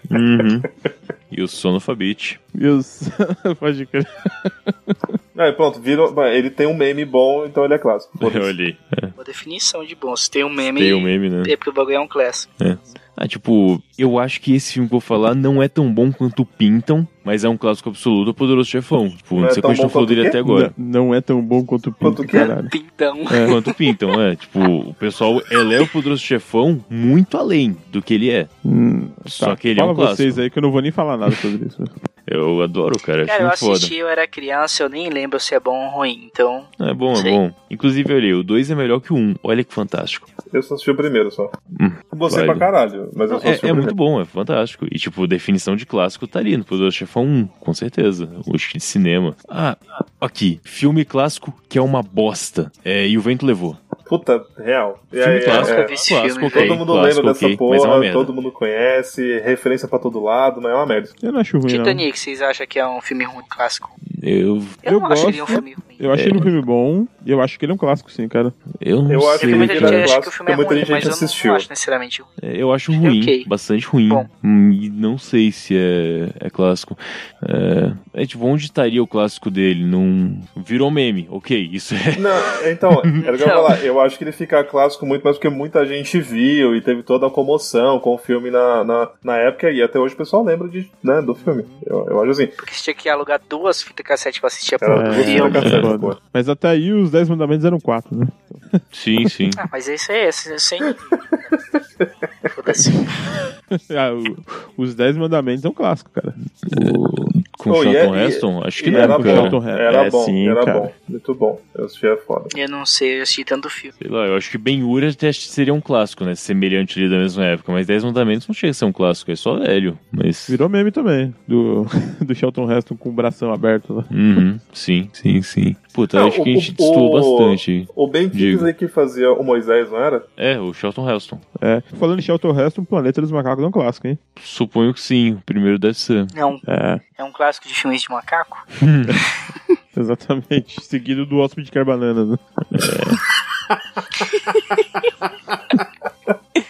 Speaker 2: Uhum. E o Sonofabit.
Speaker 1: E os... Pode crer.
Speaker 4: Ah, e pronto, virou, bah, ele tem um meme bom, então ele é clássico.
Speaker 2: Eu
Speaker 4: Foda-se.
Speaker 2: olhei.
Speaker 5: é Uma definição de bom. Se tem um meme,
Speaker 2: Tem o meme, né?
Speaker 5: é porque o bagulho é um clássico.
Speaker 2: Ah, tipo, eu acho que esse filme que eu vou falar não é tão bom quanto pintam, mas é um clássico absoluto, O Poderoso Chefão. Tipo,
Speaker 4: Não
Speaker 2: não
Speaker 4: é
Speaker 2: sei
Speaker 4: tão
Speaker 2: como a gente
Speaker 4: bom
Speaker 2: não falou
Speaker 4: quanto
Speaker 2: dele
Speaker 4: o quê?
Speaker 2: até agora.
Speaker 1: Não, não é tão bom quanto o
Speaker 4: Quanto
Speaker 1: Pinto,
Speaker 4: que é?
Speaker 1: caralho.
Speaker 5: Então,
Speaker 2: Quanto pintam, é. Tipo, o pessoal eleva o Poderoso Chefão muito além do que ele é.
Speaker 1: Hum,
Speaker 2: Só
Speaker 1: tá.
Speaker 2: que ele é
Speaker 1: Fala
Speaker 2: um clássico.
Speaker 1: vocês aí que eu não vou nem falar nada sobre isso.
Speaker 2: Eu adoro, cara.
Speaker 5: cara,
Speaker 2: Cara,
Speaker 5: eu
Speaker 2: É muito foda.
Speaker 5: assisti, eu era criança, eu nem lembro se é bom ou ruim. Então,
Speaker 2: É bom, é
Speaker 5: Sim.
Speaker 2: bom. Inclusive, olha, aí, o 2 é melhor que o 1. Um. Olha que fantástico.
Speaker 4: Eu só assisti o primeiro só.
Speaker 2: Hum,
Speaker 4: Gostei
Speaker 2: vale.
Speaker 4: pra caralho, mas eu só assisti
Speaker 2: É, é
Speaker 4: o
Speaker 2: muito
Speaker 4: primeiro.
Speaker 2: bom, é fantástico. E, tipo, definição de clássico tá ali no Poderoso Chefão 1, com certeza. O estilo de cinema. Ah, aqui. Filme clássico que é uma bosta. É, e o vento levou.
Speaker 4: Puta, real. É,
Speaker 2: filme
Speaker 4: é,
Speaker 2: clássico,
Speaker 4: é.
Speaker 5: Eu vi esse filme,
Speaker 2: ok,
Speaker 4: Todo mundo
Speaker 2: clássico,
Speaker 4: lembra dessa
Speaker 2: ok, mas é uma
Speaker 4: porra,
Speaker 2: merda.
Speaker 4: todo mundo conhece, referência pra todo lado, mas é uma merda.
Speaker 1: Eu não acho ruim, não.
Speaker 5: Titanic, vocês acham que é um filme ruim clássico?
Speaker 2: Eu,
Speaker 5: Eu,
Speaker 1: Eu
Speaker 5: não acho que ele é um
Speaker 1: gosto.
Speaker 5: filme ruim.
Speaker 1: Eu acho ele um filme bom e eu acho que ele é um clássico, sim, cara.
Speaker 2: eu não
Speaker 4: Eu acho
Speaker 5: Porque
Speaker 2: sei.
Speaker 4: que
Speaker 5: muita
Speaker 4: ele
Speaker 5: gente
Speaker 4: é
Speaker 5: acha que o
Speaker 4: clássico,
Speaker 5: filme
Speaker 4: porque
Speaker 5: é
Speaker 4: muita
Speaker 5: ruim,
Speaker 4: gente
Speaker 5: mas eu
Speaker 4: assistiu.
Speaker 5: não acho necessariamente ruim.
Speaker 2: É, Eu acho ruim,
Speaker 5: Ok.
Speaker 2: bastante ruim.
Speaker 5: Bom.
Speaker 2: Hum, E não sei se é, é clássico. É, é, tipo, onde estaria o clássico dele? Não. Virou meme, ok, isso é.
Speaker 4: Não, então, era o que eu ia
Speaker 5: Não.
Speaker 4: falar. Eu acho que ele fica clássico muito mais porque muita gente viu e teve toda a comoção com o filme na, na, na época e até hoje o pessoal lembra de, né, do filme. Eu, eu acho assim.
Speaker 5: Porque você tinha que alugar duas fitas cassete pra assistir a
Speaker 4: Cara,
Speaker 5: porra do
Speaker 4: duas fitas
Speaker 5: filme.
Speaker 4: cassete.
Speaker 1: é foda.
Speaker 4: pô.
Speaker 1: Mas até aí os Dez Mandamentos eram quatro, né?
Speaker 2: Sim, sim.
Speaker 5: Ah, mas isso é esse, isso é Foda-se.
Speaker 1: Ah, o- os Dez Mandamentos é um clássico, cara.
Speaker 2: O- com
Speaker 4: Oh, e
Speaker 2: Charlton
Speaker 4: é- e-
Speaker 2: Heston? Acho que
Speaker 4: E
Speaker 2: não,
Speaker 4: era
Speaker 2: cara.
Speaker 1: Charlton
Speaker 4: bom,
Speaker 1: Heston.
Speaker 4: era
Speaker 1: É,
Speaker 4: bom,
Speaker 1: sim,
Speaker 4: era
Speaker 1: cara.
Speaker 4: bom, muito bom. Eu assistia foda.
Speaker 5: Eu não sei, eu assisti tanto filme.
Speaker 2: Sei lá, eu acho que Ben Hur até seria um clássico, né? Semelhante ali da mesma época. Mas 10 Mandamentos não chega a ser um clássico, é só velho. Mas.
Speaker 1: Virou meme também, do, do Shelton Heston com o bração aberto lá.
Speaker 2: Uhum, sim, sim, sim. Puta,
Speaker 4: Não,
Speaker 2: acho que a
Speaker 4: o-
Speaker 2: gente
Speaker 4: o-
Speaker 2: destoou
Speaker 4: o-
Speaker 2: bastante.
Speaker 4: O Ben Kingsley que fazia o Moisés, não era?
Speaker 2: É, o Charlton Heston.
Speaker 1: É. Falando em Shelton Heston, o Planeta dos Macacos é um clássico, hein?
Speaker 2: Suponho que sim, o primeiro deve ser.
Speaker 5: Não,
Speaker 1: É,
Speaker 5: é um clássico de filmes de macaco?
Speaker 1: exatamente. Seguido do Hóspede de Quer Bananas, né?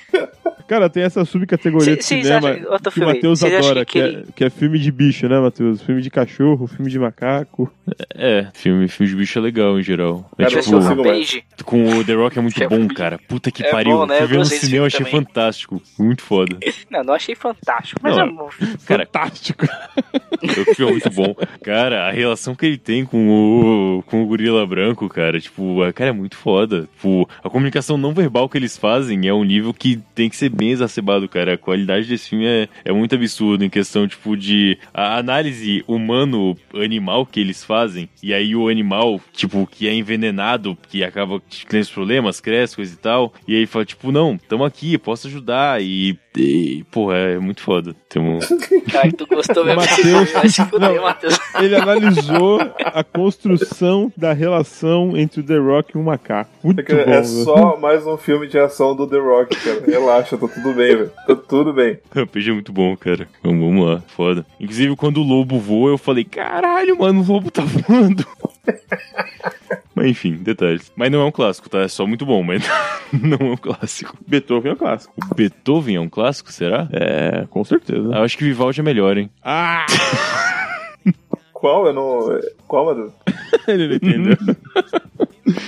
Speaker 1: Cara, tem essa subcategoria
Speaker 5: Cê-
Speaker 1: de
Speaker 5: cês
Speaker 1: cinema
Speaker 5: acham- outro
Speaker 1: que o
Speaker 5: filme aí.
Speaker 1: Matheus
Speaker 5: Cês acham
Speaker 1: adora,
Speaker 5: que
Speaker 1: que,
Speaker 5: ele-
Speaker 1: é, que é filme de bicho, né, Matheus? Filme de cachorro, filme de macaco.
Speaker 2: É, filme, filme de bicho é legal em geral. É,
Speaker 4: Cara,
Speaker 5: Deixa eu
Speaker 2: tipo,
Speaker 4: sou
Speaker 5: ver
Speaker 4: consigo mais.
Speaker 5: Page.
Speaker 2: com o The Rock é muito
Speaker 5: É
Speaker 2: bom,
Speaker 5: muito-
Speaker 2: cara. Puta que
Speaker 5: é
Speaker 2: pariu.
Speaker 5: bom, né?
Speaker 2: Fui
Speaker 5: Eu
Speaker 2: ver no
Speaker 5: gostei desse
Speaker 2: cinema,
Speaker 5: filme
Speaker 2: achei
Speaker 5: também.
Speaker 2: fantástico. Muito foda.
Speaker 5: Não, não achei fantástico, mas
Speaker 2: Não,
Speaker 5: é bom.
Speaker 2: Cara,
Speaker 1: Fantástico.
Speaker 2: o filme é muito bom. Cara, a relação que ele tem com o, com o gorila branco, cara, tipo, a cara é muito foda. Tipo, a comunicação não verbal que eles fazem é um nível que tem que ser bem exacerbado, cara. A qualidade desse filme é, é muito absurda em questão, tipo, de a análise humano-animal que eles fazem. E aí o animal, tipo, que é envenenado, que acaba tendo esses problemas, cresce, coisa e tal. E aí fala, tipo, não, tamo aqui, posso ajudar. E, e porra, é muito foda. Tem um...
Speaker 5: Ai, tu gostou mesmo desse
Speaker 1: Mateus.
Speaker 5: filme, vai se fuder,
Speaker 1: Não.
Speaker 5: Matheus.
Speaker 1: Ele analisou a construção da relação entre o The Rock e o macaco. Muito
Speaker 4: É, que é
Speaker 1: bom. né? viu?
Speaker 4: só mais um filme de ação do The Rock, cara. Relaxa, tá tudo bem, velho. Tá tudo bem.
Speaker 2: Rampage é muito bom, cara. Vamos, vamos lá, foda. Inclusive, quando o lobo voa, eu falei, caralho, mano, o lobo tá voando. mas enfim, detalhes. Mas não é um clássico, tá? É só muito bom, mas não é um clássico.
Speaker 1: Beethoven é um clássico.
Speaker 2: O Beethoven é um clássico, será?
Speaker 1: É, com certeza.
Speaker 2: Ah, Eu acho que Vivaldi é melhor, hein?
Speaker 1: Ah!
Speaker 4: Qual? Eu não. Qual, Madu?
Speaker 1: Ele não entendeu.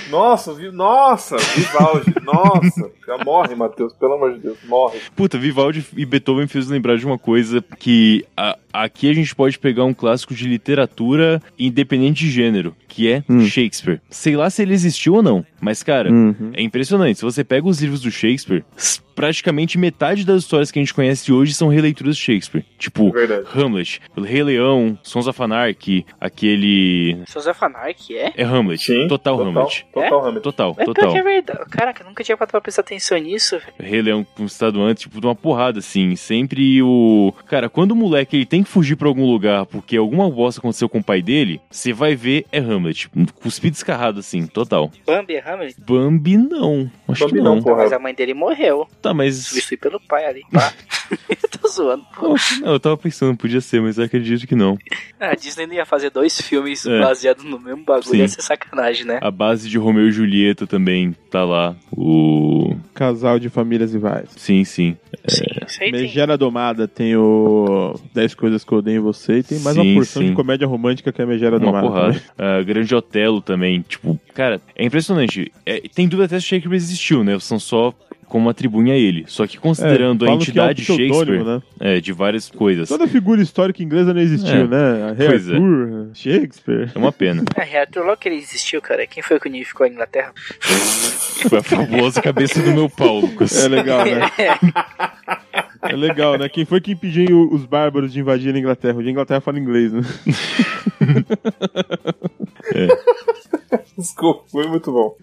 Speaker 4: Nossa, vi... nossa, Vivaldi, nossa. Já morre, Matheus, pelo amor de Deus, morre.
Speaker 2: Puta, Vivaldi e Beethoven fez lembrar de uma coisa que a- aqui a gente pode pegar um clássico de literatura independente de gênero, que é
Speaker 1: Hum.
Speaker 2: Shakespeare. Sei lá se ele existiu ou não, mas cara, É impressionante. Se você pega os livros do Shakespeare, s- praticamente metade das histórias que a gente conhece hoje são releituras de Shakespeare. Tipo,
Speaker 4: Verdade.
Speaker 2: Hamlet, Rei Leão, Sons of Anarchy, aquele.
Speaker 5: Sou Zé Fanark, é?
Speaker 2: É Hamlet.
Speaker 4: Sim.
Speaker 2: total, Hamlet.
Speaker 4: Total Hamlet.
Speaker 2: Total,
Speaker 5: Mas pior
Speaker 2: total.
Speaker 5: que é verdade. Caraca, nunca tinha parado pra prestar atenção nisso, velho.
Speaker 2: Rei Leão conquistado antes, tipo, de uma porrada, assim. Sempre o. Cara, quando o moleque ele tem que fugir pra algum lugar porque alguma bosta aconteceu com o pai dele, você vai ver é Hamlet. Cuspido escarrado, assim, total.
Speaker 5: Bambi, Hamlet.
Speaker 2: Bambi não. Acho
Speaker 4: Bambi
Speaker 2: que
Speaker 4: não,
Speaker 2: não.
Speaker 4: porra.
Speaker 5: Mas é- a mãe dele morreu.
Speaker 2: Tá, mas.
Speaker 5: Substituí pelo pai ali. Pá. Tô zoando.
Speaker 2: Pô, Não, eu tava pensando, podia ser, mas eu acredito que não.
Speaker 5: Ah, A Disney não ia fazer dois filmes
Speaker 2: É.
Speaker 5: baseados no mesmo bagulho.
Speaker 2: Sim.
Speaker 5: Ia ser sacanagem, né?
Speaker 2: A base de Romeu e Julieta também tá lá. O.
Speaker 1: Casal de famílias rivais.
Speaker 2: Sim, sim.
Speaker 5: Sim,
Speaker 2: É.
Speaker 5: isso aí tem.
Speaker 1: Megera Domada tem o 10 Coisas que Eu Odeio em Você e tem mais
Speaker 2: Sim,
Speaker 1: uma porção
Speaker 2: sim.
Speaker 1: de comédia romântica que é Megera
Speaker 2: Uma
Speaker 1: Domada.
Speaker 2: porrada.
Speaker 1: também.
Speaker 2: Ah, Grande Otelo também. Tipo, cara, é impressionante. É, tem dúvida até se Shakespeare existiu, né? São só como atribuem a ele. Só que considerando a
Speaker 1: falam que é um
Speaker 2: entidade
Speaker 1: pseudônimo,
Speaker 2: Shakespeare,
Speaker 1: Né?
Speaker 2: é, de várias coisas.
Speaker 1: Toda figura histórica inglesa não existiu,
Speaker 2: É.
Speaker 1: né? A Rei
Speaker 2: Pois é.
Speaker 1: Arthur, Shakespeare.
Speaker 2: É uma pena.
Speaker 5: É, Arthur logo que ele existiu, cara. Quem foi que unificou a Inglaterra?
Speaker 2: Foi a fabulosa cabeça do meu pau, Lucas.
Speaker 1: É legal, né? É legal, né? Quem foi que impediu os bárbaros de invadir a Inglaterra? Hoje a Inglaterra fala inglês, né?
Speaker 4: Desculpa, foi muito bom.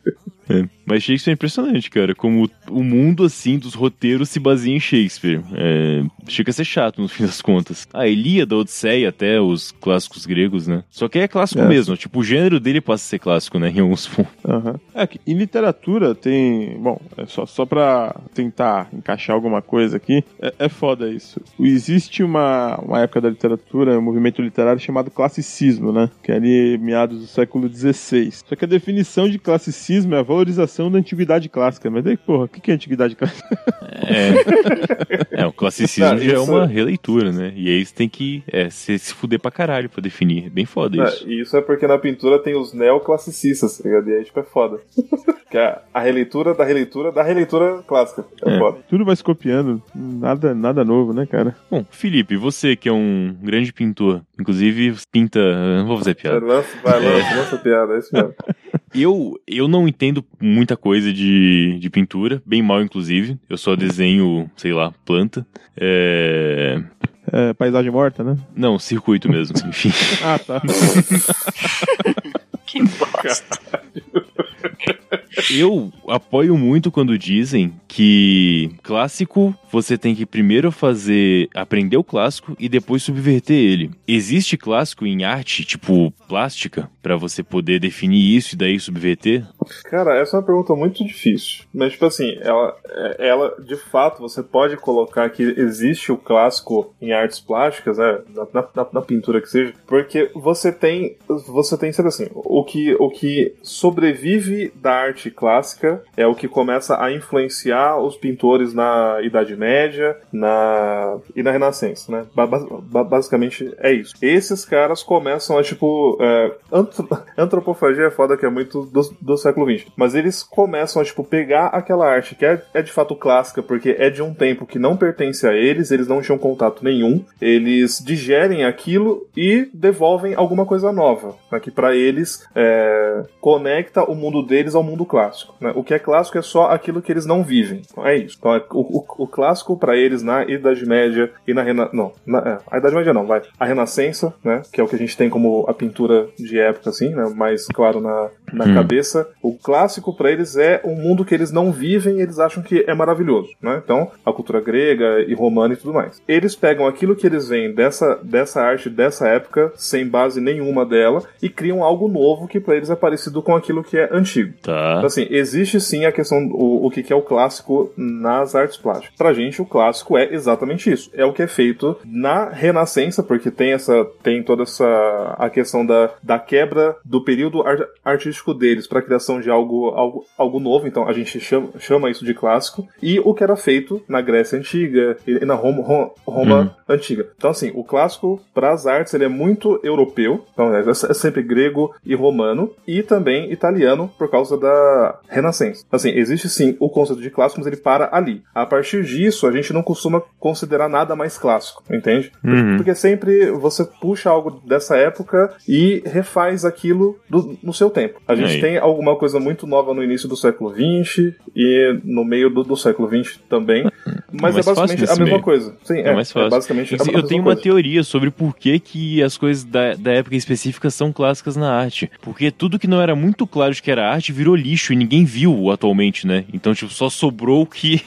Speaker 2: É. Mas Shakespeare é impressionante, cara. Como o mundo, assim, dos roteiros se baseia em Shakespeare. É, chega a ser chato, no fim das contas. A Ilíada, a Odisseia, até os clássicos gregos, né? Só que é clássico
Speaker 1: É.
Speaker 2: mesmo. Tipo, o gênero dele passa a ser clássico, né? Em alguns pontos.
Speaker 1: Aham. É que em literatura tem. Bom, é só, só pra tentar encaixar alguma coisa aqui, é, é foda isso. Existe uma, uma época da literatura, um movimento literário chamado classicismo, né? Que é ali meados do século XVI. Só que a definição de classicismo é a valorização da antiguidade clássica. Mas daí, porra, o que que é antiguidade clássica?
Speaker 2: É, é o classicismo
Speaker 4: Não,
Speaker 2: já é
Speaker 4: isso-
Speaker 2: uma releitura, né? E aí você tem que é, se, se fuder pra caralho pra definir. É bem foda
Speaker 4: Ah,
Speaker 2: isso.
Speaker 4: E isso é porque na pintura tem os neoclassicistas, tá ligado? E aí, tipo, é foda. que é a releitura da releitura da releitura clássica. É,
Speaker 2: É.
Speaker 4: foda.
Speaker 1: Tudo vai se copiando, nada, nada novo, né, cara?
Speaker 2: Bom, Felipe, você que é um grande pintor, inclusive pinta. Não vou fazer piada.
Speaker 4: Vai, lança, vai, lança, lança a piada, é isso mesmo.
Speaker 2: Eu, eu não entendo muita coisa de, de pintura, bem mal, inclusive. Eu só desenho, sei lá, planta. É...
Speaker 1: É, paisagem morta, né?
Speaker 2: Não, circuito mesmo, enfim.
Speaker 1: Ah, tá.
Speaker 5: que bosta.
Speaker 2: Eu apoio muito quando dizem que clássico você tem que primeiro fazer aprender o clássico e depois subverter ele. Existe clássico em arte, tipo plástica, pra você poder definir isso e daí subverter?
Speaker 4: Cara, essa é uma pergunta muito difícil. Mas, tipo assim, ela, é- ela de fato, você pode colocar que existe o clássico em artes plásticas, né? Na, na- na- na pintura que seja, porque você tem. Você tem, sabe assim, o que, o que sobrevive da arte clássica é o que começa a influenciar os pintores na Idade Média na e na Renascença, né? Ba- ba- basicamente é isso. Esses caras começam a, tipo, é, antro- antropofagia é foda que é muito do, do século XX, mas eles começam a, tipo, pegar aquela arte que é, é de fato clássica, porque é de um tempo que não pertence a eles, eles não tinham contato nenhum, eles digerem aquilo e devolvem alguma coisa nova, né, que para eles é, conecta o mundo deles ao mundo clássico. né? O que é clássico é só aquilo que eles não vivem. Então, é isso. Então, é- o, o- o clássico para eles na Idade Média e na Rena... não, na, é, a Idade Média não, vai. A Renascença, né, que é o que a gente tem como a pintura de época assim, né, mais claro na, na
Speaker 2: Hum.
Speaker 4: cabeça. O clássico para eles é um mundo que eles não vivem, e eles acham que é maravilhoso, né? Então, a cultura grega e romana e tudo mais. Eles pegam aquilo que eles veem dessa, dessa arte dessa época, sem base nenhuma dela, e criam algo novo que para eles é parecido com aquilo que é antigo. Então,
Speaker 2: Tá.
Speaker 4: assim, existe sim a questão o, o que, que é o clássico nas artes plásticas. Pra gente, o clássico é exatamente isso. É o que é feito na Renascença, porque tem essa tem toda essa a questão da, da quebra do período ar- artístico deles pra criação de algo, algo, algo novo. Então, a gente chama, chama isso de clássico. E o que era feito na Grécia Antiga e na Roma, Ro- Roma
Speaker 2: Uhum.
Speaker 4: antiga. Então, assim, o clássico para as artes ele é muito europeu, então é, é sempre grego e romano, e também italiano por causa da Renascença. Assim, existe sim o conceito de clássico, mas ele para ali. A partir disso, a gente não costuma considerar nada mais clássico, entende?
Speaker 2: Uhum.
Speaker 4: Porque sempre você puxa algo dessa época e refaz aquilo do- no seu tempo. A gente
Speaker 2: Aí.
Speaker 4: tem alguma coisa muito nova no início do século XX e no meio do, do século XX também, mas é
Speaker 2: Hum, mais fácil
Speaker 4: basicamente a
Speaker 2: nesse
Speaker 4: mesma
Speaker 2: meio.
Speaker 4: coisa. Sim, é,
Speaker 2: É mais fácil.
Speaker 4: basicamente a- a
Speaker 2: Eu
Speaker 4: mesma
Speaker 2: tenho uma
Speaker 4: coisa.
Speaker 2: teoria sobre por que, que as coisas da, da época específica são clássicas na arte. Porque tudo que não era muito claro de que era arte virou lixo e ninguém viu atualmente, né? Então, tipo, só sobrou o que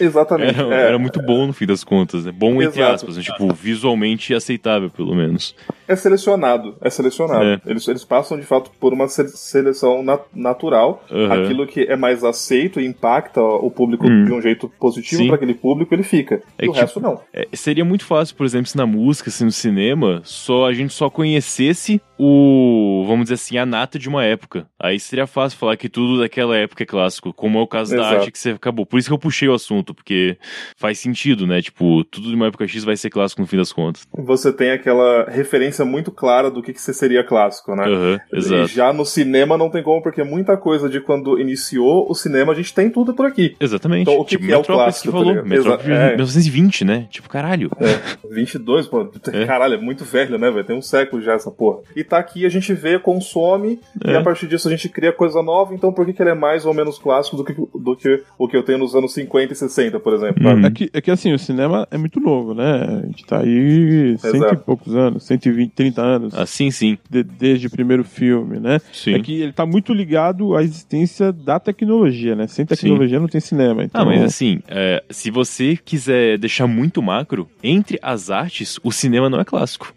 Speaker 4: Exatamente.
Speaker 2: era,
Speaker 4: é.
Speaker 2: era muito bom no fim das contas, né? Bom entre
Speaker 4: Exato.
Speaker 2: aspas, né? tipo, visualmente aceitável, pelo menos.
Speaker 4: É selecionado, é selecionado.
Speaker 2: É.
Speaker 4: Eles, eles passam de fato por uma se- seleção na- natural.
Speaker 2: Uhum.
Speaker 4: Aquilo que é mais aceito e impacta o público
Speaker 2: Hum.
Speaker 4: de um jeito positivo
Speaker 2: Sim.
Speaker 4: para aquele público, ele fica.
Speaker 2: É
Speaker 4: e o
Speaker 2: que,
Speaker 4: resto não.
Speaker 2: É, seria muito fácil, por exemplo, se na música, se no cinema, só a gente só conhecesse o, vamos dizer assim, a nata de uma época. Aí seria fácil falar que tudo daquela época é clássico, como é o caso
Speaker 4: Exato.
Speaker 2: da arte que você acabou. Por isso que eu puxei o assunto, porque faz sentido, né? Tipo, tudo de uma época X vai ser clássico no fim das contas.
Speaker 4: Você tem aquela referência muito clara do que, que seria clássico, né?
Speaker 2: Aham,
Speaker 4: E
Speaker 2: É, exato.
Speaker 4: já no cinema não tem como, porque muita coisa de quando iniciou o cinema a gente tem tudo por aqui.
Speaker 2: Exatamente.
Speaker 4: Então, o que
Speaker 2: tipo,
Speaker 4: que é o
Speaker 2: Metrópolis
Speaker 4: clássico,
Speaker 2: que
Speaker 4: tá
Speaker 2: falou.
Speaker 4: ligado?
Speaker 2: Metrópolis
Speaker 4: Exa- é.
Speaker 2: 1920, né? Tipo, caralho.
Speaker 4: É, 22, pô.
Speaker 2: É.
Speaker 4: Caralho, é muito velho, né, velho? Tem um século já essa porra. E tá aqui, a gente vê, consome, e
Speaker 2: É.
Speaker 4: a partir disso a gente cria coisa nova, então por que, que ele é mais ou menos clássico do que, do que o que eu tenho nos anos 50 e 60, por exemplo?
Speaker 2: Uhum.
Speaker 1: É que, é que assim, o cinema é muito novo, né? A gente tá aí cento e
Speaker 4: Exato.
Speaker 1: poucos anos, 120, 30 anos,
Speaker 2: Assim sim.
Speaker 1: de- desde o primeiro filme, né?
Speaker 2: Sim.
Speaker 1: É que ele tá muito ligado à existência da tecnologia, né? Sem tecnologia não tem cinema.
Speaker 4: Tá
Speaker 1: Então...
Speaker 2: Ah, mas assim, é, se você quiser deixar muito macro, entre as artes, o cinema não é clássico.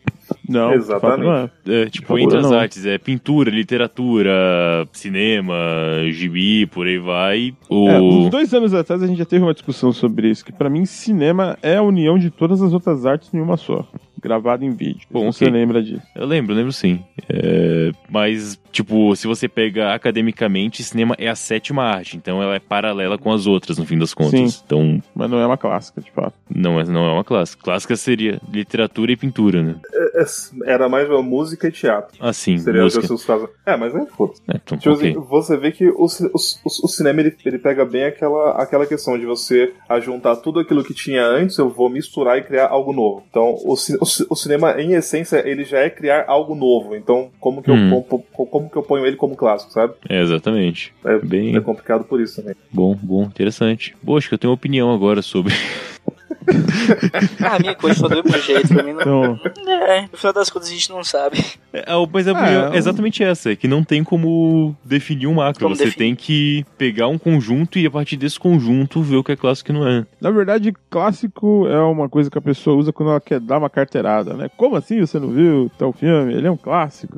Speaker 1: Não, de fato
Speaker 4: Exatamente.
Speaker 1: não é.
Speaker 2: É, tipo,
Speaker 1: favor,
Speaker 2: entre as
Speaker 1: não.
Speaker 2: artes, é pintura, literatura, cinema, gibi, por aí vai. O...
Speaker 1: É, uns dois anos atrás a gente já teve uma discussão sobre isso, que pra mim cinema é a união de todas as outras artes em uma só, gravada em vídeo.
Speaker 2: Bom,
Speaker 1: Você
Speaker 2: ok.
Speaker 1: lembra disso?
Speaker 2: Eu lembro, lembro sim. É, Mas, tipo, se você pega academicamente, cinema é a sétima arte, então ela é paralela com as outras, no fim das contas. Então,
Speaker 1: Mas não é uma clássica, de fato.
Speaker 2: não é, não é uma clássica. Clássica seria literatura e pintura, né?
Speaker 4: É, é, Era mais uma música e teatro.
Speaker 2: Assim,
Speaker 4: Seria os
Speaker 2: música.
Speaker 4: seus casos. É, mas é foda.
Speaker 2: É, então,
Speaker 4: Tipo
Speaker 2: ok.
Speaker 4: assim, você vê que o, ci- o, o- o cinema ele, ele pega bem aquela, aquela questão de você ajuntar tudo aquilo que tinha antes, eu vou misturar e criar algo novo. Então, o, ci- o, ci- o cinema, em essência, ele já é criar algo novo. Então, como que,
Speaker 2: Hum.
Speaker 4: eu, compo- co- como que eu ponho ele como clássico, sabe?
Speaker 2: É, exatamente.
Speaker 4: É,
Speaker 2: Bem-
Speaker 4: é complicado por isso também.
Speaker 2: Bom, bom, interessante. Boa, acho que eu tenho uma opinião agora sobre.
Speaker 5: Ah, a minha coisa só do meu jeito, pra mim não.
Speaker 1: Então,
Speaker 5: É, no final das contas a gente não sabe.
Speaker 2: É, o- mas a opinião
Speaker 1: Ah,
Speaker 2: é exatamente essa, é que não tem como definir um macro.
Speaker 5: Como
Speaker 2: Você
Speaker 5: definir.
Speaker 2: tem que pegar um conjunto e a partir desse conjunto ver o que é clássico e o que não é.
Speaker 1: na verdade, clássico é uma coisa que a pessoa usa quando ela quer dar uma carteirada, né? Como assim você não viu tal filme? Ele é um clássico.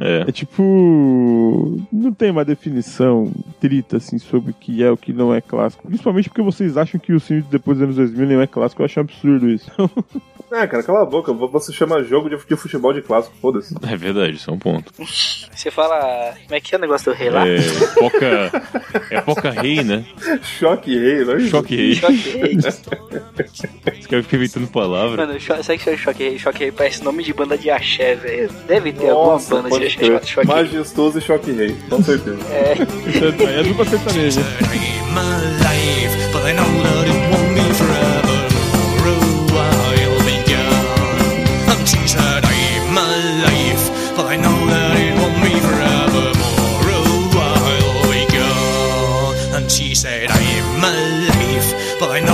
Speaker 2: É.
Speaker 1: É tipo. Não tem uma definição trita, assim, sobre o que é o que não é clássico. Principalmente porque vocês acham que o filme depois dos anos 2000 não é clássico. Eu acho um absurdo isso.
Speaker 4: É, cara, cala a boca. Você chama jogo de, de futebol de clássico, foda-se.
Speaker 2: É verdade, isso é um ponto.
Speaker 5: Você fala. Como é que é o negócio do rei lá?
Speaker 2: É Poca. É Poca Rei, né?
Speaker 4: Choque rei, né?
Speaker 2: Choque Rei.
Speaker 5: Choque Rei.
Speaker 2: Os caras ficam inventando palavra.
Speaker 5: Mano, cho... sabe que é Choque Rei? Choque Rei parece nome de banda de axé, velho. Deve ter
Speaker 4: Nossa,
Speaker 5: alguma banda
Speaker 4: pode
Speaker 5: de axé chamada
Speaker 4: crer.
Speaker 5: Choque Rei.
Speaker 4: Majestoso e choque rei, com certeza.
Speaker 1: É dupla sertaneja.
Speaker 6: my life, but I know that it won't be forever. For a while be gone. I'm that I'm my life, but I know that it won't be Oh, forever. For a while be gone. And she said, I'm my life, but I know Oh,